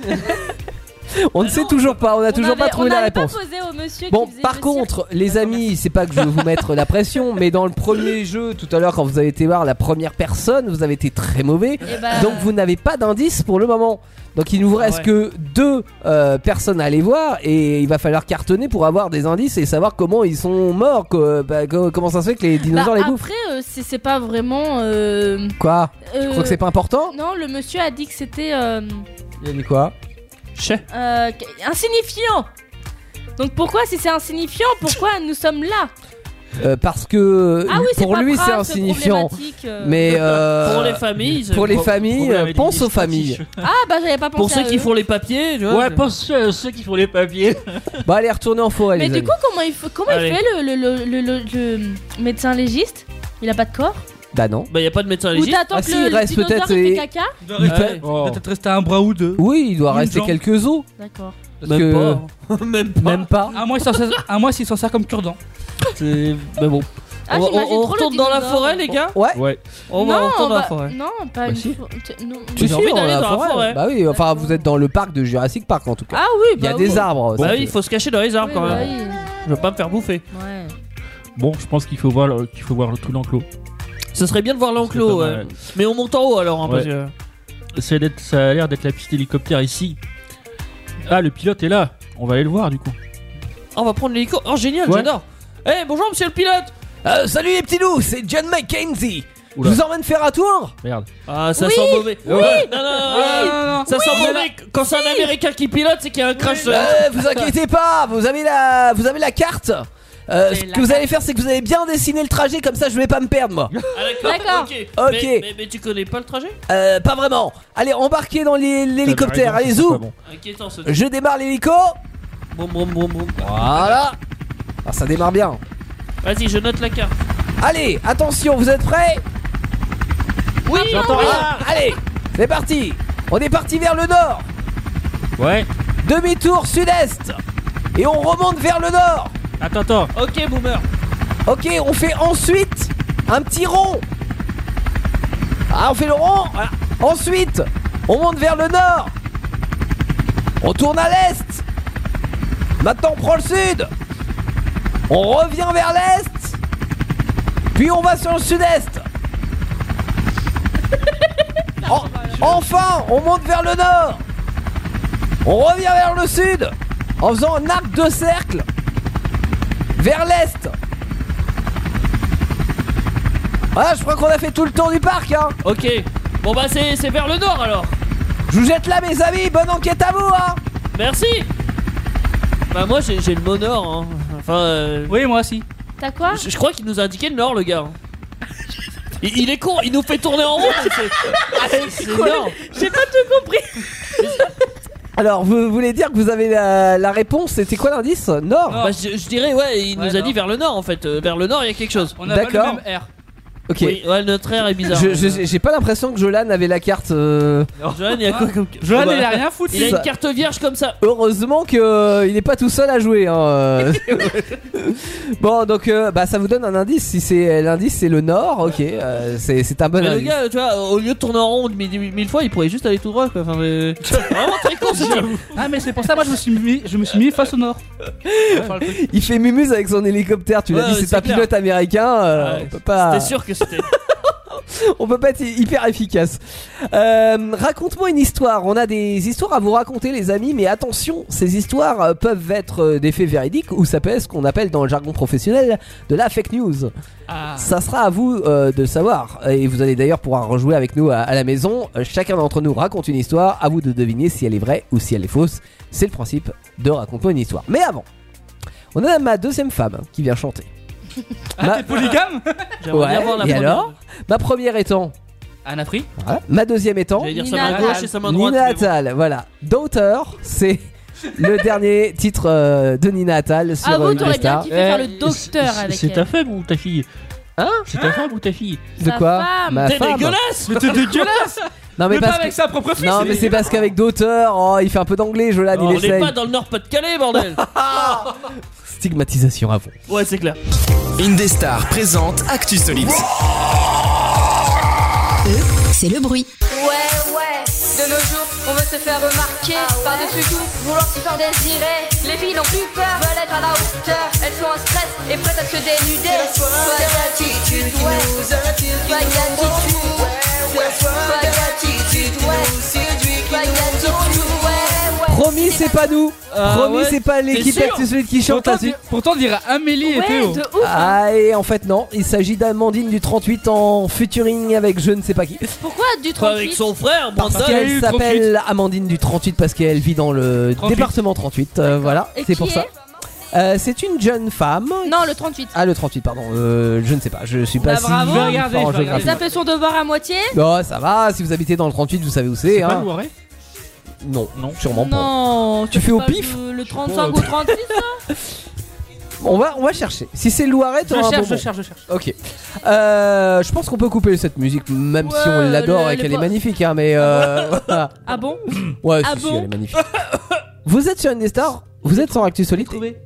S5: peut
S4: On ne sait toujours pas. On n'a toujours
S5: avait-
S4: pas trouvé
S5: Ah on
S4: la
S5: avait
S4: réponse.
S5: Pas posé au monsieur
S4: Bon,
S5: qui faisait
S4: par
S5: le
S4: contre, les amis, c'est pas que je veux vous mettre la pression, mais dans le premier jeu, tout à l'heure, quand vous avez été voir la première personne, vous avez été très mauvais.
S5: Eh bah-
S4: Donc vous n'avez pas d'indice pour le moment. Donc il nous vous reste
S7: ouais.
S4: que deux euh, personnes à aller voir et il va falloir cartonner pour avoir des indices et savoir comment ils sont morts, quoi. Bah, co- comment ça se fait que les
S5: cirque. Bah,
S4: dinosaures les bouffent.
S5: après, euh, c'est c'est pas vraiment. euh,
S4: Quoi Tu
S5: euh,
S4: crois que c'est pas important
S5: Non, le monsieur a dit que c'était euh,
S4: Il a dit quoi
S5: euh, qu- insignifiant. Donc pourquoi si c'est insignifiant, pourquoi nous sommes là
S4: Euh, Parce que
S5: Ah oui, c'est
S4: pour
S5: pas
S4: lui
S5: grave,
S4: c'est
S5: ce
S4: insignifiant.
S5: problématique, euh.
S4: Mais euh,
S7: Pour les familles.
S4: pour les
S7: pro-
S4: familles,
S7: problème avec
S4: pense
S7: les
S4: aux familles.
S5: Ah bah j'avais pas pensé
S7: Pour ceux
S5: à
S7: qui
S5: eux.
S7: font les papiers, tu vois.
S6: Ouais, pense euh, ceux qui font les papiers.
S4: Bon allez retourner en forêt
S5: Mais
S4: les
S5: du
S4: amis.
S5: coup, comment il, faut- comment
S7: Allez.
S5: il fait le, le- le- le- le- le médecin légiste Il a pas de corps
S4: Bah non.
S7: Bah, y a pas de médecin Ah
S5: Ou
S7: légiste.
S5: t'attends
S4: Ah
S5: que
S4: si,
S5: le,
S4: il
S5: le
S4: reste
S5: dinosaure
S4: peut-être
S5: il
S4: les-
S5: fait caca
S4: Il peut-
S6: Oh.
S8: Peut-être rester un bras ou deux.
S4: Oui, il doit
S8: Une
S4: rester
S8: jambe.
S4: quelques os.
S5: D'accord.
S4: parce
S7: Même,
S4: que-
S7: pas. même pas.
S4: Même pas.
S8: À moins s'il s'en sert- à moins s'il s'en sert comme cure-dent.
S7: C'est- Mais bon.
S5: Ah,
S7: on on-
S5: j'imagine
S7: on
S5: trop le
S7: retourne dans la
S5: dinosaure.
S7: forêt, les gars
S4: Ouais.
S6: Ouais.
S7: On va
S5: non,
S7: retourner dans la
S5: bah-
S7: forêt.
S5: Non, pas
S4: Bah
S5: une
S4: si.
S5: fo- t- non.
S4: Tu
S7: J'ai envie
S4: dans
S7: d'aller
S4: la
S7: dans la
S4: forêt.
S7: forêt.
S4: Bah oui, enfin vous êtes dans le parc de Jurassic Park en tout cas.
S5: Ah oui,
S4: Il y
S5: bah
S4: a
S5: oui.
S4: des arbres.
S7: Bah
S4: ça
S7: oui,
S4: fait-
S7: il faut se cacher dans les arbres
S5: Oui,
S7: quand
S5: bah
S7: même. Je veux pas me faire bouffer.
S5: oui. Ouais.
S6: Bon, je pense qu'il faut voir, le- qu'il faut voir le- tout l'enclos.
S7: Ce serait bien de voir l'enclos,
S6: pas mal,
S7: ouais.
S6: ouais.
S7: mais on monte en haut alors. hein, parce
S6: Ouais.
S7: que-
S6: Ça a l'air d'être- ça a l'air d'être la piste hélicoptère ici. Ah, le pilote est là. On va aller le voir du coup.
S7: Ah, on va prendre l'hélico. Oh, génial,
S6: Ouais.
S7: j'adore. Eh, bonjour monsieur le pilote.
S4: Euh, salut les petits loups, c'est John McKenzie. Je vous emmène faire un tour
S6: Merde.
S7: Ah, ça
S4: Oui
S7: sent mauvais.
S4: Oui
S7: Ouais. non, non, non,
S4: Oui
S7: non, non. Ça sent
S4: Oui
S7: mauvais. Quand c'est un américain qui pilote, c'est qu'il y a un crash.
S4: Euh, vous inquiétez pas, vous avez la, vous avez la carte. Euh, ce que vous allez faire, c'est que vous allez bien dessiner le trajet, comme ça je vais pas me perdre moi.
S7: Ah, D'accord. Ok.
S4: Ok.
S7: Mais, mais- mais tu connais pas le trajet
S4: Euh, pas vraiment. Allez, embarquez dans l'hé- l'hélicoptère,
S7: T'avais raison,
S4: allez
S7: c'est
S4: zou
S7: pas Inquiétant ce
S4: Je démarre l'hélico.
S7: Boum, boum, boum, boum.
S4: Voilà. Ah, ça démarre bien.
S7: Vas-y, je note la carte.
S4: Allez, attention, vous êtes prêts Ah,
S7: Oui,
S6: J'entends oui. rien.
S4: Allez, c'est parti. On est parti vers le nord.
S6: Ouais.
S4: Demi-tour sud-est. Et on remonte vers le nord.
S6: Attends, attends.
S7: Ok, boomer.
S4: Ok, on fait ensuite un petit rond. Ah, on fait le rond. Voilà. Ensuite, on monte vers le nord. On tourne à l'est. Maintenant, on prend le sud. On revient vers l'est. Puis on va sur le sud-est. En- enfin, on monte vers le nord. On revient vers le sud en faisant un arc de cercle vers l'est. Voilà, Ah, je crois qu'on a fait tout le tour du parc, hein.
S7: Ok. Bon bah c'est c'est vers le nord alors.
S4: Je vous jette là, mes amis. Bonne enquête à vous, hein.
S7: Merci. Bah moi j'ai j'ai le mot nord. Hein. Enfin.
S8: Oui, moi aussi.
S5: T'as quoi
S7: Je, je crois qu'il nous a indiqué le nord, le gars. Il, il est con, il nous fait tourner en rond. c'est- Ah, c'est- c'est énorme.
S5: J'ai pas tout compris.
S4: Alors, vous voulez dire que vous avez la, la réponse C'était quoi l'indice Nord.
S7: Bah, je, je dirais ouais, il nous a dit vers le nord en fait. Euh, vers le nord, il y a quelque chose.
S8: On
S4: a pas le D'accord.
S8: même R.
S4: Ok.
S7: Oui, ouais, notre air est bizarre.
S4: Je- je- J'ai pas l'impression que Jolan avait la carte. euh,
S7: Johan, il y a quoi comme
S8: Ah. Johan,
S7: Oh, bah,
S8: il a rien foutu.
S7: Il a
S4: Ça-
S7: une carte vierge comme ça.
S4: Heureusement que euh, il est pas tout seul à jouer. hein, euh. bon, donc euh, bah ça vous donne un indice. Si c'est l'indice, c'est le Nord. Ok, euh, c'est c'est un bon
S7: Mais Bah, le
S4: indice.
S7: gars, tu vois, au lieu de tourner en rond mille, mille fois, il pourrait juste aller tout droit quoi. Enfin, mais- Vraiment très con ce type.
S8: Ah, mais c'est pour ça, moi, je me suis mis, je me suis mis face au nord.
S4: Il fait mumuse avec son hélicoptère. Tu l'as
S7: Ouais,
S4: dit,
S7: ouais,
S4: c'est
S7: c'est
S4: un
S7: clair.
S4: pilote américain. euh,
S7: Ouais,
S4: on peut pas.
S7: C'était sûr que c'était.
S4: On peut pas être hyper efficace. Euh, Raconte-moi une histoire. On a des histoires à vous raconter, les amis, mais attention, ces histoires euh, peuvent être euh, des faits véridiques ou ça peut être ce qu'on appelle dans le jargon professionnel de la fake news.
S8: Ah.
S4: Ça sera à vous euh, de savoir. Et vous allez d'ailleurs pouvoir rejouer avec nous à, à la maison. Euh, Chacun d'entre nous raconte une histoire. À vous de deviner si elle est vraie ou si elle est fausse. C'est le principe de Raconte-moi une histoire. Mais avant, on a ma deuxième femme qui vient chanter. Ma-
S8: Ah, T'es polygame
S7: J'aimerais bien voir la
S4: et
S7: première.
S4: alors Ma première étant.
S8: Anna Free
S4: Voilà. Ma deuxième étant
S7: J'allais dire
S5: Nina
S7: sa main
S5: Attal.
S7: gauche et sa main droite.
S4: Nina
S7: mais bon.
S4: Attal. Voilà. Daughter, c'est le dernier titre euh, de Nina Attal sur
S5: Ah
S4: euh,
S5: vous, t'aurais bien
S4: Indestar.
S5: kiffé faire le
S6: Eh,
S5: docteur
S6: c'est-
S5: avec
S6: C'est
S5: elle.
S6: ta femme ou ta fille
S4: Hein
S6: C'est ta femme ou ta fille
S4: De
S5: Sa
S4: quoi
S5: femme.
S4: Ma
S7: T'es
S4: femme.
S7: dégueulasse
S8: Mais t'es dégueulasse
S4: Non mais
S8: Mais pas
S4: parce que...
S8: avec sa propre fille
S4: Non mais c'est parce qu'avec Daughter, oh, il fait un peu d'anglais, Jolan,
S7: On
S4: il
S7: est
S4: essaye.
S7: pas dans le nord Pas-de-Calais, bordel.
S4: Stigmatisation à vous.
S7: Ouais, c'est clair.
S3: Indestar présente Actu Solide.
S2: Eux, c'est le bruit.
S11: Ouais, ouais, de nos jours, on veut se faire remarquer Par-dessus tout, vouloir se faire désirer Les filles n'ont plus peur, veulent être à la hauteur Elles sont en stress et prêtes à se dénuder Pas d'attitude, ouais, pas d'attitude ouais, Pas d'attitude, ouais, pas d'attitude, ouais, ouais
S4: Promis, c'est pas nous.
S7: Ah
S4: Promis,
S7: ouais,
S4: c'est pas l'équipe
S7: t'es sûr
S4: Actu Solide qui chante
S8: Pourtant,
S4: là-dessus.
S8: di- pourtant, on dirait Amélie et
S5: Ouais,
S8: Théo.
S5: de ouf. hein.
S4: Ah et en fait non, il s'agit d'Amandine du 38 en featuring avec je ne sais pas qui.
S5: Pourquoi du
S7: Pas
S5: 38
S7: avec son frère,
S4: Parce
S7: Brandon.
S8: eu
S4: qu'elle
S8: le
S4: s'appelle Amandine du 38 parce qu'elle vit dans le
S8: 38.
S4: département 38. euh, voilà,
S5: Et
S4: c'est
S5: qui
S4: pour ça.
S5: est
S4: Euh, c'est une jeune femme.
S5: Non, le Ah, 38.
S4: Ah le 38 pardon, euh, je ne sais pas, je suis pas
S8: Bah,
S4: si
S8: bravo. Je vais regarder,
S4: fort en
S8: je vais regarder.
S4: géographie.
S5: Ça fait son devoir à moitié
S4: Non, Bah, ça va, si vous habitez dans le 38, vous savez où c'est
S6: C'est pas
S4: hein.
S6: Loiret
S4: Non,
S6: Non.
S4: sûrement pas.
S5: Non,
S4: Tu fais au
S5: Oh, pas
S4: pif
S5: le- Le 35 ou 36
S4: On va on va chercher. Si c'est Loiret,
S8: Je
S4: t'auras un
S8: cherche,
S4: bonbon.
S8: je cherche, je cherche.
S4: OK. Euh, je pense qu'on peut couper cette musique même si on
S5: Ouais,
S4: l'adore
S5: le-
S4: et
S5: le
S4: qu'elle est
S5: po-
S4: magnifique hein, mais euh, voilà.
S5: Ah bon
S4: Ouais,
S5: Ah
S4: si,
S5: bon
S4: si, elle est magnifique. vous êtes sur Indestar, vous êtes sur Actu Solide.
S8: Trouvé.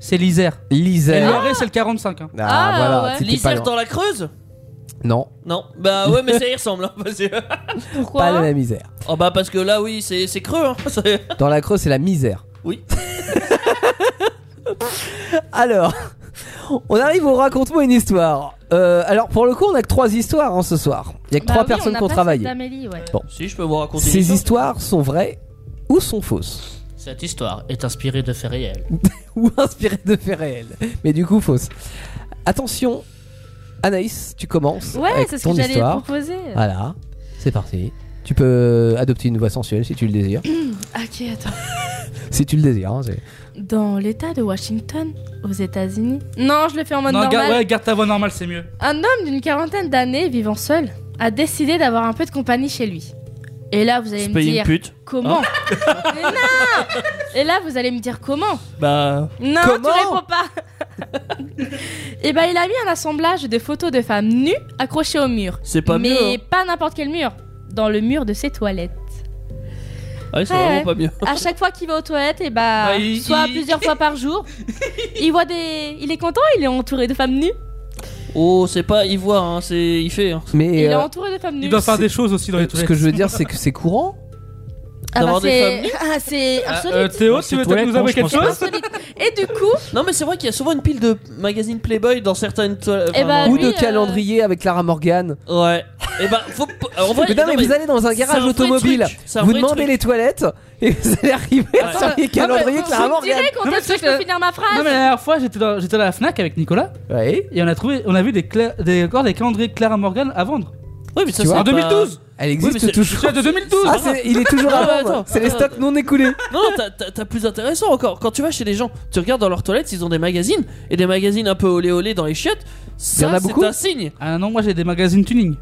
S8: C'est l'Isère. Et
S4: Lisère.
S8: Loiret, c'est le 45. hein.
S4: Ah,
S5: Ah,
S4: voilà,
S5: ouais.
S4: c'était pas
S7: L'Isère
S4: loin.
S7: dans la Creuse
S4: Non,
S7: Non. Bah ouais, mais ça y ressemble. hein, parce que-
S5: Pourquoi
S4: pas la même misère.
S7: Oh bah parce que là, oui, c'est c'est creux. Hein. C'est-
S4: Dans la Creuse, c'est la misère.
S7: Oui.
S4: Alors, on arrive au raconte-moi une histoire. Euh, alors pour le coup, on a que trois histoires hein, ce soir. Il y a que
S5: Bah
S4: trois
S5: oui,
S4: personnes
S5: on a
S4: qui ont
S5: pas
S4: travaillé.
S5: celle d'Amélie, ouais.
S4: Bon.
S7: Si je peux vous raconter
S4: Ces
S7: l'histoire.
S4: histoires sont vraies ou sont fausses
S7: Cette histoire est inspirée de faits réels.
S4: ou inspirées de faits réels, mais du coup fausses. Attention, Anaïs, tu commences.
S5: Ouais,
S4: avec
S5: c'est ce
S4: ton
S5: que j'allais
S4: histoire.
S5: proposer.
S4: Voilà, c'est parti. Tu peux adopter une voix sensuelle si tu le désires.
S5: ok, attends.
S4: si tu le désires. hein, c'est-
S5: Dans l'état de Washington, aux États-Unis. Non, je le fais en mode
S8: Non,
S5: normal.
S8: garde, ouais, garde ta voix normale, c'est mieux.
S5: Un homme d'une quarantaine d'années vivant seul a décidé d'avoir un peu de compagnie chez lui. Et là, vous allez
S7: Se
S5: me
S7: payer une
S5: dire
S7: pute. Hein
S5: comment Mais non Et là, vous allez me dire comment
S7: Bah.
S5: Non,
S7: Comment
S5: tu réponds pas. Et ben, il a mis un assemblage de photos de femmes nues accrochées au mur.
S7: C'est pas
S5: Mais
S7: mieux, hein.
S5: pas n'importe quel mur, dans le mur de ses toilettes.
S7: Ah oui, c'est
S5: Ouais,
S7: vraiment
S5: ouais.
S7: pas mieux.
S5: À chaque fois qu'il va aux toilettes, et bah,
S7: Ah, il-
S5: soit
S7: il-
S5: plusieurs fois par jour, il voit des, il est content, il est entouré de femmes nues.
S7: Oh, c'est pas il voit, hein, c'est il fait. Hein.
S4: Mais
S5: il est
S4: euh,
S5: entouré de femmes nues.
S8: choses aussi dans les
S4: Ce
S8: toilettes.
S4: que je veux dire, c'est que c'est courant.
S5: Ah bah,
S7: D'avoir des
S5: c'est-
S7: femmes nues
S5: Ah,
S7: Euh,
S5: c'est insolite.
S4: Bah,
S8: Théo, tu veux nous avouer quelque chose
S5: Et du coup,
S7: Non, mais c'est vrai qu'il y a souvent une pile de magazines Playboy dans certaines toilettes.
S5: Eh bah,
S4: Ou de calendrier avec Clara Morgan.
S7: Ouais. Et bah, faut. p- En vrai,
S4: mais non, mais vous allez dans un
S7: c'est
S4: garage
S7: vrai
S4: automobile,
S7: truc, c'est un
S4: vous
S7: vrai
S4: demandez
S7: truc.
S4: les toilettes et vous allez arriver
S7: Ouais.
S4: sur les calendriers Clara
S5: je
S4: Morgan.
S5: dirais qu'on
S8: Non,
S5: est-ce
S8: mais
S5: que
S8: c'est
S5: je peux
S8: que-
S5: finir ma phrase.
S8: Non, mais euh, la dernière fois, j'étais dans- j'étais à la Fnac avec Nicolas
S4: Ouais.
S8: et on a trouvé, on a vu des, cla- des, encore des calendriers Clara Morgan à vendre.
S7: Oui, mais ça
S4: Tu
S7: c'est
S4: vois,
S7: pas-
S8: en 2012
S4: Elle
S7: Oui, mais
S4: existe
S7: c'est-
S4: toujours.
S8: Celui de 2012
S4: Ah, c'est- il est toujours
S7: Ah,
S4: à
S7: attends,
S4: vendre. C'est les
S7: attends.
S4: stocks non écoulés.
S7: Non, t'as- t'as t'as plus intéressant encore. Quand tu vas chez les gens, tu regardes dans leurs toilettes, ils ont des magazines et des magazines un peu olé olé dans les chiottes.
S4: en
S7: Ça,
S4: a
S7: c'est
S4: beaucoup
S7: un signe.
S8: Ah non, moi j'ai des magazines tuning.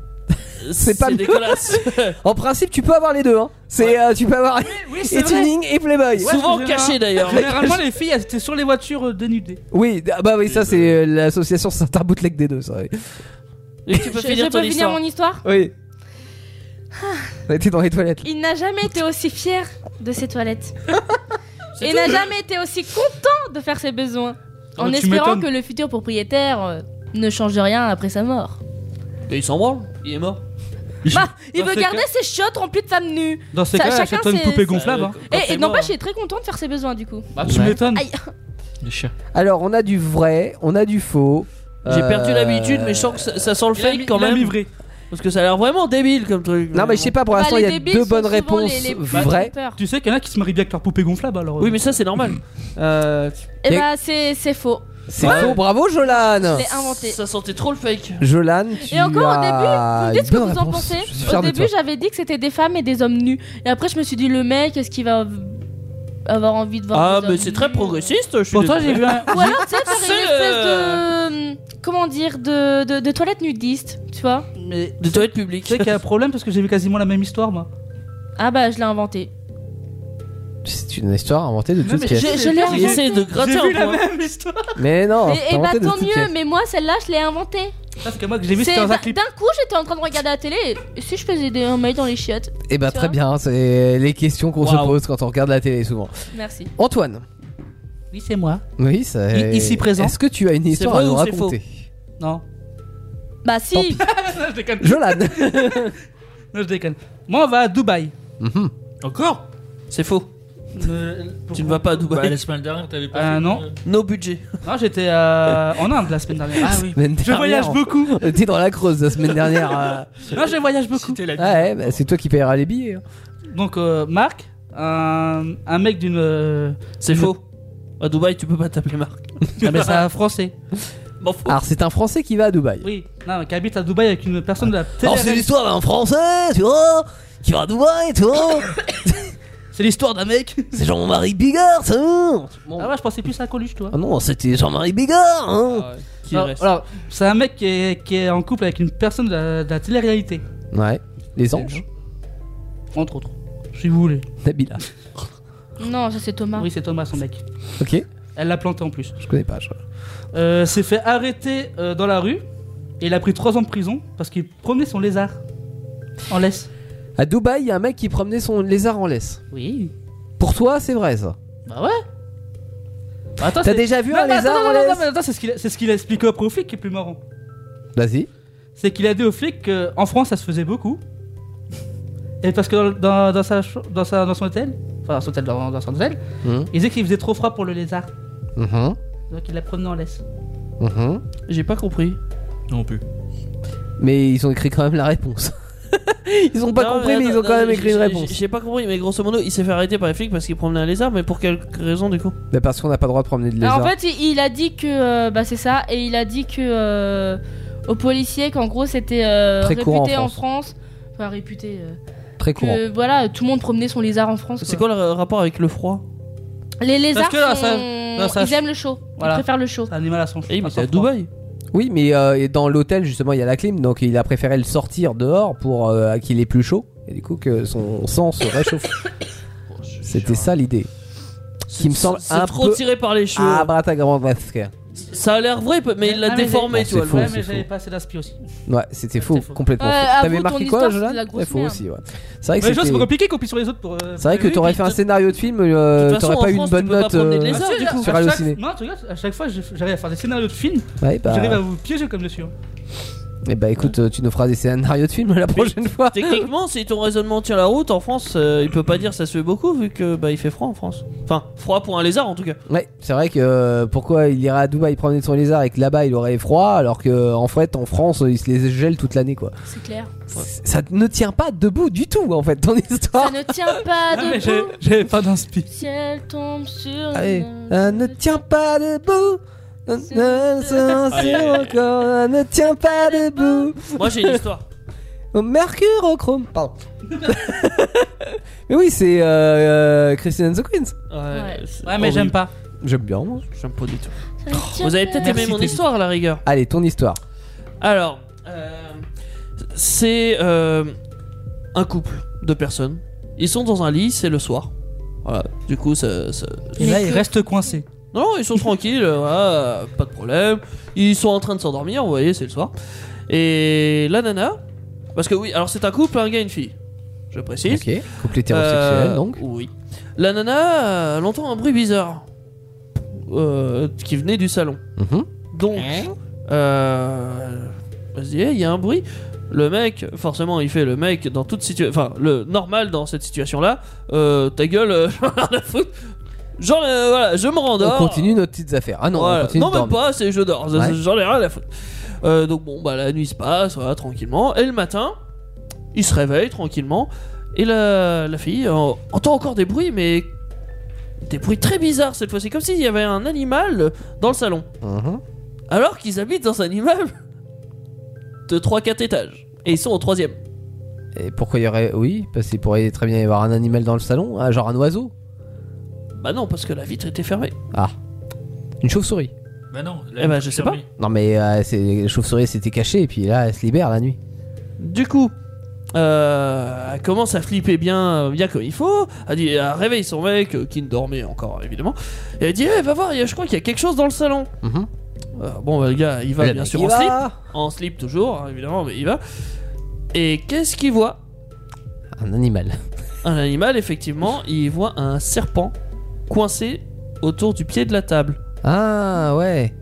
S4: C'est pas mieux.
S7: dégueulasse.
S4: En principe, tu peux avoir les deux. Hein. C'est euh, tu peux avoir
S8: c'est
S4: et
S8: vrai.
S4: Tuning et Playboy.
S8: Ouais,
S7: Souvent
S8: c'est
S7: caché
S8: vrai.
S7: d'ailleurs.
S8: Généralement, les filles, elles étaient sur les voitures euh, dénudées.
S4: Oui, ah bah oui, ça c'est euh, l'association saint bootleg des deux, ça. Oui.
S7: Et tu peux
S5: Je-
S7: finir
S5: je
S7: ton
S5: peux finir
S7: histoire.
S5: mon histoire
S4: oui.
S5: Ah.
S4: On était dans les toilettes. là.
S5: Il n'a jamais été aussi fier de ses toilettes. Il n'a jamais été aussi content de faire ses besoins.
S8: Ah,
S5: en
S8: tu
S5: espérant
S8: m'étonnes.
S5: que le futur propriétaire euh, ne change rien après sa mort.
S7: Et il s'en branle, il est mort.
S5: Bah, il
S8: Dans
S5: veut
S8: ces
S5: garder ses chiottes remplies de femmes nues.
S8: Dans ces
S5: Ça-
S8: cas,
S5: chacun
S8: achète-toi une
S5: ses-
S8: poupée gonflable. hein.
S7: Quand
S5: Et,
S7: c'est
S5: et n'empêche,
S7: mort,
S5: il est très content de faire ses besoins du coup.
S8: Bah, tu
S4: Ouais.
S8: m'étonnes.
S5: Aïe.
S6: Les chiens.
S4: Alors, on a du vrai, on a du faux.
S7: J'ai
S4: Euh,
S7: perdu l'habitude, mais je sens que ça, ça sent le
S8: Il a
S7: fake
S8: mi-
S7: quand
S8: il a
S7: même.
S8: livré.
S7: Parce que ça a l'air vraiment débile comme truc.
S4: Non, mais je sais pas, pour
S5: Bah,
S4: l'instant,
S5: les
S4: il y a
S5: débiles
S4: deux
S5: sont
S4: bonnes
S5: souvent
S4: réponses
S5: les- les plus
S4: vraies.
S5: trompeurs.
S8: Tu sais qu'il y en a qui se marient bien avec leur poupée gonflable alors.
S7: Oui,
S8: euh,
S7: mais ça c'est normal. Euh,
S5: Et
S4: Mais-
S5: bah, c'est c'est faux.
S4: C'est faux, bravo Oh, Jolan
S5: C'est inventé.
S7: ça sentait trop le fake.
S4: Jolan, tu
S5: Et encore au début,
S4: as
S5: vous me dites ce que
S4: une
S5: vous
S4: bonne
S5: en
S4: réponse.
S5: pensez.
S4: Je suis
S5: Au
S4: fier de
S5: début,
S4: toi.
S5: j'avais dit que c'était des femmes et des hommes nus. Et après, je me suis dit, le mec, est-ce qu'il va avoir envie de voir
S7: Ah,
S5: des
S7: mais
S5: hommes
S7: c'est
S5: nus
S7: très progressiste. Je suis
S8: Pourtant,
S7: désolé.
S8: j'ai vu un.
S5: Ou alors, tu sais, faire
S7: C'est,
S5: une espèce
S7: euh,
S5: de. hum, Comment dire De, de, de toilette nudiste, tu vois
S8: Mais
S7: Des toilettes
S8: tu
S7: publiques.
S8: sais qu'il y a un problème parce que j'ai vu quasiment la même histoire moi.
S5: Ah bah, je l'ai inventé.
S4: C'est une histoire inventée de
S8: Non,
S4: tout
S8: mais
S4: ce qu'il y a.
S8: j'ai-
S5: Je l'ai
S7: Il essaie
S5: inventé.
S7: de gratter
S8: J'ai
S7: un
S8: vu la
S7: point.
S8: même histoire.
S4: Mais non,
S5: Et,
S4: c'est
S5: et bah,
S4: inventé de
S5: tant
S4: tout ce qu'il y a.
S5: mieux, mais moi, celle-là, je l'ai inventée.
S8: Parce que moi que j'ai vu
S5: C'est-
S8: c'était dans
S5: D'un
S8: un clip.
S5: d'un coup, j'étais en train de regarder la télé. Et si je faisais des- un mail dans les chiottes
S4: Eh ben
S5: Tu
S4: très
S5: vois
S4: bien, c'est les questions qu'on se
S7: Waouh.
S4: pose quand on regarde la télé souvent.
S5: Merci.
S4: Antoine,
S8: Oui, c'est moi.
S4: oui, ça
S8: I- ici présent.
S4: Est-ce que tu as une histoire
S7: vrai
S4: à nous
S7: ou c'est faux
S4: raconter
S8: Non.
S5: Bah, si
S8: Non, je déconne.
S4: Jolan
S8: Non, je déconne. Moi, on va à Dubaï.
S4: Mhm.
S7: Encore C'est faux.
S8: Euh,
S7: Tu ne vas pas à
S6: Bah,
S7: Dubaï.
S6: la semaine dernière, t'avais pas.
S8: Ah,
S6: fait,
S8: non.
S6: euh,
S7: No budget.
S8: Non, j'étais euh, en Inde la semaine dernière. Ah oui.
S4: Semaine
S8: Je
S4: dernière,
S8: voyage
S4: on-
S8: beaucoup.
S4: on était dans la creuse la semaine dernière. euh.
S8: Non, je voyage beaucoup.
S6: C'était la
S4: Ah ouais, bah, c'est toi qui payeras les billets. hein.
S8: Donc, euh, Marc, un, un mec d'une. euh,
S7: C'est
S8: Je-
S7: faux. À Dubaï, tu peux pas t'appeler Marc.
S8: Ah, mais c'est un français.
S7: M'en fous.
S4: Alors c'est un Français qui va à Dubaï.
S8: Oui, non, qui habite à Dubaï avec une personne de la télé.
S4: l'histoire d'un Français, tu vois, qui va à Dubaï, tu vois.
S8: C'est l'histoire d'un mec.
S4: c'est Jean-Marie Bigard, ça.
S8: Ah ouais, je pensais plus à Coluche, toi.
S4: Ah
S8: Ah
S4: non, c'était Jean-Marie Bigard. hein.
S7: Qui
S8: alors,
S7: reste
S8: alors, c'est un mec qui est, qui est en couple avec une personne de la, de la télé-réalité,
S4: Ouais, les anges.
S8: entre autres. Si vous voulez.
S4: Nabila.
S5: Non, ça c'est Thomas.
S8: Oui, c'est Thomas, son mec.
S4: Ok,
S8: Elle l'a planté en plus.
S4: je connais pas. je crois.
S8: Euh, s'est fait arrêter euh, dans la rue et il a pris 3 ans de prison parce qu'il promenait son lézard en laisse.
S4: À Dubaï, il y a un mec qui promenait son lézard en laisse.
S8: Oui.
S4: Pour toi, c'est vrai ça.
S8: Bah ouais. Attends,
S4: T'as
S8: c'est-
S4: déjà vu
S8: Non,
S4: un
S8: mais
S4: lézard
S8: attends,
S4: en
S8: non, non,
S4: laisse
S8: non, mais attends, c'est ce qu'il a- c'est ce qu'il a expliqué au flic qui est plus marrant.
S4: Vas-y.
S8: c'est qu'il a dit aux flics qu'en France ça se faisait beaucoup. Et parce que dans, dans- dans sa, ch- dans, sa- dans son hôtel, enfin dans son hôtel, dans, dans son hôtel,
S4: Mhm.
S8: il disait qu'il faisait trop froid pour le lézard.
S4: Mhm,
S8: Donc il la promenait en laisse.
S4: mhm.
S7: J'ai pas compris.
S6: Non plus.
S4: Mais ils ont écrit quand même la réponse. Ils ont pas
S7: Non,
S4: compris, mais
S7: attends,
S4: ils ont quand
S7: non,
S4: même
S7: j'ai-
S4: écrit une
S7: j'ai-
S4: réponse.
S7: J'ai pas compris, mais grosso modo, il s'est fait arrêter par les flics parce qu'il promenait un lézard, mais pour quelle raison du coup
S4: Bah parce qu'on n'a pas le droit de promener de lézard.
S5: Alors, en fait, il, il a dit que. euh, bah, c'est ça. Et il a dit que. euh, aux policiers, qu'en gros, c'était euh,
S4: Très courant en
S5: réputé en
S4: France.
S5: France. Enfin, réputé. euh,
S4: Très courant.
S5: que voilà, tout le monde promenait son lézard en France.
S7: C'est quoi le euh, rapport avec le froid
S5: Les lézards,
S8: Parce que là,
S5: sont-
S8: ça- là, ça-
S5: ils aiment le chaud.
S8: Voilà.
S5: Ils préfèrent le chaud.
S8: Animal à son
S7: Et il était à Dubaï.
S4: Oui, mais euh, et dans l'hôtel justement il y a la clim, donc il a préféré le sortir dehors pour euh, qu'il ait plus chaud et du coup que son sang se réchauffe.
S7: Oh,
S4: C'était ça l'idée. Qui me semble
S7: c'est
S4: un
S7: trop
S4: peu
S7: tiré par les cheveux.
S4: Ah, bratagrandesque.
S7: Ça a l'air vrai, mais il l'a
S8: Ah, mais
S7: déformé,
S8: j'ai-
S7: tu vois.
S4: C'est faux,
S8: Ouais,
S4: c'est
S8: mais j'avais
S4: faux.
S8: pas assez d'aspi aussi.
S4: Ouais, c'était faux, complètement
S8: Ouais,
S4: faux.
S8: Euh, avoue,
S4: T'avais
S8: ton
S4: marqué
S8: histoire,
S4: quoi,
S8: c'est de la
S4: Jolan
S8: grosse
S4: C'est faux
S8: merde.
S4: aussi, ouais. C'est vrai que
S8: Mais les choses
S4: c'était-
S8: sont compliquées qu'on puisse sur les autres pour. euh,
S4: C'est vrai que
S8: prélever
S4: t'aurais
S8: vite.
S4: fait un scénario de film,
S8: De
S4: euh,
S8: toute
S4: t'aurais
S8: façon, en
S4: pas eu une
S8: France,
S4: bonne
S8: tu peux pas
S4: note
S8: promener de
S4: euh,
S8: lézards, du coup.
S4: sur
S8: À chaque-
S4: Allociné.
S8: Non, tu regardes, à chaque fois, je- j'arrive à faire des scénarios de films.
S4: Ouais, bah.
S8: J'arrive à vous piéger comme dessus. hein.
S4: Eh bah écoute, euh, tu nous feras des scénarios de film la prochaine fois.
S7: Techniquement, si ton raisonnement tient la route, en France, euh, il peut pas dire ça se fait beaucoup vu que bah il fait froid en France. Enfin, froid pour un lézard en tout cas.
S4: Ouais, c'est vrai que euh, pourquoi il irait à Dubaï prendre son lézard et que là-bas il aurait froid alors que euh, en fait en France il se les gèle toute l'année quoi.
S5: C'est clair.
S4: Ça ne tient pas debout du tout en fait ton histoire.
S5: Ça ne tient pas
S8: Ah, mais j'ai-
S5: debout.
S8: j'avais pas d'inspi.
S5: Si elle tombe sur.
S4: Allez,
S5: une-
S4: ça ne tient pas debout. Ça ne- ça-
S7: Allez.
S4: ça- encore, ça ne tient pas debout.
S7: Moi j'ai une histoire.
S4: Au Oh, mercure au chrome, pardon. Mais oui, c'est euh, euh, Christine and the Queens. Oh,
S7: c'est
S8: Ouais, mais
S7: horrible.
S8: j'aime pas.
S4: J'aime bien moi.
S7: J'aime pas du tout.
S5: Tiens,
S7: Vous avez peut-être aimé
S4: Merci,
S7: mon
S4: Teddy.
S7: histoire à la rigueur.
S4: Allez, ton histoire.
S7: Alors, euh, c'est euh, un couple de personnes. Ils sont dans un lit, c'est le soir. Voilà. Du coup, ça. ça-
S8: Et là, il reste coincé.
S7: Non, ils sont tranquilles, euh, voilà, euh, pas de problème. Ils sont en train de s'endormir, vous voyez, c'est le soir. Et la nana, parce que oui, alors c'est un couple, un gars et une fille. Je précise.
S4: Ok, couple hétérosexuel
S7: Euh,
S4: donc.
S7: Oui. La nana euh, l'entend un bruit bizarre euh, qui venait du salon.
S4: Mhm.
S7: Donc, euh, elle se dit, Eh, il y a un bruit. Le mec, forcément, il fait le mec dans toute situation. Enfin, le normal dans cette situation-là. euh, ta gueule, euh, j'en ai rien à foutre. Genre, euh, voilà, je me rendors.
S4: On continue nos petites affaires. Ah non,
S7: Voilà.
S4: on continue.
S7: non,
S4: de
S7: même
S4: dormir.
S7: pas, c'est je dors. Ça,
S4: Ouais.
S7: ça, J'en ai rien à foutre. Euh, donc, bon, bah, la nuit se passe, voilà, tranquillement. Et le matin, il se réveille tranquillement. Et la, la fille euh, entend encore des bruits, mais des bruits très bizarres cette fois-ci. Comme s'il y avait un animal dans le salon.
S4: Mhm.
S7: Alors qu'ils habitent dans un immeuble de 3-4 étages. Et ils sont au troisième.
S4: Et pourquoi il y aurait. Oui, parce qu'il pourrait très bien y avoir un animal dans le salon, ah, genre un oiseau.
S7: Bah non, parce que la vitre était fermée.
S4: Ah. Une chauve-souris.
S6: Bah non,
S7: Eh bah, je sais pas.
S4: Non, mais euh, c'est- la chauve-souris s'était cachée et puis là, elle se libère la nuit.
S7: Du coup, euh, elle commence à flipper bien, euh, bien comme il faut. Elle, dit, elle réveille son mec euh, qui ne dormait encore, évidemment. Et elle dit Eh, Va voir, il y a- je crois qu'il y a quelque chose dans le salon.
S4: Mhm.
S7: Euh, bon, bah, le gars, il va
S4: Et le
S7: bien
S4: mec,
S7: sûr
S4: il
S7: en
S4: va.
S7: slip. En slip toujours, hein, évidemment, mais il va. Et qu'est-ce qu'il voit
S4: Un animal.
S7: Un animal, effectivement, il voit un serpent coincé autour du pied de la table.
S4: Ah ouais.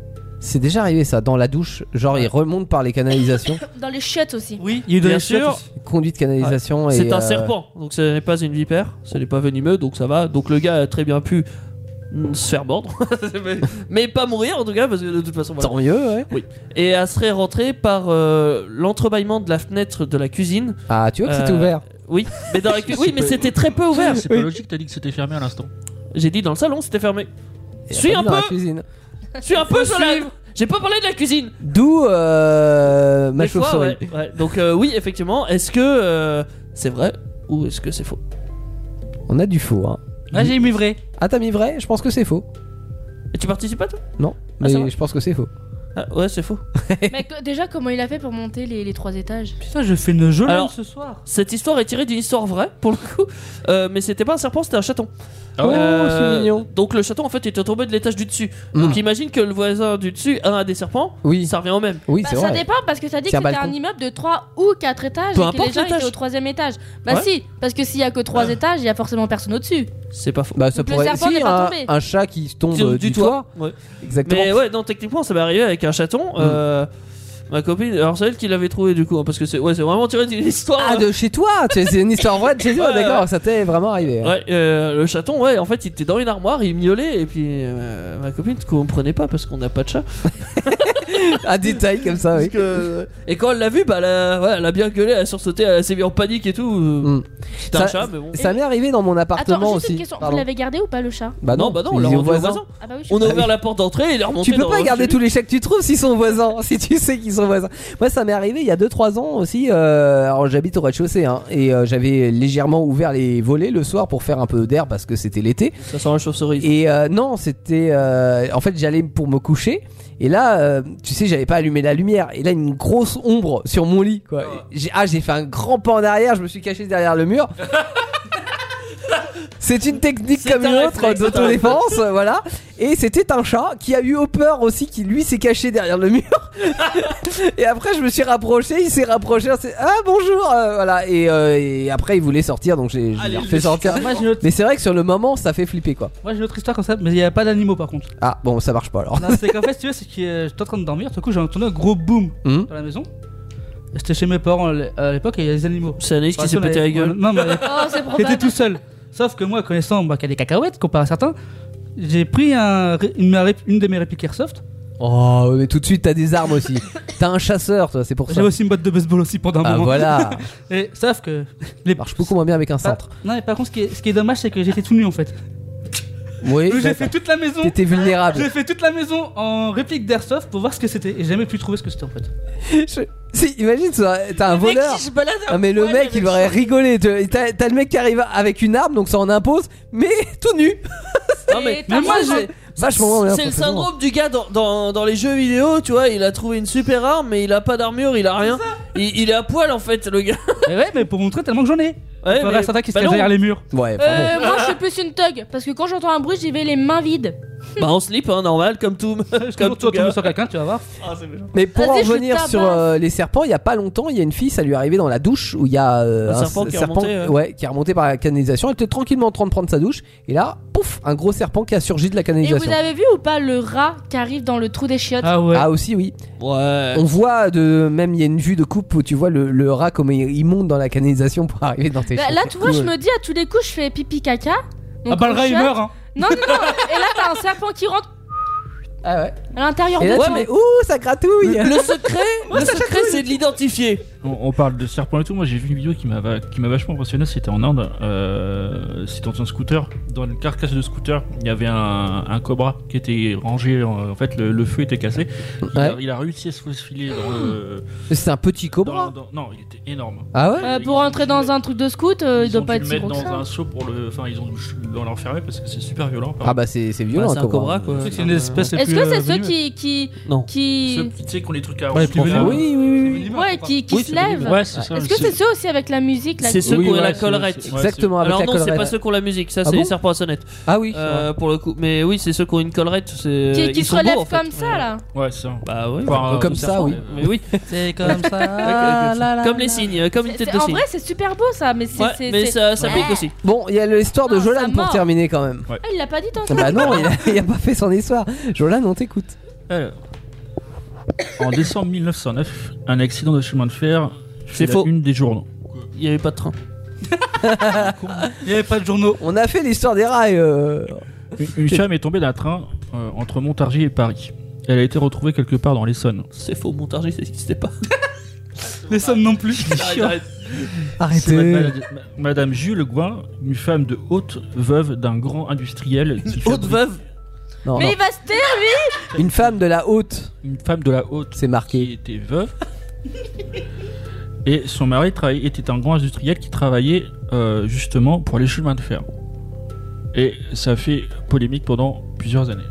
S4: C'est déjà arrivé ça, dans la douche. Genre, il remonte par les canalisations.
S5: Dans les chiottes aussi.
S8: Oui, il y a eu de
S7: Bien
S8: la chiotte
S7: sûr. Ah,
S8: aussi.
S4: Conduite canalisation et.
S7: C'est un
S4: euh,
S7: serpent, donc ce n'est pas une vipère, ce n'est pas venimeux, donc ça va. Donc le gars a très bien pu mm, se faire mordre, Mais- mais pas mourir en tout cas, parce que de toute façon. voilà.
S4: Tant mieux, ouais.
S7: Oui. Et elle serait rentrée par euh, l'entrebâillement de la fenêtre de la cuisine.
S4: Ah, tu vois que c'était
S7: Euh,
S4: ouvert.
S7: Oui, mais dans la cu- oui, mais c'était très peu ouvert.
S6: C'est pas logique, t'as dit que c'était fermé à l'instant.
S7: J'ai dit dans le salon, c'était fermé.
S4: Et
S7: Suis
S4: elle
S7: un
S4: est dans la
S7: peu,
S4: cuisine.
S7: suis un peu,
S8: Faut
S7: Jolan.
S8: suivre.
S7: J'ai pas parlé de la cuisine.
S4: D'où euh, ma
S7: Des fois,
S4: chauve-souris.
S7: ouais, ouais. Donc euh, oui, effectivement. Est-ce que euh, c'est vrai ou est-ce que c'est faux
S4: On a du faux, hein.
S8: Là, j'ai mis vrai.
S4: Ah, t'as mis vrai Je pense que c'est faux.
S7: Et tu participes pas toi
S4: Non,
S7: Ah,
S4: mais
S7: ça va.
S4: je pense que c'est faux.
S7: Ah, Ouais, c'est faux.
S5: Mais que- déjà, comment il a fait pour monter les, les trois étages
S8: Putain, je fais une jolande
S7: Alors-
S8: ce soir.
S7: Cette histoire est tirée d'une histoire vraie, pour le coup, Euh, mais c'était pas un serpent, c'était un chaton.
S6: Ah ouais.
S7: Euh,
S4: Oh, c'est mignon. Hmm.
S7: Donc le chaton, en fait, était tombé de l'étage du dessus. Donc imagine que le voisin du dessus a un des serpents,
S4: Oui,
S7: ça revient au même.
S4: oui,
S5: Bah,
S4: c'est
S5: ça
S4: vrai.
S5: dépend parce que t'as dit que
S4: C'est un
S5: c'était un,
S4: balcon.
S5: immeuble de 3 ou 4 étages et
S7: Peu
S5: que
S7: importe
S5: les gens
S7: l'étage.
S5: étaient au troisième étage. Bah
S7: Ouais.
S5: si, parce que s'il y a que 3 étages, il y a forcément personne au-dessus.
S7: C'est pas faux.
S4: Bah, ça
S5: Donc le
S4: pourrait
S5: serpent
S4: si,
S5: n'est pas
S4: un,
S5: tombé.
S4: un chat qui tombe
S7: Du-
S4: euh,
S7: du
S4: du,
S7: toit.
S4: toit.
S7: Ouais.
S4: Exactement. Hmm.
S7: Mais ouais, non, techniquement, ça m'est arrivé avec un chaton. euh, ma copine, alors c'est elle qui l'avait trouvé du coup, hein, parce que c'est ouais, c'est vraiment tiré d'une histoire.
S4: Ah,
S7: hein.
S4: de chez toi tu- C'est une histoire vraie de chez toi,
S7: Ouais,
S4: d'accord,
S7: ouais.
S4: ça t'est vraiment arrivé. hein.
S7: Ouais, euh, le chaton, ouais, en fait, il était dans une armoire, il miaulait, et puis euh, ma copine ne comprenait pas parce qu'on n'a pas de chat.
S4: Un détail comme ça, oui.
S7: Et quand elle l'a vu, bah, elle a, ouais, elle a bien gueulé, elle a sursauté, elle s'est mise en panique et tout. C'était un
S4: Mm. Ça-
S7: chat, mais bon.
S4: Ça m'est arrivé dans mon appartement
S5: Attends, juste
S4: aussi.
S5: une question.
S4: Pardon.
S5: Vous l'avez gardé ou pas le chat
S4: Bah non,
S7: bah non,
S4: ils
S7: on l'a
S4: sont
S7: rendu au
S4: voisins.
S7: voisin.
S5: Ah bah oui, je
S7: On a
S5: suis
S7: ouvert la porte d'entrée et il est remonté.
S4: Tu peux
S7: dans
S4: pas
S7: le
S4: garder
S7: cul.
S4: tous les chats que tu trouves s'ils sont voisins, si tu sais qu'ils sont voisins. Moi, ça m'est arrivé il y a 2-3 ans aussi. euh, alors, j'habite au rez-de-chaussée hein, et euh, j'avais légèrement ouvert les volets le soir pour faire un peu d'air parce que c'était l'été.
S7: Ça sent la chauve-souris.
S4: Et euh, non, c'était. euh, en fait, j'allais pour me coucher. Et là, euh, tu sais, j'avais pas allumé la lumière. Et là, une grosse ombre sur mon lit. Quoi.
S7: Oh.
S4: Et J'ai, ah, j'ai fait un grand pas en arrière. Je me suis caché derrière le mur. C'est une technique comme une autre d'autodéfense, euh, voilà. Et c'était un chat qui a eu au peur aussi, qui lui s'est caché derrière le mur. et après, je me suis rapproché, il s'est rapproché, on s'est- ah bonjour, euh, voilà. Et, euh, et après, il voulait sortir, donc j'ai je l'ai refait sortir.
S8: Moi, j'ai une autre-
S4: Mais c'est vrai que sur le moment, ça fait flipper quoi.
S8: Moi j'ai une autre histoire comme ça, mais il n'y a pas d'animaux par contre.
S4: Ah bon, ça marche pas alors.
S8: Non, c'est qu'en fait, si tu vois, c'est que euh, j'étais en train de dormir, tout coup j'ai entendu un gros boom
S4: Mhm.
S8: dans la maison. Et J'étais chez mes parents à l'é- à l'époque et il y a des animaux.
S7: C'est Anaïs qui s'est
S8: Enfin,
S7: pété la
S8: on avait-
S7: gueule.
S8: Non, mais
S7: Oh, c'est probable.
S8: j'étais tout seul. Sauf que moi, connaissant bah, qu'il y a des cacahuètes comparé à certains, j'ai pris un ré- une, ma- une de mes répliques airsoft.
S4: Oh, mais tout de suite, t'as des armes aussi. t'as un chasseur, toi, c'est pour ça.
S8: J'avais aussi une botte de baseball aussi pendant un
S4: Ah,
S8: moment.
S4: voilà.
S8: et sauf que. Les...
S4: Marche beaucoup moins bien avec un centre.
S8: Non, mais par contre, ce qui est, ce qui est dommage, c'est que j'étais tout nu en fait.
S4: Oui.
S8: Donc, j'ai
S4: bah,
S8: fait toute la maison.
S4: T'étais vulnérable.
S8: J'ai fait toute la maison en réplique d'airsoft pour voir ce que c'était et j'ai jamais pu trouver ce que c'était en fait.
S4: Je- Si, imagine, t'as t'as un
S8: Le mec
S4: voleur.
S8: qui se balade
S4: Ah, mais le mec, il aurait rigolé. Tu- T'as t'as le mec qui arrive avec une arme, donc ça en impose, mais tout nu.
S7: Non, mais,
S4: Mais moi, j'ai- vachement bien,
S7: C'est le
S4: professeur.
S7: syndrome du gars dans, dans, dans les jeux vidéo, tu vois. Il a trouvé une super arme, mais il a pas d'armure, il a rien. Il, il est à poil en fait, le gars.
S8: ouais, mais pour montrer tellement que j'en ai.
S7: Ouais, bah
S8: Faudrait certains qui se cachent derrière les murs.
S4: Ouais,
S7: enfin,
S5: Euh, moi, je suis plus une thug parce que quand j'entends un bruit, j'y vais les mains vides.
S7: bon. Bah, on slip, hein, normal, comme tout. comme tout gars.
S8: sur quelqu'un, tu vas voir.
S5: Ah,
S4: Mais pour
S7: Vas-y,
S4: en
S7: je le
S4: revenir
S7: tabasse.
S4: sur euh, les serpents, il y a pas longtemps, il y a une fille, ça lui est arrivé dans la douche où il y a euh,
S7: Un serpent
S4: s-
S7: qui est remonté, ouais.
S4: ouais, qui est remonté par la canalisation. Elle était tranquillement en train de prendre sa douche et là, pouf, un gros serpent qui a surgi de la
S5: Et
S4: canalisation.
S5: vous avez vu ou pas le rat qui arrive dans le trou des chiottes
S4: Ah aussi oui.
S7: Ouais.
S4: On voit de même il y a une vue de coupe où tu vois le, le rat comme il, il monte dans la canalisation pour arriver dans tes
S5: Là,
S4: chiottes.
S5: Bah, là, tu vois, je me dis à tous les coups, je fais pipi caca.
S4: Ah bah, le rat, il
S5: meurt
S4: meurt, hein.
S5: Non, non, non. Et là, t'as un serpent qui rentre
S4: Ah ouais.
S5: à l'intérieur.
S4: Et là
S5: de
S4: tu
S5: toi.
S4: mets ouh ça gratouille.
S7: Le secret, le secret c'est de l'identifier.
S6: On, on parle de serpent et tout. Moi, j'ai vu une vidéo qui m'a va- qui m'a vachement impressionné. C'était en Inde. Euh, C'était dans un scooter, dans une carcasse de scooter. Il y avait un, un cobra qui était rangé. En, en fait, le, le feu était cassé. Il, a, il a réussi à se faufiler dans le.
S4: C'est un petit cobra.
S6: dans- non, il était énorme.
S4: Ah ouais.
S5: Euh, pour rentrer dans un truc de scout, euh, il
S6: Ils
S5: doit
S6: ont dû
S5: pas
S6: le
S5: être si
S6: mettre
S5: gros que
S6: dans
S5: ça.
S6: un seau pour le. Enfin, ils ont dû le- l'enfermer parce que c'est super violent.
S4: Ah bah c'est c'est violent
S6: Bah, c'est
S4: un
S6: un
S4: cobra.
S6: cobra, quoi.
S8: C'est une espèce
S5: Est-ce que c'est ceux qui qui
S4: Non.
S5: qui
S6: Ceux qui, tu sais, qui ont les trucs à
S8: Ouais, les hein. plus
S6: enfermer.
S8: venimeux. Oui,
S5: ouais qui, qui
S6: Oui,
S5: se
S6: c'est
S5: lèvent
S6: débile. Ouais, c'est ça,
S5: Est-ce que
S6: c'est-
S5: c'est ceux aussi avec la musique là
S7: C'est ceux
S5: qui-
S7: qui ont
S6: ouais,
S7: la
S6: c'est-
S7: collerette.
S6: c'est- ouais, Exactement,
S4: avec
S7: Alors
S4: la
S7: non, c'est
S4: collerette.
S7: pas ceux qui ont la musique, ça
S4: Ah
S7: c'est
S4: bon
S7: les serpents à sonnette.
S4: Ah oui.
S7: Euh, pour le coup, mais oui, c'est ceux qui ont une collerette, c'est
S5: qui, qui
S7: ils
S5: se
S7: sont
S5: relèvent
S7: beaux, en fait.
S5: comme ça là
S6: Ouais, ça.
S7: Bah oui,
S6: Enfin,
S4: comme ça, oui.
S7: Mais oui.
S8: C'est comme ça.
S7: comme les signes, comme une tête
S5: C'est-
S7: de
S5: En
S7: signe.
S5: vrai, c'est super beau ça, mais c'est
S7: Ouais,
S5: c'est-
S7: mais
S5: c'est- Ah,
S7: ça, ça pique aussi.
S4: Bon, il y a l'histoire de
S5: ça
S4: Jolan pour
S5: mord.
S4: terminer quand même.
S5: Ah, il l'a pas dit tant que
S4: Bah non, il a, il a pas fait son histoire. Jolan, on t'écoute.
S6: Alors, en décembre 1909, un accident de chemin de fer fait
S7: C'est
S6: la
S7: faux.
S6: une des journaux.
S7: Il y avait pas de train.
S8: Il n'y avait pas de journaux.
S4: On a fait l'histoire des rails. euh.
S6: Une, une femme est tombée d'un train euh, entre Montargis et Paris. Elle a été retrouvée quelque part dans l'Essonne.
S7: C'est faux, Montargis, ça n'existait pas.
S8: Les sommes non plus.
S6: C'est ma- ma- ma- Madame Jules Gouin, une femme de haute veuve d'un grand industriel. Haute
S7: veuve
S4: Non,
S5: Mais
S4: non.
S5: il va se taire lui
S4: Une femme de la haute.
S6: Une femme de la haute.
S4: C'est marqué.
S6: Qui était veuve. et son mari travaillait- était un grand industriel qui travaillait euh, justement pour les chemins de fer. Et ça a fait polémique pendant plusieurs années.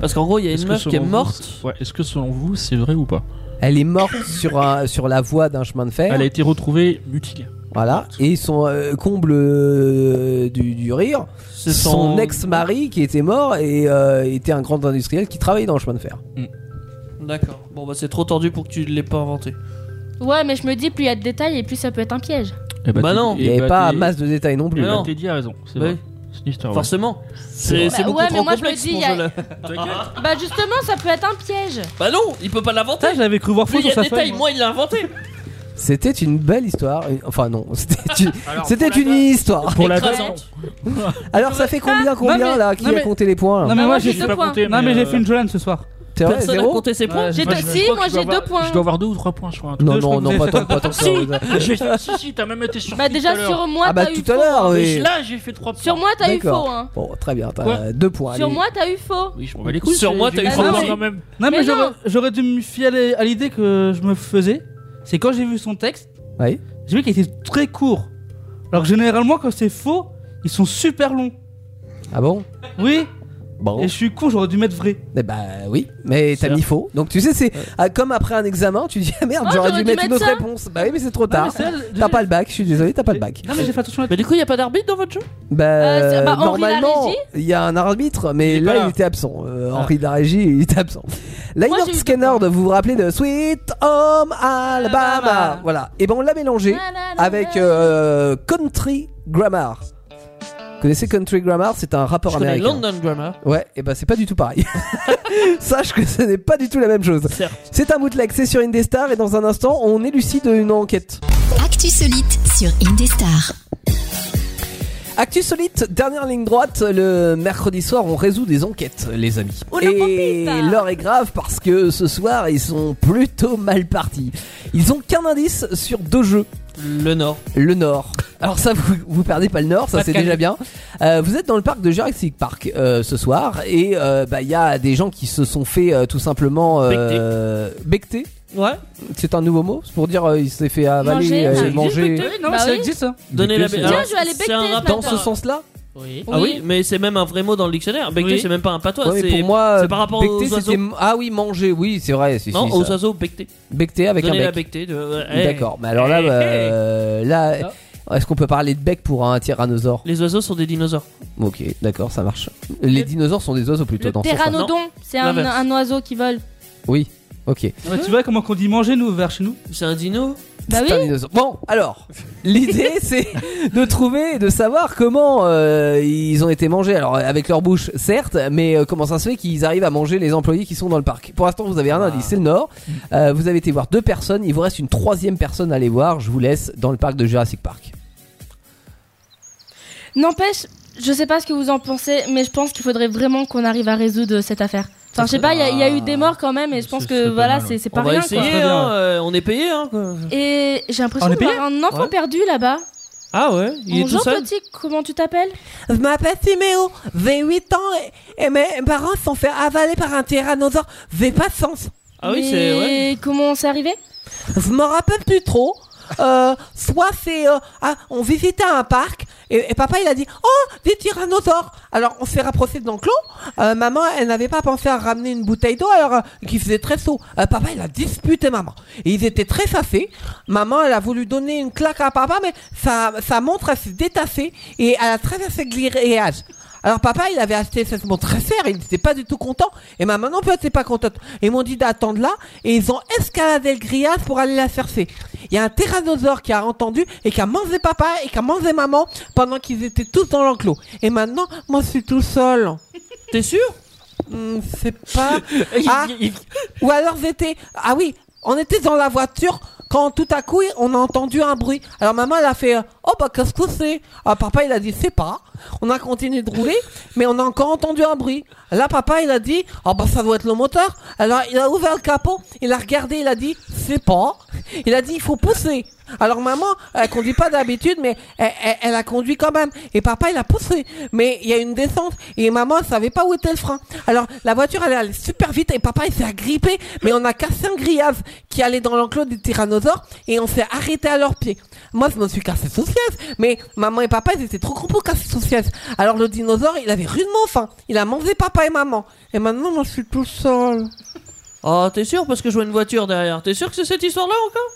S7: Parce qu'en gros, il y a
S6: Est-ce
S7: une
S6: que
S7: meuf qui est
S6: selon vous,
S7: morte.
S6: c'est- ouais, Est-ce que selon vous, c'est vrai ou pas
S4: Elle est morte sur, un- sur la voie d'un chemin de fer.
S6: Elle a été retrouvée mutilée.
S4: Voilà. Et son euh, comble euh, du, du rire,
S7: C'est
S4: son
S7: son-
S4: ex-mari qui était mort et euh, était un grand industriel qui travaillait dans le chemin de fer.
S7: D'accord. Bon, bah c'est trop tordu pour que tu l'aies pas inventé.
S5: Ouais, mais je me dis, plus il y a de détails et plus ça peut être un piège.
S6: Eh bah,
S7: Bah
S6: t'es-
S7: non.
S6: eh
S4: Il n'y
S6: bah,
S4: avait pas
S6: t'es-
S4: masse de détails non plus.
S6: eh bah,
S7: non.
S6: Teddy a raison, c'est
S7: Bah
S6: vrai.
S7: oui.
S6: C'est une histoire, ouais.
S7: Forcément. C'est
S5: Bah
S7: c'est beaucoup
S5: ouais, mais
S7: trop
S5: moi, je me
S7: complexe
S5: dis,
S7: pour
S5: y a-
S7: jeu-là.
S5: Bah justement, ça peut être un piège.
S7: Bah non, il peut pas l'inventer.
S8: Ah, j'avais cru voir faux
S7: Plus il y
S8: sur
S7: a
S8: sa
S7: de détails,
S8: feuille.
S7: moi il l'a inventé.
S4: C'était une belle histoire. Enfin, non, c'était une,
S7: Alors,
S4: c'était
S7: pour la
S4: une
S7: date-
S4: histoire.
S6: Pour la
S7: Écrasante.
S4: Alors, ça fait combien, combien
S8: mais-
S4: là Qui
S8: Ah, non,
S4: a
S8: mais-
S4: compté les points là
S8: Non mais
S5: moi,
S8: moi
S5: j'ai
S8: j'ai
S5: deux points.
S8: euh,
S4: euh,
S8: Non mais j'ai fait une Jolane ce soir.
S12: C'est vrai,
S7: Personne n'a
S12: zéro
S7: compté ses points.
S6: Ouais,
S7: J'ai
S6: je-
S7: deux-
S6: je
S7: si,
S6: crois que
S7: moi,
S6: je dois
S7: j'ai deux
S6: avoir-
S7: points.
S6: Je dois avoir deux ou trois points, je crois. un truc.
S12: Non,
S6: Deux, je
S12: non,
S6: crois que
S12: non,
S6: vous
S12: pas
S6: avez-
S12: tant- pas tant que ça, ouais.
S6: Si, j'ai- si, si, t'as même été surpris.
S5: Bah déjà
S6: tout à
S5: sur
S6: l'heure.
S5: moi
S12: Ah bah
S5: t'as eu
S12: tout à
S5: faux. hein.
S12: l'heure,
S6: Mais
S12: oui.
S6: Là, j'ai fait trois points.
S5: Sur moi t'as eu
S12: D'accord.
S5: faux hein.
S12: Bon, très bien, t'as
S6: Quoi
S12: euh, deux points.
S5: Sur
S12: allez.
S5: moi t'as eu faux.
S6: Oui, je m'en
S4: bah,
S12: bats les couilles,
S7: Sur
S6: c'est-
S7: moi,
S6: j'ai
S7: t'as eu
S6: eu
S7: trois
S6: trois
S7: points
S4: hein.
S6: points.
S7: quand
S6: même.
S8: Ah, Non, mais,
S5: Mais
S8: j'aurais-
S5: non.
S8: j'aurais dû me fier à l'é- à l'idée que je me faisais. C'est quand j'ai vu son texte,
S12: Oui.
S8: j'ai vu qu'il était très court. Alors que généralement, quand c'est faux, ils sont super longs.
S12: Ah bon
S8: Oui
S12: Bon.
S8: Et je suis con, j'aurais dû mettre vrai.
S12: Eh bah oui, mais t'as mis faux. Donc tu sais, c'est ah, comme après un examen, tu dis ah merde,
S5: Oh,
S12: j'aurais
S5: j'aurais
S12: dû
S5: dû
S12: mettre une
S5: mettre
S12: autre
S5: ça.
S12: réponse. Bah oui, mais c'est trop tard.
S8: mais
S12: T'as pas le bac, je suis désolé, t'as pas le bac.
S8: Non, mais j'ai fait attention à la
S7: Mais du coup, y a pas d'arbitre dans votre jeu
S12: Bah,
S5: Euh, c'est- bah, Henri de la
S12: normalement,
S5: régie
S12: il y a un arbitre, mais
S7: Il est pas
S12: là,
S7: là.
S12: il était absent.
S8: Ah.
S12: Euh, Henri de la régie, il était absent. Leinert
S5: j'ai eu deux
S12: Scanner, vous vous rappelez de Sweet Home Alabama Voilà. Et ben on l'a mélangé avec euh, Country Grammar. Vous connaissez Country Grammar C'est un rappeur
S7: Je connais
S12: américain.
S7: London Grammar.
S12: Ouais, et bah c'est pas du tout pareil. Sache que ce n'est pas du tout la même chose.
S7: Certes.
S12: C'est un bootleg, c'est sur Indestar et dans un instant, on élucide une enquête.
S2: Actu Solite sur Indestar.
S12: Actu solide, dernière ligne droite, le mercredi soir, on résout des enquêtes, les amis. et l'heure est grave parce que ce soir, ils sont plutôt mal partis. Ils ont qu'un indice sur deux jeux.
S7: Le Nord.
S12: Le Nord. Alors ça, vous, vous perdez pas le Nord, ça
S7: Pas de
S12: c'est
S7: calme.
S12: déjà bien. Euh, vous êtes dans le parc de Jurassic Park euh, ce soir et euh, bah il y a des gens qui se sont fait euh, tout simplement euh, becter.
S7: Ouais.
S12: C'est un nouveau mot, c'est pour dire euh, il s'est fait avaler,
S5: Manger,
S7: Ah,
S12: euh,
S5: ça
S8: existe,
S12: manger.
S8: peut-être Non,
S5: Bah
S8: ça
S5: oui.
S8: existe. ça.
S7: Donner la
S6: Becter,
S5: Tiens, je vais aller
S7: c'est
S5: becter
S7: un
S5: ce
S7: rapport-
S12: Dans ce sens-là.
S7: Oui.
S5: Oui.
S7: Ah oui, mais c'est même un vrai mot dans le dictionnaire. Becter,
S8: Oui.
S7: c'est même pas un patois.
S12: Ouais, mais
S7: c'est
S12: pour moi,
S7: c'est par rapport
S12: becter,
S7: aux
S12: c'était
S7: oiseaux.
S12: ah oui manger, oui c'est vrai. Si,
S7: Non,
S12: si,
S7: aux
S12: ça.
S7: oiseaux, becter.
S12: Becter avec
S7: Donner
S12: un
S7: la
S12: bec.
S7: becter. de- ouais.
S12: D'accord, mais alors là,
S7: Hey,
S12: euh, là,
S5: Ah.
S12: est-ce qu'on peut parler de bec pour un tyrannosaure
S7: Les oiseaux sont des dinosaures.
S12: Ok, d'accord, ça marche. Les dinosaures sont des oiseaux plutôt
S5: Le
S12: dans ce sens-là.
S5: pteranodon, c'est un,
S7: L'inverse.
S5: un oiseau qui vole.
S12: Oui, ok.
S8: Ouais, tu vois comment qu'on dit manger, nous, vers chez nous
S7: C'est un dino
S5: Bah
S12: C'est un
S5: oui.
S12: dinosaure. Bon, alors, l'idée c'est de trouver, et de savoir comment euh, ils ont été mangés. Alors, euh, avec leur bouche, certes, mais euh, comment ça se fait qu'ils arrivent à manger les employés qui sont dans le parc Pour l'instant, vous avez
S5: Ah.
S12: un indice, c'est le Nord. Euh, vous avez été voir deux personnes, il vous reste une troisième personne à aller voir. Je vous laisse dans le parc de Jurassic Park.
S5: N'empêche, je sais pas ce que vous en pensez, mais je pense qu'il faudrait vraiment qu'on arrive à résoudre euh, cette affaire. Enfin, je sais pas, il y, a- il y a eu des morts quand même, et je pense
S6: Ce
S5: que
S6: serait pas
S5: voilà,
S6: mal,
S5: c'est c'est pas
S7: On va
S5: rien. quoi.
S7: essayer,
S8: très bien,
S7: hein, euh, on est payé. Hein, quoi.
S5: Et j'ai l'impression
S8: On est
S5: de
S8: payé
S5: voir un enfant
S12: Ouais.
S5: perdu là-bas.
S7: Ah ouais Il est tout
S5: Bonjour
S7: seul
S5: petit, comment tu t'appelles
S12: Je m'appelle Timéo, j'ai 8 ans et, mes parents sont fait avaler par un tyrannosaure, j'ai pas de sens.
S7: Ah oui, c'est. Ouais.
S5: Et comment c'est arrivé
S12: Je me rappelle plus trop. Euh, soit c'est euh, ah, on visitait un parc et, et papa il a dit oh des tyrannosaures alors on s'est rapproché de l'enclos Euh, maman elle n'avait pas pensé à ramener une bouteille d'eau alors euh, qu'il faisait très chaud Euh, papa il a disputé maman et ils étaient très faffés maman elle a voulu donner une claque à papa mais sa, sa montre elle s'est détachée et elle a traversé le grillage alors papa, il avait acheté cette montre très chère, il n'était pas du tout content. Et ma maman non plus, elle n'était pas contente. Ils m'ont dit d'attendre là, et ils ont escaladé le grillage pour aller la chercher. Il y a un tyrannosaure qui a entendu, et qui a mangé papa, et qui a mangé maman, pendant qu'ils étaient tous dans l'enclos. Et maintenant, moi, je suis tout seul.
S7: T'es sûr
S12: Hmm, C'est pas... Ah, ou alors j'étais... Ah oui, on était dans la voiture... Quand tout à coup on a entendu un bruit, alors maman elle a fait euh, oh bah qu'est-ce que c'est Ah, Papa il a dit c'est pas. On a continué de rouler, mais on a encore entendu un bruit. Là papa il a dit oh bah ça doit être le moteur. Alors il a ouvert le capot, il a regardé, il a dit c'est pas. Il a dit il faut pousser. Alors maman elle conduit pas d'habitude, mais elle, elle- elle a conduit quand même. Et papa il a poussé, mais il y a une descente et maman elle savait pas où était le frein. Alors la voiture elle est allée super vite et papa il s'est agrippé, mais on a cassé un grillage qui allait dans l'enclos du tyrannosaure et on s'est arrêté à leurs pieds. Moi je me suis cassé sous sieste, mais maman et papa ils étaient trop grands pour casser sous sieste. Alors le dinosaure il avait rudement faim, il a mangé papa et maman. Et maintenant moi je suis tout seul.
S7: Oh, t'es sûr Parce que je vois une voiture derrière. T'es sûr que c'est cette histoire-là encore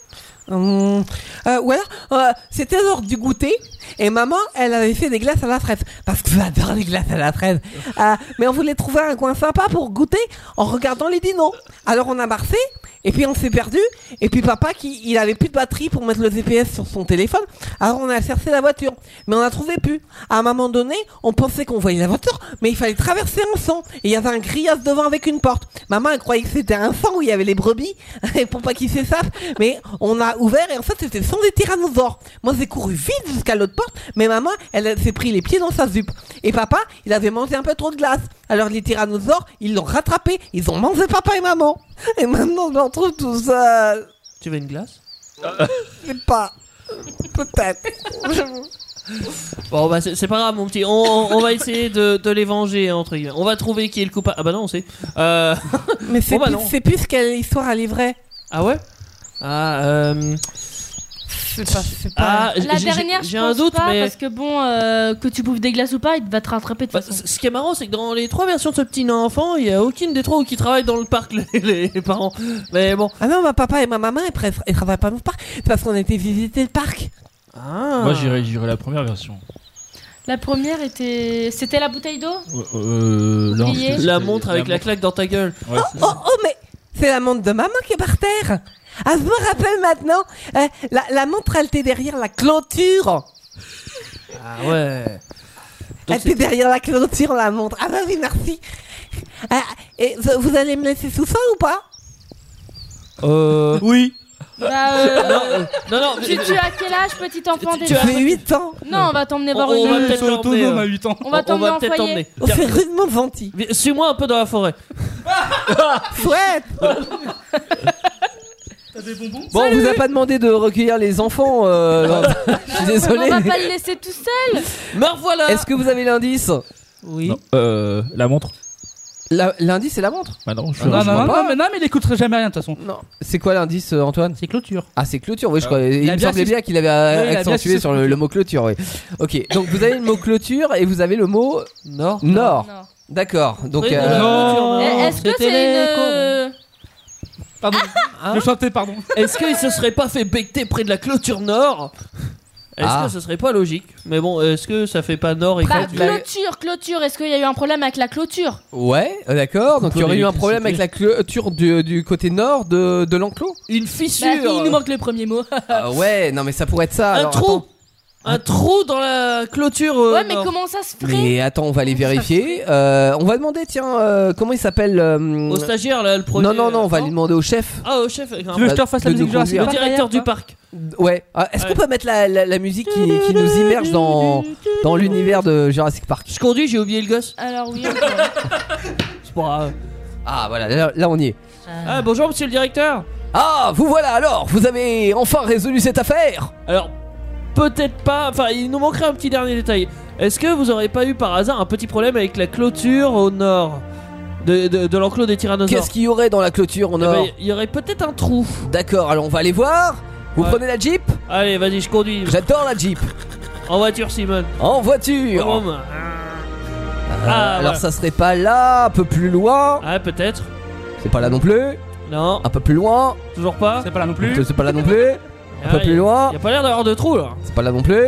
S12: Hum, euh, ou alors, euh, c'était l'heure du goûter et maman, elle avait fait des glaces à la fraise. Parce que j'adore les glaces à la fraise. Euh, mais on voulait trouver un coin sympa pour goûter en regardant les dinos. Alors on a marché et puis on s'est perdu. Et puis papa, qui, il avait plus de batterie pour mettre le GPS sur son téléphone. Alors on a cherché la voiture. Mais on a trouvé plus. À un moment donné, on pensait qu'on voyait la voiture, mais il fallait traverser un champ. Et il y avait un grillage devant avec une porte. Maman, elle croyait que c'était un sang où il y avait les brebis, pour pas qu'ils s'effacent. Mais on a ouvert et en fait, c'était sans des tyrannosaures. Moi, j'ai couru vite jusqu'à l'autre porte, mais maman, elle, elle s'est pris les pieds dans sa jupe. Et papa, il avait mangé un peu trop de glace. Alors les tyrannosaures, ils l'ont rattrapé, ils ont mangé papa et maman. Et maintenant, je me retrouve tout seul.
S10: Tu veux une glace
S12: Je sais pas. Peut-être.
S7: Bon, bah, c'est c'est pas grave, mon petit. On, on- on va essayer de, de les venger, entre guillemets. On va trouver qui est le coupable. Ah, bah non, on sait. Euh,
S12: Mais c'est
S7: bon, bah
S12: plus-
S7: non.
S12: c'est plus quelle histoire elle est vraie.
S7: Ah ouais Ah, euh.
S12: C'est pas, c'est
S7: Ah,
S12: pas.
S7: j-
S5: La
S7: j'ai-
S5: dernière,
S7: j'ai
S5: je
S7: un
S5: pense
S7: doute,
S5: pas,
S7: mais-
S5: parce que bon, euh, que tu bouffes des glaces ou pas, il va te rattraper de toute façon.
S7: bah, Ce qui est marrant, c'est que dans les trois versions de ce petit nain enfant, il y a aucune des trois qui travaille dans le parc, les, les parents. Mais bon.
S12: Ah non, ma papa et ma maman, ils, pres- ils travaillent pas dans le parc. Parce qu'on était visiter le parc.
S7: Ah.
S6: Moi, j'irai j'irai la première version.
S5: La première était. C'était la bouteille d'eau
S6: Euh, euh, là,
S5: Oublié.
S6: c'était-
S7: La montre avec la
S6: montre.
S7: claque dans ta gueule.
S6: Ouais,
S12: Oh, oh, oh, mais c'est la montre de maman qui est par terre. Ah, je me rappelle maintenant. Euh, la, la montre, elle était derrière la clôture.
S7: Ah ouais.
S12: elle était derrière la clôture, la montre. Ah bah oui, merci. Ah, et vous- vous allez me laisser sous ça ou pas
S7: Euh. Oui.
S5: Bah, euh,
S7: Non, non,
S5: tu,
S7: mais-
S5: tu as quel âge, petit enfant déjà
S12: J'ai 8 ans.
S5: Non, on va t'emmener
S7: On-
S5: voir
S7: on
S5: une.
S7: va peut-être l'emmener, euh,
S5: On va t'emmener en
S7: peut-être
S5: foyer.
S12: On
S7: Tiens,
S12: fait rudement venti.
S7: viens, Suis-moi un peu dans la forêt.
S12: Souhaite
S8: T'as des bonbons
S4: Bon, on vous a pas demandé de recueillir les enfants. euh, non. Je suis désolé.
S5: On va pas le laisser tout seul.
S7: Me revoilà.
S4: Est-ce que vous avez l'indice
S7: Oui.
S6: Non, euh, la montre
S4: La- L'indice, c'est la montre.
S6: Bah
S12: Ah
S6: non, je
S8: Ah, Non, non,
S6: je vois
S8: non,
S6: pas.
S8: non, mais, non, mais il écouterait jamais rien de toute façon.
S4: Non. C'est quoi l'indice, euh, Antoine
S8: C'est clôture.
S4: Ah, c'est clôture, oui, je crois.
S8: Il
S4: Il,
S8: a
S4: me
S8: bien
S4: semblait
S8: assisté-
S4: bien qu'il avait euh,
S8: Oui, il a bien
S4: accentué
S8: assisté
S4: sur le, le mot clôture, oui. Ok, donc vous avez le mot clôture et vous avez le mot
S7: Nord.
S4: Nord.
S5: Nord.
S4: D'accord, donc.
S7: Oui,
S4: euh,
S7: non.
S5: Eh, Est-ce que
S7: C'était
S5: c'est
S7: les cons.
S5: une.
S8: Pardon.
S7: Hein
S8: Ah. Je chantais, pardon.
S7: Est-ce qu'il se serait pas fait becter près de la clôture nord Est-ce
S4: Ah.
S7: que ce serait pas logique Mais bon, est-ce que ça fait pas nord et
S5: Bah,
S7: Pas de-
S5: clôture, clôture. Est-ce qu'il y a eu un problème avec la clôture
S4: Ouais, euh, d'accord. Donc il y aurait eu un problème avec la clôture du, du côté nord de, de l'enclos
S7: Une
S5: Bah, Il nous
S7: fissure
S5: manque le premier mot.
S4: Ah ouais, non mais ça pourrait être ça.
S7: Un
S4: alors,
S7: trou Un trou dans la clôture euh,
S5: Ouais, mais
S7: nord.
S5: comment ça se
S4: attends.
S5: ferait
S4: Mais attends, on va aller vérifier. Euh, on va demander, tiens, euh, comment il s'appelle euh,
S7: Au stagiaire, là, le premier.
S4: Non, non, non, on va lui demander au chef.
S7: Ah, au chef. grave.
S8: Tu veux que je te
S4: bah,
S8: refasse la
S4: de
S8: musique
S4: nous
S8: Jurassic
S7: Le
S4: conduire.
S8: Park
S7: directeur
S8: derrière,
S7: du
S8: toi
S7: parc.
S4: Ouais. Ah, Est-ce
S7: Ouais.
S4: qu'on peut mettre la, la- la musique qui, qui nous immerge dans, dans l'univers de Jurassic Park
S7: Je conduis, j'ai oublié le gosse.
S5: Alors oui. on-
S7: C'est pour, euh,
S4: Ah voilà, là, là, on y est.
S7: Ah, bonjour, monsieur le directeur.
S4: Ah, vous voilà alors, vous avez enfin résolu cette affaire
S7: Alors, peut-être pas. Enfin, il nous manquerait un petit dernier détail. Est-ce que vous aurez pas eu par hasard un petit problème avec la clôture au nord de, de- de l'enclos des tyrannosaures
S4: Qu'est-ce qu'il y aurait dans la clôture au
S7: Eh ben,
S4: nord
S7: Il y aurait peut-être un trou.
S4: D'accord, alors on va aller voir. Vous
S7: Ouais.
S4: prenez la Jeep
S7: Allez, vas-y, je conduis.
S4: J'adore la Jeep.
S7: En voiture, Simon.
S4: En voiture.
S7: Vroom.
S4: Euh,
S7: Ah,
S4: alors
S7: ouais.
S4: ça serait pas là, un peu plus loin.
S7: Ah, peut-être.
S4: C'est pas là non plus.
S7: Non,
S4: Un peu plus loin.
S7: toujours pas.
S8: C'est pas là non plus.
S4: C'est pas là non plus. Un
S7: Ah,
S4: peu plus loin.
S7: Y a pas l'air d'avoir de trou là.
S4: C'est pas là non plus.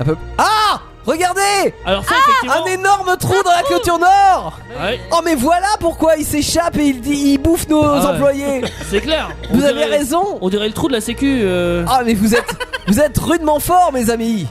S4: Un peu. Ah Regardez
S7: Alors ça,
S4: Un
S7: effectivement. Bah
S4: énorme trou dans la clôture nord.
S7: Ouais,
S4: Oh mais voilà pourquoi il s'échappe et il dit, il bouffe nos
S7: Ah ouais.
S4: employés.
S7: c'est clair.
S4: Vous
S7: On
S4: avez
S7: dirait-
S4: raison.
S7: On dirait le trou de la sécu. euh.
S4: Ah mais vous êtes, vous êtes rudement fort mes amis.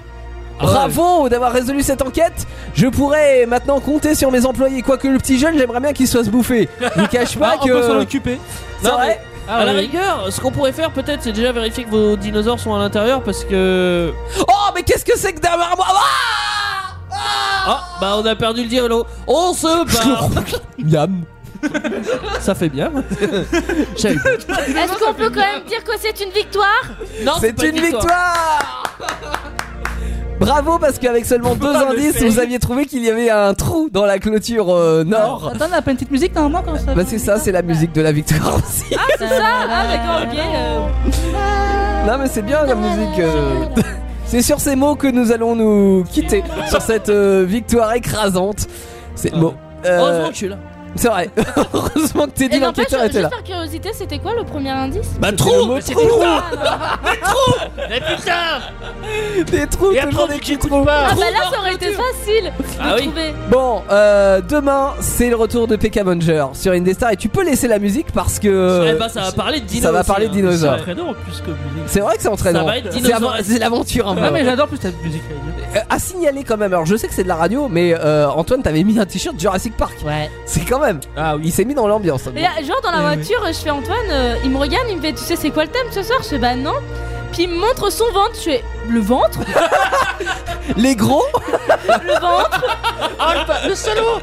S7: Ah ouais.
S4: Bravo d'avoir résolu cette enquête. Je pourrais maintenant compter sur mes employés. Quoique le petit jeune, j'aimerais bien qu'il soit se bouffer. Je vous cache pas
S8: Ah, on
S4: que.
S8: peut s'en occuper. Ah
S4: C'est
S7: Non,
S4: vrai
S7: à la
S8: oui.
S7: rigueur, ce qu'on pourrait faire peut-être, c'est déjà vérifier que vos dinosaures sont à l'intérieur parce que.
S4: Oh, mais qu'est-ce que c'est que derrière moi Ah
S7: Ah, bah on a perdu le dialogue. On se bat.
S4: Miam.
S7: ça fait bien. moi. J'ai eu.
S5: Est-ce qu'on peut quand même dire que c'est une victoire
S7: Non,
S4: C'est
S7: pas
S4: une victoire Bravo parce qu'avec seulement deux
S8: pas le
S4: indices,
S8: faire.
S4: vous aviez trouvé qu'il y avait un trou dans la clôture euh,
S7: Ah.
S4: nord.
S8: Attends, on a pas une petite musique normalement quand ça.
S4: Bah c'est ça, c'est la musique de la victoire aussi.
S5: C'est ça Ah, d'accord, ok. euh,
S4: Non mais c'est bien la musique. euh. C'est sur ces mots que nous allons nous quitter sur cette euh, victoire écrasante. C'est le mot. Euh,
S7: Heureusement que je suis là.
S4: c'est vrai. Heureusement que Teddy
S5: Et n'empêche,
S4: l'enquêteur
S5: juste
S4: était là.
S5: par curiosité, c'était quoi le premier indice
S7: Bah
S4: le
S7: trou
S4: mot
S7: mais c'est
S4: trou.
S7: des trous. Mais putain
S4: Des trous,
S7: Et
S4: toujours des
S7: après tu
S4: petits
S7: écoutes
S4: trous.
S7: pas
S5: Ah bah là, ça aurait été facile de
S7: Ah oui.
S5: trouver.
S4: Bon, euh, demain c'est le retour de PK Avenger sur Indestar et tu peux laisser la musique parce que
S7: Eh bah ça va parler de dinosaures. hein,
S4: ça va parler de dinosaures.
S6: Très drôle, en plus que musique.
S4: c'est vrai que c'est entraînant.
S7: Ça va être
S4: C'est
S7: dinosaure.
S4: avant- C'est l'aventure un peu.
S8: Ah, mais j'adore plus ta musique.
S4: Euh, à signaler quand même. Alors je sais que c'est de la radio, mais euh, Antoine t'avais mis un t-shirt Jurassic Park.
S7: Ouais. Ah
S4: C'est quand même. Il s'est mis dans l'ambiance.
S5: Et là, genre dans la
S4: Eh oui.
S5: voiture, je fais Antoine, euh, il me regarde, il me fait Tu sais, c'est quoi le thème ce soir Je fais Bah non. Puis il me montre son ventre, je fais Le ventre
S4: Les gros
S5: Le ventre
S4: Ah,
S5: Le salaud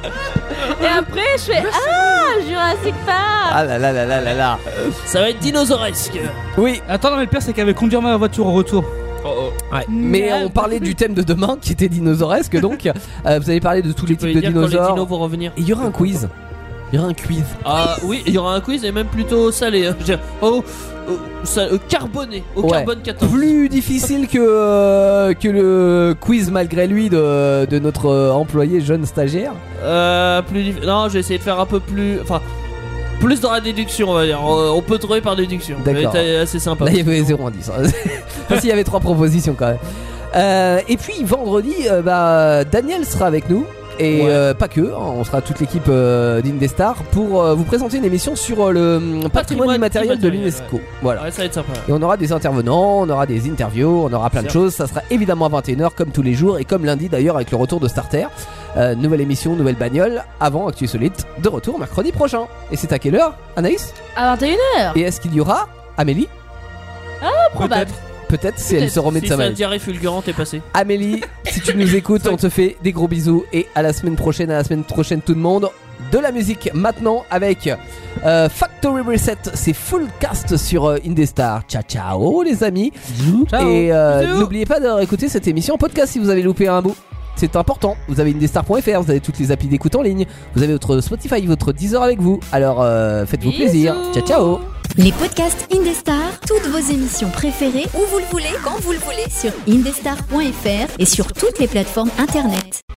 S5: Et après, je fais Ah, Jurassic Park
S4: Ah là là là là là là.
S7: Ça va être dinosauresque.
S4: Oui.
S8: Attends, non, mais le pire, c'est qu'elle avait conduire ma voiture au retour.
S7: Oh, oh.
S4: Ouais. Mais euh, on parlait du thème de demain qui était dinosauresque donc. Euh, vous avez parlé de tous les
S7: peux
S4: types de
S7: dire quand les
S4: dinosaures.
S7: dinos vont revenir.
S4: Et Il y aura un quiz. Il y aura un quiz.
S7: Ah oui, il y aura un quiz et même plutôt salé. hein. Je veux dire, Oh, oh, ça- euh, carboné, au
S4: Ouais.
S7: carbone 14.
S4: Plus difficile que, euh, que le quiz malgré lui de, de notre euh, employé jeune stagiaire.
S7: Euh, plus dif- Non, j'ai essayé de faire un peu plus. Enfin, plus dans la déduction, on va dire. Euh, On peut trouver par déduction.
S4: D'accord.
S7: C'est assez sympa.
S4: Là, il y avait 0 indice. hein. Enfin, s'il y avait trois propositions quand même. Euh, et puis vendredi, euh, bah, Daniel sera avec nous. Et euh, pas que, hein, on sera toute l'équipe euh, d'Indestar pour euh, vous présenter une émission sur euh, le hum, patrimoine, immatériel de l'UNESCO. Voilà.
S7: Ouais, ça va être sympa.
S4: Et on aura des intervenants, on aura des interviews, on aura plein de
S7: Sûr.
S4: choses. Ça sera évidemment à 21h comme tous les jours et comme lundi d'ailleurs avec le retour de Starter. Euh, nouvelle émission, nouvelle bagnole avant Actu Solite de retour mercredi prochain. Et c'est à quelle heure, Anaïs
S5: À 21h
S4: Et est-ce qu'il y aura Amélie
S5: Ah, probable
S4: Peut-être si elle se remet de
S7: si
S4: sa
S7: sa
S4: maladie.
S7: diarrhée fulgurante est passée.
S4: Amélie, si tu nous écoutes, on te fait des gros bisous et à la semaine prochaine, à la semaine prochaine tout le monde. De la musique maintenant avec euh, Factory Reset, c'est full cast sur euh, Indestar. Ciao ciao les amis.
S8: Ciao.
S4: Et euh,
S8: Bisous.
S4: n'oubliez pas de réécouter cette émission en podcast si vous avez loupé un bout. C'est important. Vous avez indestar.fr, vous avez toutes les applis d'écoute en ligne, vous avez votre Spotify, votre Deezer avec vous. Alors euh, faites-vous plaisir. Ciao ciao.
S2: Les podcasts Indestar, toutes vos émissions préférées, où vous le voulez, quand vous le voulez, sur indestar.fr et sur toutes les plateformes internet.